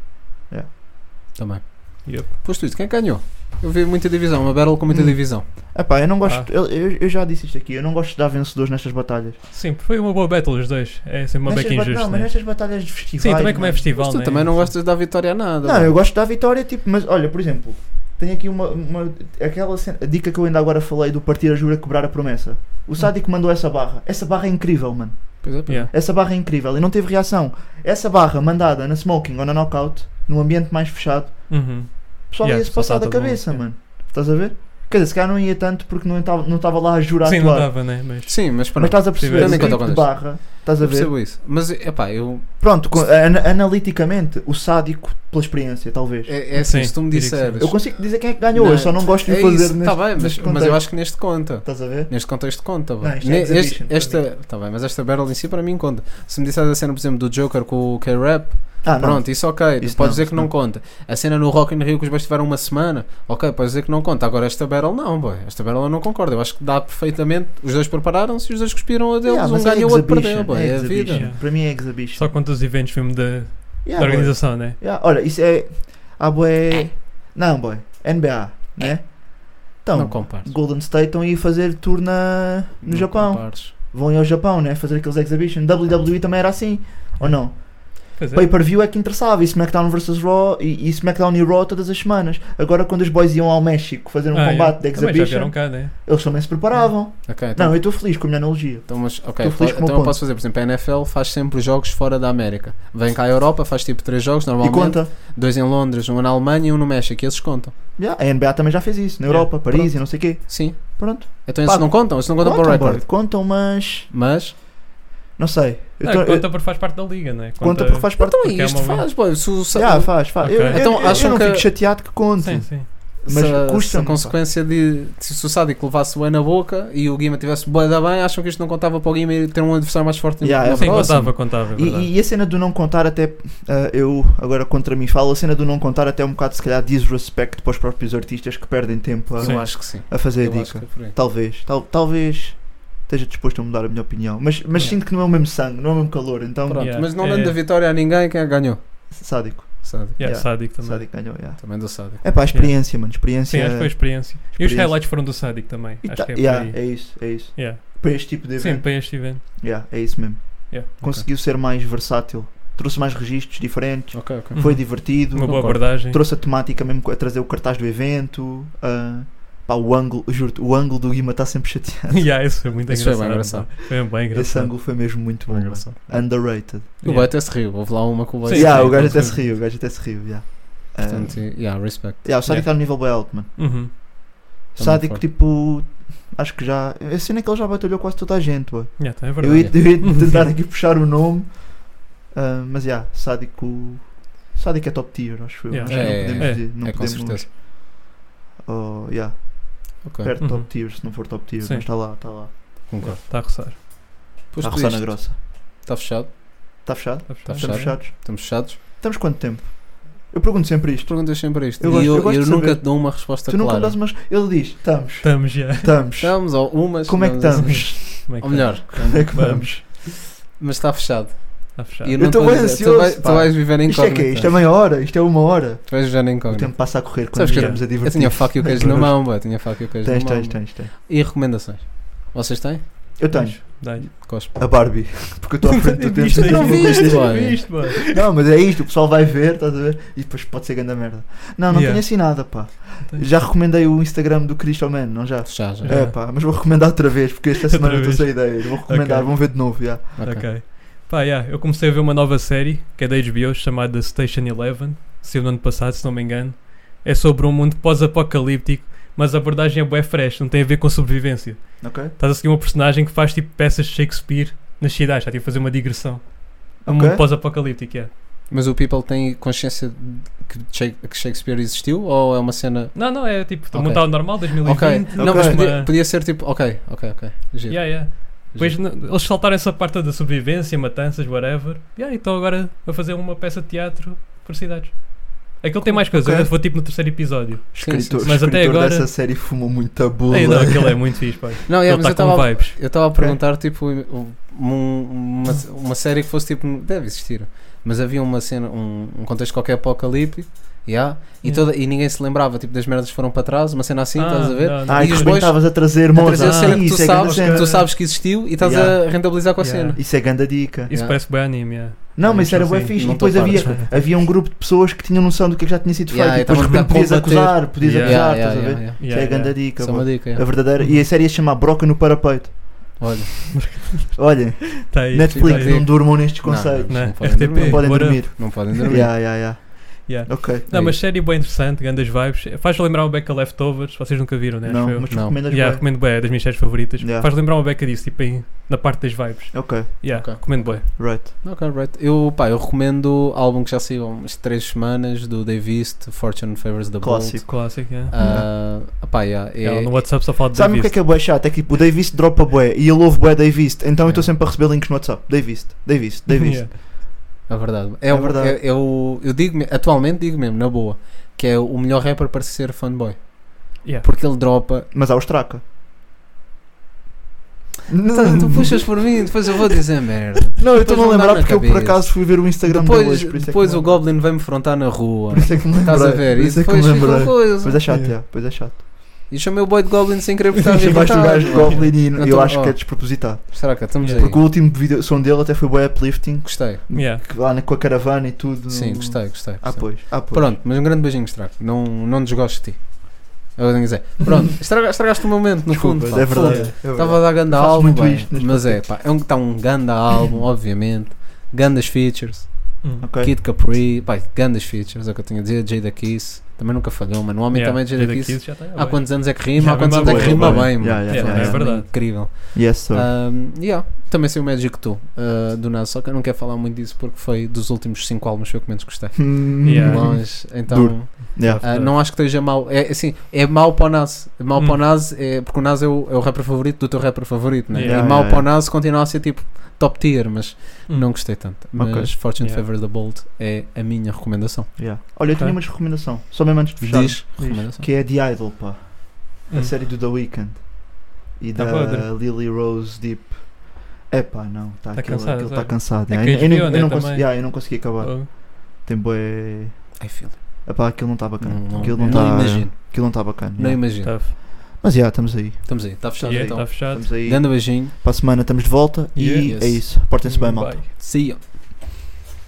S7: Também.
S5: Yep.
S7: Pois tu, quem é ganhou? Eu vi muita divisão, uma battle com muita
S6: Hum.
S7: divisão.
S6: Ah pá, eu não gosto.
S5: Ah.
S6: Eu, eu- eu já disse isto aqui. Eu não gosto de dar vencedores nestas batalhas.
S5: Sim, foi uma boa battle os dois. É sempre uma
S6: Nestas
S5: beca
S6: bat-
S5: injusta.
S6: Não, mas
S5: né?
S6: nestas batalhas de festivais.
S5: Sim, também como é
S6: mano.
S5: festival.
S7: Mas tu
S5: né?
S7: também não gostas de dar vitória a nada.
S6: Não,
S7: mano.
S6: eu gosto da vitória, tipo, mas olha, por exemplo, tenho aqui uma, uma- aquela cena- a dica que eu ainda agora falei do partir a jura, quebrar a promessa.
S5: Hum.
S6: O Sádico mandou essa barra. Essa barra é incrível, mano.
S7: Pois é, pois é.
S5: Yeah.
S6: Essa barra é incrível e não teve reação. Essa barra mandada na smoking ou na knockout, num ambiente mais fechado,
S5: Uhum.
S6: o pessoal
S5: Yeah,
S6: ia-se
S5: só
S6: passar
S5: tá
S6: da
S5: todo mundo,
S6: cabeça,
S5: yeah.
S6: mano. Estás a ver? Quer dizer, se calhar não ia tanto porque não estava não estava lá a jurar
S5: Sim, não
S6: atuar.
S5: dava, né? Mas.
S7: Sim, mas
S6: Mas
S7: pronto.
S6: estás a perceber o
S5: Tivemos em
S6: tipo
S7: conta
S6: de
S7: com
S6: barra, estás a
S7: Eu
S6: ver?
S7: percebo isso. Mas, epá, eu...
S6: Pronto, co- an- analiticamente, o sádico pela experiência, talvez.
S7: É, é assim,
S5: Sim,
S7: se tu me
S5: diria que
S7: disseres...
S6: Eu consigo dizer quem é que ganhou,
S7: Não,
S6: eu só não gosto de
S7: é
S6: fazer
S7: isso,
S6: neste,
S7: tá bem, mas,
S6: neste
S7: mas eu
S6: contexto.
S7: acho que neste conta.
S6: Estás a ver?
S7: Neste contexto conta,
S6: Não,
S7: vai.
S6: isto é
S7: Ne-
S6: exhibition, para
S7: esta, tá bem, mas esta battle em si para mim conta. Se me disseres a cena, por exemplo, do Joker com o K-Rap,
S6: Ah, não.
S7: pronto, isso ok,
S6: Isso não,
S7: podes dizer
S6: isso
S7: que não,
S6: não.
S7: conta. A cena no Rock in Rio que os boys tiveram uma semana, ok, podes dizer que não conta. Agora esta battle não, boy. Esta battle eu não concordo. Eu acho que dá perfeitamente. Os dois prepararam-se e os dois cuspiram a deles.
S6: Yeah,
S7: um
S6: mas é
S7: ganhou, o outro
S6: exhibition,
S7: perdeu, boy. É, a
S6: exhibition.
S7: vida.
S5: vida.
S6: Para mim é exhibition.
S5: Só quanto os eventos mesmo da,
S6: É,
S5: da
S6: Yeah, boy.
S5: organização, né?
S6: Yeah, olha, isso é. Ah, boé. Não, boy. NBA, né? Então,
S7: não compares.
S6: Golden State estão a ir fazer tour na... no
S7: Não
S6: Japão.
S7: compares.
S6: Vão ir ao Japão, né? Fazer aqueles exhibition. WWE também era assim. Ou não?
S5: Pois é.
S6: Pay per view é que interessava. E SmackDown vs Raw. E, e SmackDown e Raw todas as semanas. Agora, quando os boys iam ao México fazer um
S5: Ah, yeah.
S6: combate de
S5: Também já É,
S6: exhibition,
S5: vieram cá, né?
S6: eles também se preparavam.
S7: Ok, então,
S5: tá.
S6: Não, eu estou feliz com a minha analogia.
S7: então, mas, ok,
S6: Estou feliz com o
S7: então eu
S6: ponto.
S7: posso fazer, por exemplo, a NFL faz sempre jogos fora da América. Vem cá à Europa, faz tipo três jogos
S6: E
S7: normalmente.
S6: conta.
S7: Dois em Londres, um na Alemanha e um no México. E esses contam.
S6: Yeah, a NBA também já fez isso. Na
S5: Yeah,
S6: Europa, Paris
S7: pronto.
S6: e não sei o quê.
S7: Sim.
S6: Pronto.
S7: Então esses
S6: Pá,
S7: não contam, esses não contam para o
S6: Contam,
S7: recorde.
S6: boy, contam, mas.
S7: Mas,
S6: Não sei. Eu
S5: Ah,
S6: tô- eu-
S5: conta porque faz parte da liga, né?
S6: Conta porque faz parte.
S7: então
S5: Porque é
S7: isto
S5: uma-
S7: faz, boy. Se, o- se,
S6: Ah, faz, faz.
S5: Ok.
S6: Eu, eu-
S7: Então,
S6: eu- eu
S7: acham
S6: não
S7: que-
S6: fico chateado que conte.
S5: Sim, sim.
S7: se-
S6: mas
S7: se a
S6: custa-me,
S7: consequência de se o Sádico levasse o E na boca e o Guima tivesse boa da bem, acham que isto não contava para o Guima ir ter um adversário mais forte
S6: Yeah,
S7: na
S6: é
S5: Sim,
S7: próxima?
S5: contava, contava. é
S6: E-
S5: verdade.
S6: E, e a cena do não contar, até ah, eu agora contra mim falo, a cena do não contar, até é um bocado se calhar disrespect para os próprios artistas que perdem tempo
S7: Eu
S6: a,
S7: acho que sim.
S6: a fazer a
S7: Eu acho
S6: dica.
S7: que é por aí.
S6: Talvez, tal, talvez esteja disposto a mudar a minha opinião, mas, mas
S5: Yeah.
S6: sinto que não é o mesmo sangue, não é o mesmo calor, então
S7: Pronto,
S5: Yeah,
S7: mas não
S5: é-
S7: dando a vitória a ninguém, quem é que ganhou?
S6: sádico.
S7: Sádico.
S5: Yeah,
S6: yeah.
S5: Sádico também.
S6: Sádico ganhou, yeah.
S7: Também do Sádico.
S6: É pá, a experiência, mano, experiência.
S5: Sim, acho que foi a experiência. E os
S6: É, Experiência.
S5: highlights foram do Sádico também.
S6: E
S5: acho
S6: tá-
S5: que é por
S6: yeah,
S5: aí.
S6: é isso, é isso.
S5: Yeah.
S6: Para este tipo de
S5: Sim,
S6: evento,
S5: para este evento.
S6: yeah, é isso mesmo.
S5: Yeah.
S6: Conseguiu ser mais versátil, trouxe mais registros diferentes,
S7: Ok, ok.
S6: foi
S5: Uhum.
S6: divertido,
S5: Uma boa
S7: Concordo.
S5: abordagem.
S6: trouxe a temática mesmo, a trazer o cartaz do evento. ah, pá, o ângulo, juro o ângulo do Guima está sempre chateado.
S5: yeah, isso foi muito
S7: Isso foi bem
S5: engraçado. Foi bem engraçado.
S6: Esse ângulo foi mesmo muito bom, mano. underrated.
S7: O
S5: Yeah.
S7: Boy até se riu. Houve lá uma com o Boy.
S5: Sim,
S6: yeah,
S5: sim,
S6: o gajo
S5: com
S6: até se
S5: certeza.
S6: riu, o gajo até se riu. Yeah. Ah,
S7: Portanto, yeah, respect.
S6: yeah, o Sádico
S5: yeah.
S6: está no nível bem alto, mano.
S5: Uhum.
S6: O Sádico,
S7: forte.
S6: tipo, acho que já. A cena é que ele já batalhou quase toda a gente, ué.
S5: Yeah, tá, é
S6: Eu ia,
S5: verdade.
S6: eu ia tentar aqui puxar o nome, ah, mas já, Sádico. Sádico é top tier, acho eu.
S5: Yeah.
S6: Acho que
S7: É,
S6: não podemos.
S5: é,
S6: dizer- não
S7: é com
S6: podemos
S7: certeza.
S6: oh, yeah,
S7: Ok,
S6: Perto
S5: Uhum.
S6: top tier, se não for top tier,
S5: Sim.
S6: mas está lá, está lá.
S7: concordo.
S5: Está Tá a roçar.
S7: Pois
S6: Está a
S7: tu
S6: roçar na
S7: dizes,
S6: grossa.
S7: Está fechado?
S6: Está fechado?
S5: Tá
S7: Tá
S5: fechado.
S6: Estamos
S7: fechado?
S6: fechados?
S7: Estamos fechados?
S6: Estamos quanto tempo? Eu pergunto sempre isto.
S7: Perguntas sempre isto.
S6: Eu
S7: e
S6: gosto-
S7: eu,
S6: eu gosto
S7: eu
S6: de
S7: nunca
S6: saber.
S7: te dou uma resposta
S6: Tu nunca
S7: clara.
S6: me dás umas. Ele diz: estamos,
S5: Estamos já.
S6: estamos.
S5: Tá,
S7: Estamos, ou umas.
S6: Como é que
S7: digamos assim.
S6: estamos?
S5: Como é que
S7: Ou melhor,
S6: Como é que
S5: tá,
S6: vamos?
S7: mas está fechado.
S5: Está Tá fechado.
S7: E
S6: Tá. Eu
S7: não
S6: estou
S7: tô a
S6: bem
S7: dizer,
S6: ansioso,
S7: Tu, vais-
S6: pá.
S7: tu vais viver em
S6: Isto é que Isto é meia hora? Isto é uma hora?
S7: Tu vais viver em
S6: O tempo
S7: incógnito.
S6: passa a correr quando
S7: Sabes que eu-
S6: estamos a
S7: Eu
S6: divertir.
S7: tinha faca e o queijo na mão, boy. Tinha faca e o queijo
S6: Tens,
S7: na mão.
S6: tens, tens, tens.
S7: E recomendações? Vocês têm?
S6: Eu tenho
S5: Dá-lhe.
S7: Cospe.
S6: a Barbie, porque eu estou à frente do tempo.
S5: Isto não
S7: viste,
S5: Isto
S7: boy.
S5: viste, boy.
S6: Não, mas é isto, o pessoal vai ver, estás a ver? E depois pode ser grande merda. Não, não
S5: Yeah.
S6: tenho assim nada, pá.
S5: tens.
S6: Já recomendei o Instagram do Cristo Man, não já?
S7: Já, já.
S5: Já.
S6: É pá, mas vou recomendar outra vez, porque esta semana
S5: Outra
S6: estou sem ideias. Vou recomendar,
S5: Ok.
S6: vão ver de novo, já.
S7: Ok.
S5: Ok. Pá, yeah, eu comecei a ver uma nova série que é da HBO chamada Station Eleven, saiu no ano passado, se não me engano. É sobre um mundo pós-apocalíptico mas a abordagem é bué fresh, não tem a ver com sobrevivência.
S6: Ok.
S5: Estás a seguir uma personagem que faz tipo peças de Shakespeare nas cidades, está tipo, a fazer uma digressão. Um
S6: Ok.
S5: mundo pós-apocalíptico, é.
S7: Mas o People tem consciência de que Shake- que Shakespeare existiu ou é uma cena.
S5: Não, não, é tipo, okay.
S7: Ok.
S5: montar o normal, 2020.
S7: Ok, não,
S6: ok.
S7: mas
S5: Uma-
S7: podia, podia ser tipo, ok, ok, ok. Giro.
S5: É. Yeah, yeah. Depois n- eles saltaram essa parte da sobrevivência, matanças, whatever. Yeah, e estão agora a fazer uma peça de teatro por cidades. Aquilo tem mais coisas,
S6: Ok.
S5: eu vou tipo no terceiro episódio.
S7: Sim, sim,
S6: Escritor,
S7: sim.
S5: Mas até
S6: escritor
S5: agora-
S6: dessa série fumou muita bula.
S5: Ei, não, aquilo é muito fixe, pai.
S7: Não, yeah,
S5: Ele
S7: mas eu
S5: está com
S7: estava a,
S5: vibes.
S7: eu estava a perguntar tipo um- uma, uma série que fosse tipo. Deve existir. Mas havia uma cena, um, um contexto qualquer apocalipse. Yeah, e,
S5: Yeah.
S7: toda, e ninguém se lembrava, tipo, das merdas que foram para trás, uma cena assim, estás a ver?
S5: não, não.
S6: Ah, e
S7: E
S6: que
S7: os
S6: bem
S7: bois-
S6: estavas a trazer
S7: A
S6: moça.
S7: trazer a cena
S6: Ah,
S7: que tu
S6: isso é grande
S7: sabes,
S6: cena.
S7: que tu sabes que existiu e estás
S6: Yeah.
S7: a rentabilizar com a
S5: Yeah.
S7: cena.
S6: Isso é grande dica.
S5: Isso
S7: Yeah.
S5: parece bem anime, yeah.
S6: Não, mas isso era
S5: Sim,
S6: bué
S5: sim.
S6: fixe. E
S7: Não
S6: depois
S7: estou a par
S6: havia, havia um grupo de pessoas que tinham noção do que é que já tinha sido feito.
S7: Yeah,
S6: e depois de
S7: estavam a
S6: repente podias
S7: combater.
S6: acusar, podias
S5: Yeah,
S6: acusar,
S7: Yeah,
S6: estás a
S7: yeah,
S6: ver?
S7: yeah.
S6: Isso é
S5: Yeah,
S6: a grande
S5: yeah.
S6: dica.
S7: Isso é uma
S6: pô.
S7: dica.
S6: A
S7: yeah.
S6: verdadeira. E a série ia chamar Broca no Parapeito.
S7: Olha,
S6: Olha,
S5: Tá aí, tá
S6: Netflix,
S5: aí.
S6: não durmam nestes
S7: Não,
S6: conceitos.
S5: Né?
S7: Não podem
S5: RTP,
S7: dormir.
S6: Não podem
S5: bora.
S6: dormir.
S7: não podem dormir.
S6: Yeah, yeah, yeah.
S5: Yeah.
S6: Ok.
S5: Não,
S7: É
S5: mas série bem interessante, grandes vibes. Faz lembrar uma beca Leftovers, vocês nunca viram, né? Acho
S6: Não,
S5: eu.
S6: mas
S7: Não.
S6: recomendas
S5: Yeah,
S6: bem.
S5: recomendo bem, é das minhas séries favoritas.
S6: Yeah.
S5: Faz lembrar uma beca disso, tipo aí, na parte das vibes.
S6: Ok,
S5: Yeah,
S7: Ok.
S5: recomendo bem.
S6: right.
S7: Ok, right. Eu, pá, eu recomendo álbum que já saiu há umas 3 semanas do Dave East, Fortune Favors the Bold.
S6: Clássico.
S5: Tipo Clássico, yeah.
S7: Ah, pá, yeah, é,
S5: Yeah, no WhatsApp só falo de
S6: Sabe o que é que é bué chato? É que tipo, o Davis dropa bué e eu ouvo bué Davis, então eu estou
S7: Yeah.
S6: sempre a receber links no WhatsApp. Davis, Davis, Davis.
S5: Yeah.
S7: é verdade. É,
S6: É
S7: o-
S6: verdade.
S7: é- é o- eu digo, me- atualmente digo mesmo, na boa, que é o melhor rapper para ser fanboy.
S5: Yeah.
S7: Porque ele dropa.
S6: Mas há os traca.
S7: Tá, Tu, Tá, tu puxas por mim, depois eu vou dizer merda.
S6: Não, eu
S7: então Depois
S6: estou-me a
S7: não dá
S6: lembrar
S7: na
S6: porque eu por
S7: cabeça.
S6: acaso fui ver o Instagram
S7: Depois,
S6: dele hoje. Por isso
S7: depois
S6: é que
S7: o
S6: me-
S7: Goblin vai-me frontar na rua.
S6: Por isso é que me lembrei.
S7: Estás a ver?
S6: Por
S7: E
S6: isso é que me
S7: depois fica
S6: lembrei.
S7: coisa.
S6: Mas é chato, yeah, pois é chato.
S7: E chamei o boy de Goblin sem querer porque estava
S6: Chamaste o
S7: irritado,
S6: gajo de
S7: mano.
S6: Goblin e
S7: Não
S6: eu
S7: tô-
S6: acho que
S7: oh.
S6: é despropositado.
S7: Será que estamos aí?
S6: Porque o último vídeo, som dele até foi bué uplifting,
S7: Gostei.
S5: Yeah.
S6: que lá na- com a caravana e tudo.
S7: Sim,
S6: no-
S7: gostei, gostei.
S6: Ah,
S7: gostei.
S6: pois. Ah, pois.
S7: Pronto, mas um grande beijinho, Estrago. Não, não desgosto de ti. É o que eu tenho a dizer. Pronto, estraga- estragaste o momento, no
S6: Desculpa,
S7: fundo. pá.
S6: é verdade.
S7: Foda-se.
S6: é
S7: Estava a
S6: verdade.
S7: dar ganda
S6: Eu faço
S7: álbum,
S6: muito
S7: bem,
S6: isto neste
S7: mas é, pá, é um, está um ganda álbum, obviamente. Gandas features,
S5: Hum.
S6: Ok.
S7: Kid Capri, pá, gandas features, é o que eu tinha a dizer, Jada Kiss, também nunca falhou, mano. O homem
S5: Yeah,
S6: é
S7: também, é Jada
S5: Jada
S7: Kiss,
S5: Kiss já tá,
S7: há
S6: Ah,
S5: bem.
S7: quantos anos é que rima,
S5: Yeah,
S7: há quantos
S5: rima
S7: anos é que
S5: bem,
S7: rima
S6: bem.
S7: bem, mano.
S6: Yeah, yeah,
S7: Pá,
S5: yeah,
S7: é
S5: yeah. verdade.
S7: Incrível.
S6: Yes, sir.
S7: Um, yeah, também sei o Magic Tu, uh, do Nas, só que eu não quero falar muito disso porque foi dos últimos 5 álbuns que eu que menos gostei.
S6: Hum,
S5: Yeah.
S7: Mas, então,
S6: Duro. yeah.
S7: ah, não acho que esteja mal. É assim, é mau para o Nas. Mau
S5: Hum.
S7: para o Nas, é, porque o Nas é o, é o rapper favorito do teu rapper favorito, né?
S5: Yeah.
S7: e mau
S6: Yeah,
S7: para
S6: yeah.
S7: o Nas continua a ser tipo top tier, mas
S5: Hum.
S7: não gostei tanto. Mas
S6: Ok.
S7: Fortune
S5: Yeah.
S7: Favor the Bold é a minha recomendação.
S6: Yeah. Olha, eu
S5: Ok.
S6: tenho uma recomendação, só mesmo antes de fechar.
S7: Diz, recomendação.
S6: Que é The Idol, pá. A
S5: Hum.
S6: série do The Weeknd. E
S5: Tá
S6: da
S5: podre.
S6: Lily Rose Deep. Epá, não, tá,
S5: Tá
S6: aquilo,
S5: cansado,
S6: aquilo
S5: tá.
S6: tá cansado.
S5: É
S6: yeah.
S5: que
S6: Eu- eu,
S5: HBO,
S6: não,
S5: né,
S6: eu, não consegui,
S5: também.
S6: yeah, eu não consegui acabar.
S5: Oh.
S6: Tem bué.
S7: I feel.
S6: Epá, aquilo não tá bacana.
S7: Não,
S6: aquilo
S7: não,
S6: não tá-
S7: imagino.
S6: Aquilo não tá bacana.
S7: Não
S6: yeah.
S7: imagino.
S5: Tough.
S6: Mas já, estamos aí.
S7: Estamos aí, está fechado
S5: Yeah,
S7: então.
S5: tá fechado.
S6: Estamos aí.
S7: Grande beijinho.
S6: Para a semana estamos de volta e
S7: Yeah. Hum,
S6: é
S7: Yes.
S6: isso. Portem-se bem, malta.
S5: Hum, Bye.
S7: See ya.